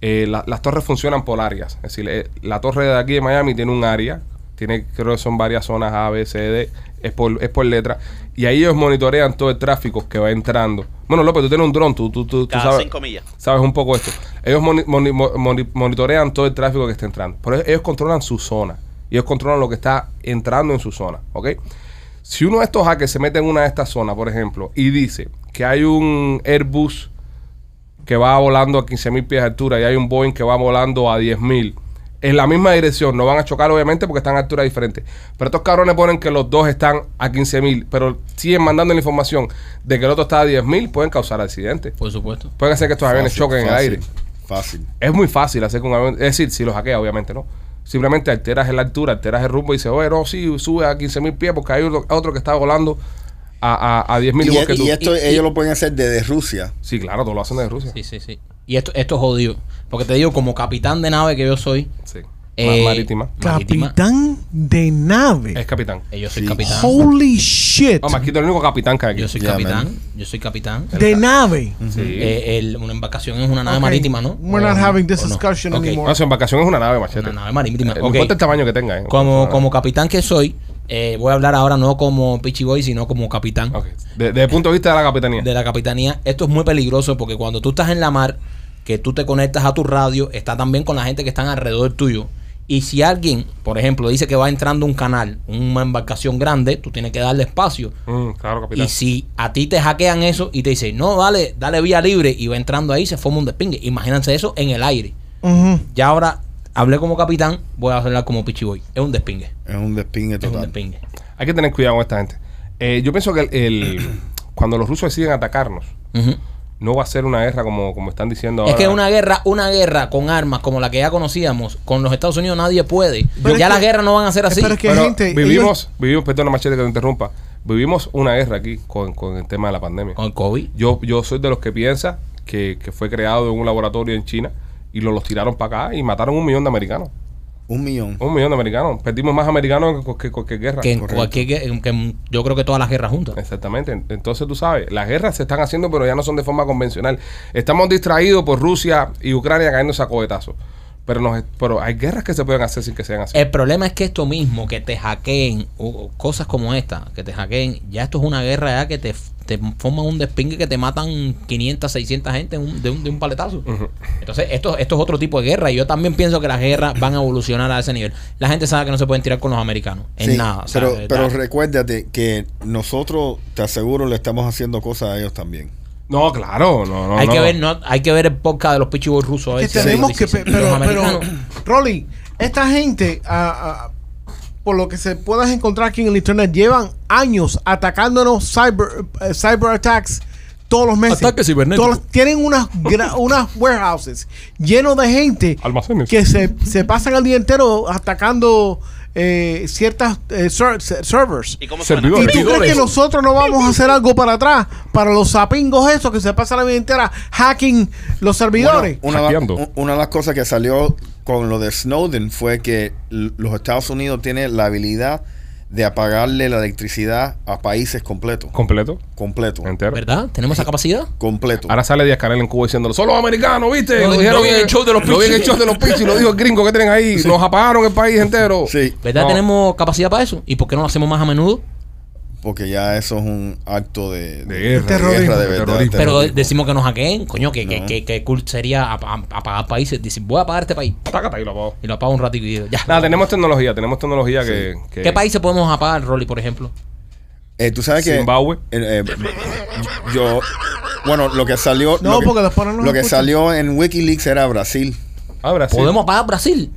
Speaker 1: eh, la- las torres funcionan por áreas. Es decir, eh, la torre de aquí de Miami tiene un área, tiene, creo que son varias zonas A, B, C, D, es por, es por letra. Y ahí ellos monitorean todo el tráfico que va entrando. Bueno, López, tú tienes un dron, tú, tú, tú, tú
Speaker 6: Cada
Speaker 1: sabes
Speaker 6: cinco millas.
Speaker 1: sabes un poco esto. Ellos moni- moni- mo- moni- monitorean todo el tráfico que está entrando. Por eso ellos controlan su zona. Y ellos controlan lo que está entrando en su zona. ¿Ok? Si uno de estos hackers se mete en una de estas zonas, por ejemplo, y dice que hay un Airbus que va volando a 15.000 pies de altura y hay un Boeing que va volando a 10.000. En la misma dirección, no van a chocar obviamente porque están a alturas diferentes. Pero estos cabrones ponen que los dos están a 15.000, pero siguen mandando la información de que el otro está a 10.000, pueden causar accidentes.
Speaker 3: Por supuesto.
Speaker 1: Pueden hacer que estos aviones choquen en el aire.
Speaker 2: Fácil.
Speaker 1: Es muy fácil hacer que un avión. Es decir, si lo hackea, obviamente, ¿no? Simplemente alteras la altura, alteras el rumbo y dices, oye, no, sí, sube a 15.000 pies porque hay otro, otro que está volando a, a, a 10.000
Speaker 2: Y,
Speaker 1: igual que
Speaker 2: y
Speaker 1: tú.
Speaker 2: esto
Speaker 3: Y- y-
Speaker 2: ellos lo pueden hacer desde Rusia.
Speaker 1: Sí, claro, todo lo hacen desde Rusia.
Speaker 3: Sí, sí, sí. Y esto, esto es jodido. Porque te digo, como capitán de nave que yo soy.
Speaker 1: Sí. Más
Speaker 3: eh,
Speaker 1: marítima.
Speaker 3: marítima,
Speaker 4: Capitán de nave.
Speaker 1: Es capitán.
Speaker 3: eh, oh, yo soy capitán.
Speaker 4: Holy shit.
Speaker 1: Vamos, aquí el único capitán que hay aquí.
Speaker 3: Yo soy
Speaker 2: Ya,
Speaker 3: capitán.
Speaker 2: man.
Speaker 3: Yo soy capitán.
Speaker 4: De nave.
Speaker 1: Sí.
Speaker 3: Eh, el- una embarcación es una nave
Speaker 4: Ok.
Speaker 3: marítima, ¿no?
Speaker 4: We're
Speaker 3: O-
Speaker 4: not having this
Speaker 3: o no.
Speaker 4: discussion
Speaker 3: Ok.
Speaker 4: anymore.
Speaker 1: no, su embarcación es una nave, machete.
Speaker 3: Una nave marítima.
Speaker 1: Eh, No
Speaker 3: ok.
Speaker 1: importa el tamaño que tenga. ¿eh?
Speaker 3: Como,
Speaker 1: Ah,
Speaker 3: como capitán que soy, eh, voy a hablar ahora no como Pichi Boy, sino como capitán
Speaker 1: ok. De- Desde el punto de vista de la capitanía.
Speaker 3: de la capitanía. Esto es muy peligroso porque cuando tú estás en la mar, que tú te conectas a tu radio, está también con la gente que están alrededor tuyo. Y si alguien, por ejemplo, dice que va entrando un canal, una embarcación grande, tú tienes que darle espacio.
Speaker 1: Mm, claro, capitán.
Speaker 3: Y si a ti te hackean eso y te dicen, no, dale, dale vía libre y va entrando ahí, se forma un despingue. Imagínense eso en el aire.
Speaker 4: Ujú.
Speaker 3: Ya ahora hablé como capitán, voy a hablar como pichiboy. Es un despingue.
Speaker 2: Es un despingue
Speaker 3: Es un
Speaker 2: total.
Speaker 3: despingue.
Speaker 1: Hay que tener cuidado con esta gente. Eh, yo pienso que
Speaker 3: *clears throat*
Speaker 1: el- el- cuando los rusos deciden atacarnos,
Speaker 3: Ujú.
Speaker 1: no va a ser una guerra como, como están diciendo
Speaker 3: Es
Speaker 1: ahora.
Speaker 3: que una guerra, una guerra con armas como la que ya conocíamos, con los Estados Unidos nadie puede.
Speaker 4: Pero
Speaker 3: ya
Speaker 4: es
Speaker 3: las
Speaker 4: que- eh,
Speaker 3: guerras no van a ser así.
Speaker 4: Pero es que
Speaker 1: Pero
Speaker 4: gente,
Speaker 1: vivimos,
Speaker 4: ellos-
Speaker 1: vivimos, perdón, machete que te interrumpa. Vivimos una guerra aquí con, con el tema de la pandemia.
Speaker 3: Con el COVID.
Speaker 1: Yo, yo soy de los que piensa que, que fue creado en un laboratorio en China y lo, los tiraron para acá y mataron un millón de americanos.
Speaker 2: Un
Speaker 3: Oh,
Speaker 2: millón.
Speaker 1: Un millón de americanos. Perdimos más americanos que, que cualquier guerra.
Speaker 3: Que en
Speaker 2: Correcto.
Speaker 3: cualquier gue- que en- yo creo que todas las guerras juntas.
Speaker 1: Exactamente. Entonces tú sabes, las guerras se están haciendo, pero ya no son de forma convencional. Estamos distraídos por Rusia y Ucrania cayéndose a cohetazos. Pero, nos, pero hay guerras que se pueden hacer sin que sean así.
Speaker 3: El problema es que esto mismo, que te hackeen, o- o cosas como esta, que te hackeen, ya esto es una guerra ya que te, te forman un despingue que te matan 500, 600 gente en un- de, un, de un paletazo. Entonces, esto, esto es otro tipo de guerra. Y yo también pienso que las guerras van a evolucionar a ese nivel. La gente sabe que no se pueden tirar con los americanos. En
Speaker 2: Sí,
Speaker 3: nada. o sea,
Speaker 2: pero,
Speaker 3: de
Speaker 2: pero
Speaker 3: verdad.
Speaker 2: recuérdate que nosotros, te aseguro, le estamos haciendo cosas a ellos también.
Speaker 1: No, claro, no, no.
Speaker 3: hay
Speaker 1: no.
Speaker 3: que ver, no, hay que ver el podcast de los pichibos rusos. a ver
Speaker 4: que
Speaker 3: si es
Speaker 2: tenemos
Speaker 4: tenemos que.
Speaker 3: difícil.
Speaker 4: pe- Pero,
Speaker 3: Los
Speaker 4: pero,
Speaker 3: americanos-
Speaker 4: Rolly, esta gente, ah, ah, por lo que se puedas encontrar aquí en el internet, llevan años atacándonos cyber, eh, cyber attacks todos los meses.
Speaker 3: Ataques cibernéticos.
Speaker 4: Todos- tienen unas,
Speaker 3: *laughs*
Speaker 4: gra- unas warehouses llenos de gente
Speaker 1: Almacenes.
Speaker 4: que se, se pasan el día entero atacando eh, ciertas eh, ser- ser- servers.
Speaker 6: ¿Y cómo suena? *laughs*
Speaker 1: Servidores.
Speaker 4: ¿Y tú crees que nosotros no vamos a hacer algo para atrás? Para los sapingos esos que se pasan la vida entera hacking los servidores.
Speaker 2: Una,
Speaker 1: Hackeando.
Speaker 2: un- una de las cosas que salió con lo de Snowden fue que l- los Estados Unidos tienen la habilidad de apagarle la electricidad a países completos.
Speaker 1: Completo,
Speaker 2: Completo.
Speaker 1: entero.
Speaker 3: ¿Verdad? ¿Tenemos esa capacidad?
Speaker 2: Completo.
Speaker 1: Ahora sale Díaz Canel en Cuba diciéndolo, son los americanos, ¿viste?
Speaker 3: No,
Speaker 1: Lo
Speaker 3: no
Speaker 1: dijeron
Speaker 3: vi en el show de los
Speaker 1: Lo vi en el
Speaker 3: Pichis".
Speaker 1: show de los pichis, lo dijo el gringo que tienen ahí. Nos apagaron el país entero.
Speaker 2: sí,
Speaker 3: ¿Verdad?
Speaker 1: No.
Speaker 3: ¿Tenemos capacidad para eso? ¿Y por qué no lo hacemos más a menudo?
Speaker 2: porque ya eso es un acto de,
Speaker 1: De guerra.
Speaker 4: Terrorismo.
Speaker 2: de verdad.
Speaker 1: Terrorismo.
Speaker 3: Pero
Speaker 2: terrorismo.
Speaker 3: decimos que nos hackeen, coño, que, que,
Speaker 2: No.
Speaker 3: que, que cool sería ap- ap- apagar países. Dicen, voy a apagar este país.
Speaker 1: Tácata, ahí lo apagó.
Speaker 3: Y lo apago un ratito y digo, ya.
Speaker 1: Nada, tenemos tecnología, tenemos tecnología que, que-
Speaker 3: ¿Qué países podemos apagar, Rolly, por ejemplo?
Speaker 2: Eh, Tú sabes que...
Speaker 1: Zimbabue.
Speaker 2: eh, eh, yo... Bueno, lo que salió...
Speaker 4: No,
Speaker 2: lo que-
Speaker 4: porque después no nos
Speaker 2: Lo que
Speaker 4: escuchan.
Speaker 2: salió en Wikileaks era Brasil.
Speaker 1: Ah, Brasil.
Speaker 3: ¿Podemos apagar Brasil?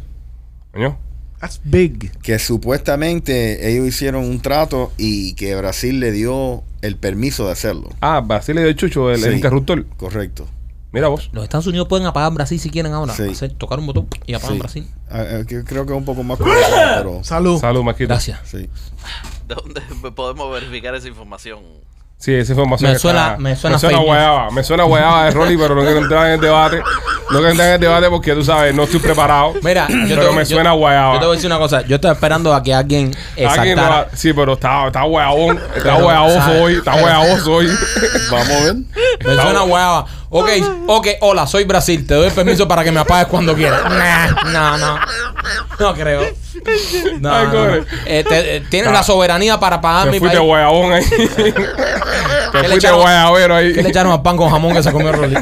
Speaker 1: Coño.
Speaker 4: That's big.
Speaker 2: que supuestamente ellos hicieron un trato y que Brasil le dio el permiso de hacerlo.
Speaker 1: Ah, Brasil le dio el chucho, el, el
Speaker 2: Sí.
Speaker 1: interruptor.
Speaker 2: Correcto.
Speaker 1: Mira vos.
Speaker 3: Los Estados Unidos pueden apagar Brasil si quieren ahora.
Speaker 2: Sí.
Speaker 3: Hacer- tocar un botón y apagan
Speaker 2: Sí.
Speaker 3: Brasil.
Speaker 2: Ah, eh, que creo que es un poco más complicado, pero
Speaker 4: *laughs* Salud.
Speaker 1: Salud, Maquito.
Speaker 3: Uh, Gracias.
Speaker 2: sí.
Speaker 6: *laughs* ¿De dónde podemos verificar esa información?
Speaker 1: Sí, esa información.
Speaker 3: Me suena-
Speaker 1: está-
Speaker 3: me suena
Speaker 1: me suena
Speaker 3: fake news.
Speaker 1: guayaba. Me suena guayaba de Rolly, pero no quiero entrar en el debate. No quiero entrar en el debate porque tú sabes, no estoy preparado.
Speaker 3: Mira, yo
Speaker 1: pero
Speaker 3: te,
Speaker 1: me
Speaker 3: yo-
Speaker 1: suena guayaba.
Speaker 3: Yo te voy a decir una cosa. Yo estoy esperando a que alguien
Speaker 1: Alguien lo
Speaker 3: exactara.
Speaker 1: ha- sí, pero está,
Speaker 3: *laughs*
Speaker 1: está guayabón. Está
Speaker 3: Pero,
Speaker 1: guayaboso
Speaker 3: ¿sabes?
Speaker 1: hoy. Está guayaboso hoy.
Speaker 2: Vamos a ver.
Speaker 3: Me suena guayaba. Ok, ok, hola, soy Brasil. Te doy permiso para que me apagues cuando quieras. Nah, no, no. No creo. No,
Speaker 1: Ay,
Speaker 3: no,
Speaker 1: cobre.
Speaker 3: no. Eh, te- eh, tienes
Speaker 1: Ah.
Speaker 3: la soberanía para pagar
Speaker 1: Te
Speaker 3: mi
Speaker 1: fuiste
Speaker 3: país. *laughs*
Speaker 1: guayabón ahí.
Speaker 3: ¿Qué
Speaker 1: Te
Speaker 3: le
Speaker 1: fuiste
Speaker 3: echaron?
Speaker 1: guayabero ahí.
Speaker 3: ¿Qué le echaron al pan con jamón que se comió
Speaker 1: *laughs*
Speaker 3: Rolly?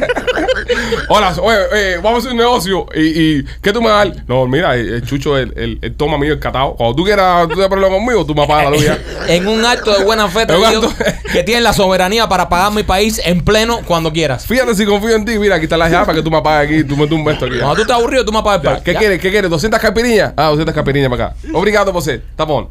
Speaker 1: Hola, oye, eh, vamos a hacer un negocio. ¿Y, y qué tú me vas a dar? No, mira, el, el chucho, el, el, el toma mío, el catao. Cuando tú quieras, tú te problemas conmigo, tú me apagas la luz
Speaker 3: *laughs*
Speaker 1: ya.
Speaker 3: en un acto de buena fe te
Speaker 1: En un
Speaker 3: digo
Speaker 1: acto-
Speaker 3: que tienes la soberanía para pagar mi país en pleno cuando quieras.
Speaker 1: Fíjate si confío en ti. Mira, aquí está la llave para que tú me apagas aquí. Tú me tumbas esto aquí. ya.
Speaker 3: Cuando tú estás aburrido, tú me apagas el
Speaker 1: Ya,
Speaker 3: pan.
Speaker 1: ¿Qué
Speaker 3: Ya.
Speaker 1: quieres? ¿Qué quieres? ¿200 capirinhas? Ah, 200 capirinhas para acá. Obrigado, José. Tapón.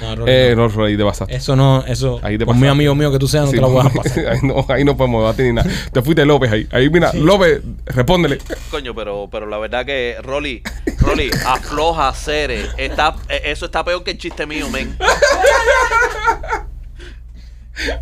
Speaker 3: No, Rolly,
Speaker 1: Eh,
Speaker 3: no.
Speaker 1: no, Rolly, te pasaste.
Speaker 3: Eso no, eso.
Speaker 1: Ahí te
Speaker 3: con mi
Speaker 1: pasaste.
Speaker 3: amigo mío que tú seas, Ah, no
Speaker 1: Sí,
Speaker 3: te lo voy a pasar.
Speaker 1: *laughs* ahí, no, ahí no podemos debatir ni nada. Te fuiste López ahí. Ahí, mira, López, respóndele.
Speaker 6: Coño, pero, pero la verdad que Rolly, Rolly, afloja Cere. Está, eh, eso está peor que el chiste mío, men.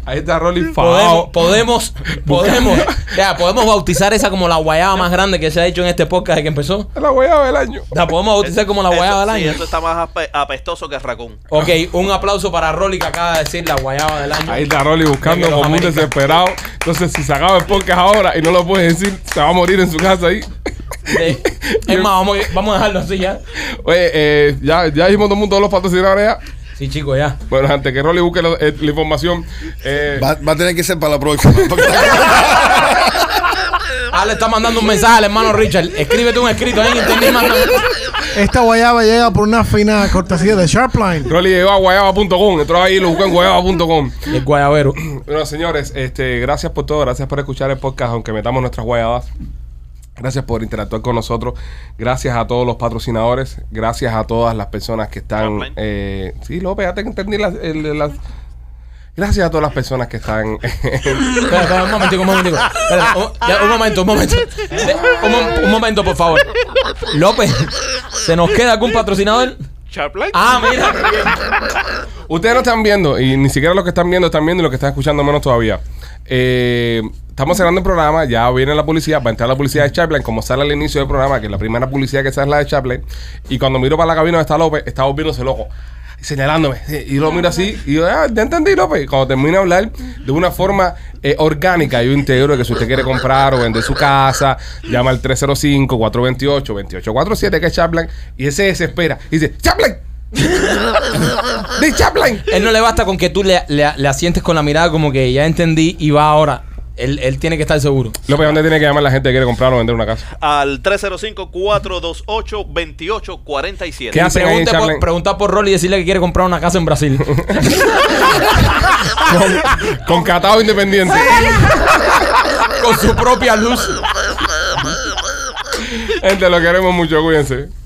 Speaker 1: Ahí está Rolly
Speaker 3: Podemos,
Speaker 1: Fao.
Speaker 3: podemos, podemos, ya, podemos bautizar esa como la guayaba más grande que se ha hecho en este podcast desde que empezó.
Speaker 1: La guayaba del año.
Speaker 3: La podemos bautizar como la guayaba del
Speaker 6: Eso- sí,
Speaker 3: año.
Speaker 6: eso está más ape- apestoso que racón.
Speaker 3: Ok, un aplauso para Rolly que acaba de decir la guayaba del año.
Speaker 1: Ahí está Rolly buscando
Speaker 3: Ya que los
Speaker 1: como un
Speaker 3: americanos-
Speaker 1: desesperado. Entonces, si se acaba el podcast ahora y no lo puedes decir, se va a morir en su casa ahí. *laughs*
Speaker 3: Sí. Es más, vamos, a- vamos a dejarlo así ya.
Speaker 1: Oye, eh, ya, ya dijimos todo el mundo todos los patrocinadores ya.
Speaker 3: Sí, chicos, ya.
Speaker 1: Bueno, antes que Rolly busque la, eh, la información. eh,
Speaker 2: Va, va a tener que ser para la próxima. *laughs*
Speaker 3: Ah, le está mandando un mensaje al hermano Richard. Escríbete un escrito ahí en internet. y mándame.
Speaker 4: Esta guayaba llega por una fina cortesía de Sharpline.
Speaker 1: Rolly llegó a guayaba.com. Entró ahí y lo buscó en guayaba.com.
Speaker 3: El guayabero.
Speaker 1: Bueno, señores, este, gracias por todo, gracias por escuchar el podcast, aunque metamos nuestras guayadas. Gracias por interactuar con nosotros. Gracias a todos los patrocinadores. Gracias a todas las personas que están.
Speaker 6: Chapman.
Speaker 1: eh, sí, López, ya te entendí las, el- las- Gracias a todas las personas que están.
Speaker 3: Espera, espera, un momentico, un momentico. Espera, un, ya, un momento, un momento. Ve, Un, mom- un momento, por favor. López, ¿se nos queda algún patrocinador?
Speaker 6: Charplay.
Speaker 3: Ah, mira.
Speaker 1: *laughs* Ustedes no están viendo, y ni siquiera los que están viendo están viendo y los que están escuchando menos todavía. Eh, estamos cerrando el programa, ya viene la publicidad, va a entrar la publicidad de Chaplin, como sale al inicio del programa, que la primera publicidad que sale es la de Chaplin. Y cuando miro para la cabina donde está López, está volviéndose loco, señalándome. Y lo miro así, y yo, ah, ya entendí, López. Cuando termina de hablar de una forma eh, orgánica, yo integro que si usted quiere comprar o vender su casa, llama al 305-428-2847, que es Chaplin, y ese desespera. Y dice, ¡Chaplin! ¡De Chaplin!
Speaker 3: Él no le basta con que tú le, le- le asientes con la mirada como que ya entendí y va ahora. Él, él tiene que estar seguro.
Speaker 1: López, ¿dónde tiene que llamar la gente que quiere comprar o vender una casa?
Speaker 6: Al 305-428-2847.
Speaker 1: ¿Qué hacen ahí en
Speaker 3: Pregunte por,
Speaker 1: Chaplin?
Speaker 3: preguntar por Rolly y decirle que quiere comprar una casa en Brasil.
Speaker 1: Con catado independiente.
Speaker 3: con su propia luz.
Speaker 1: Gente, lo queremos mucho, cuídense.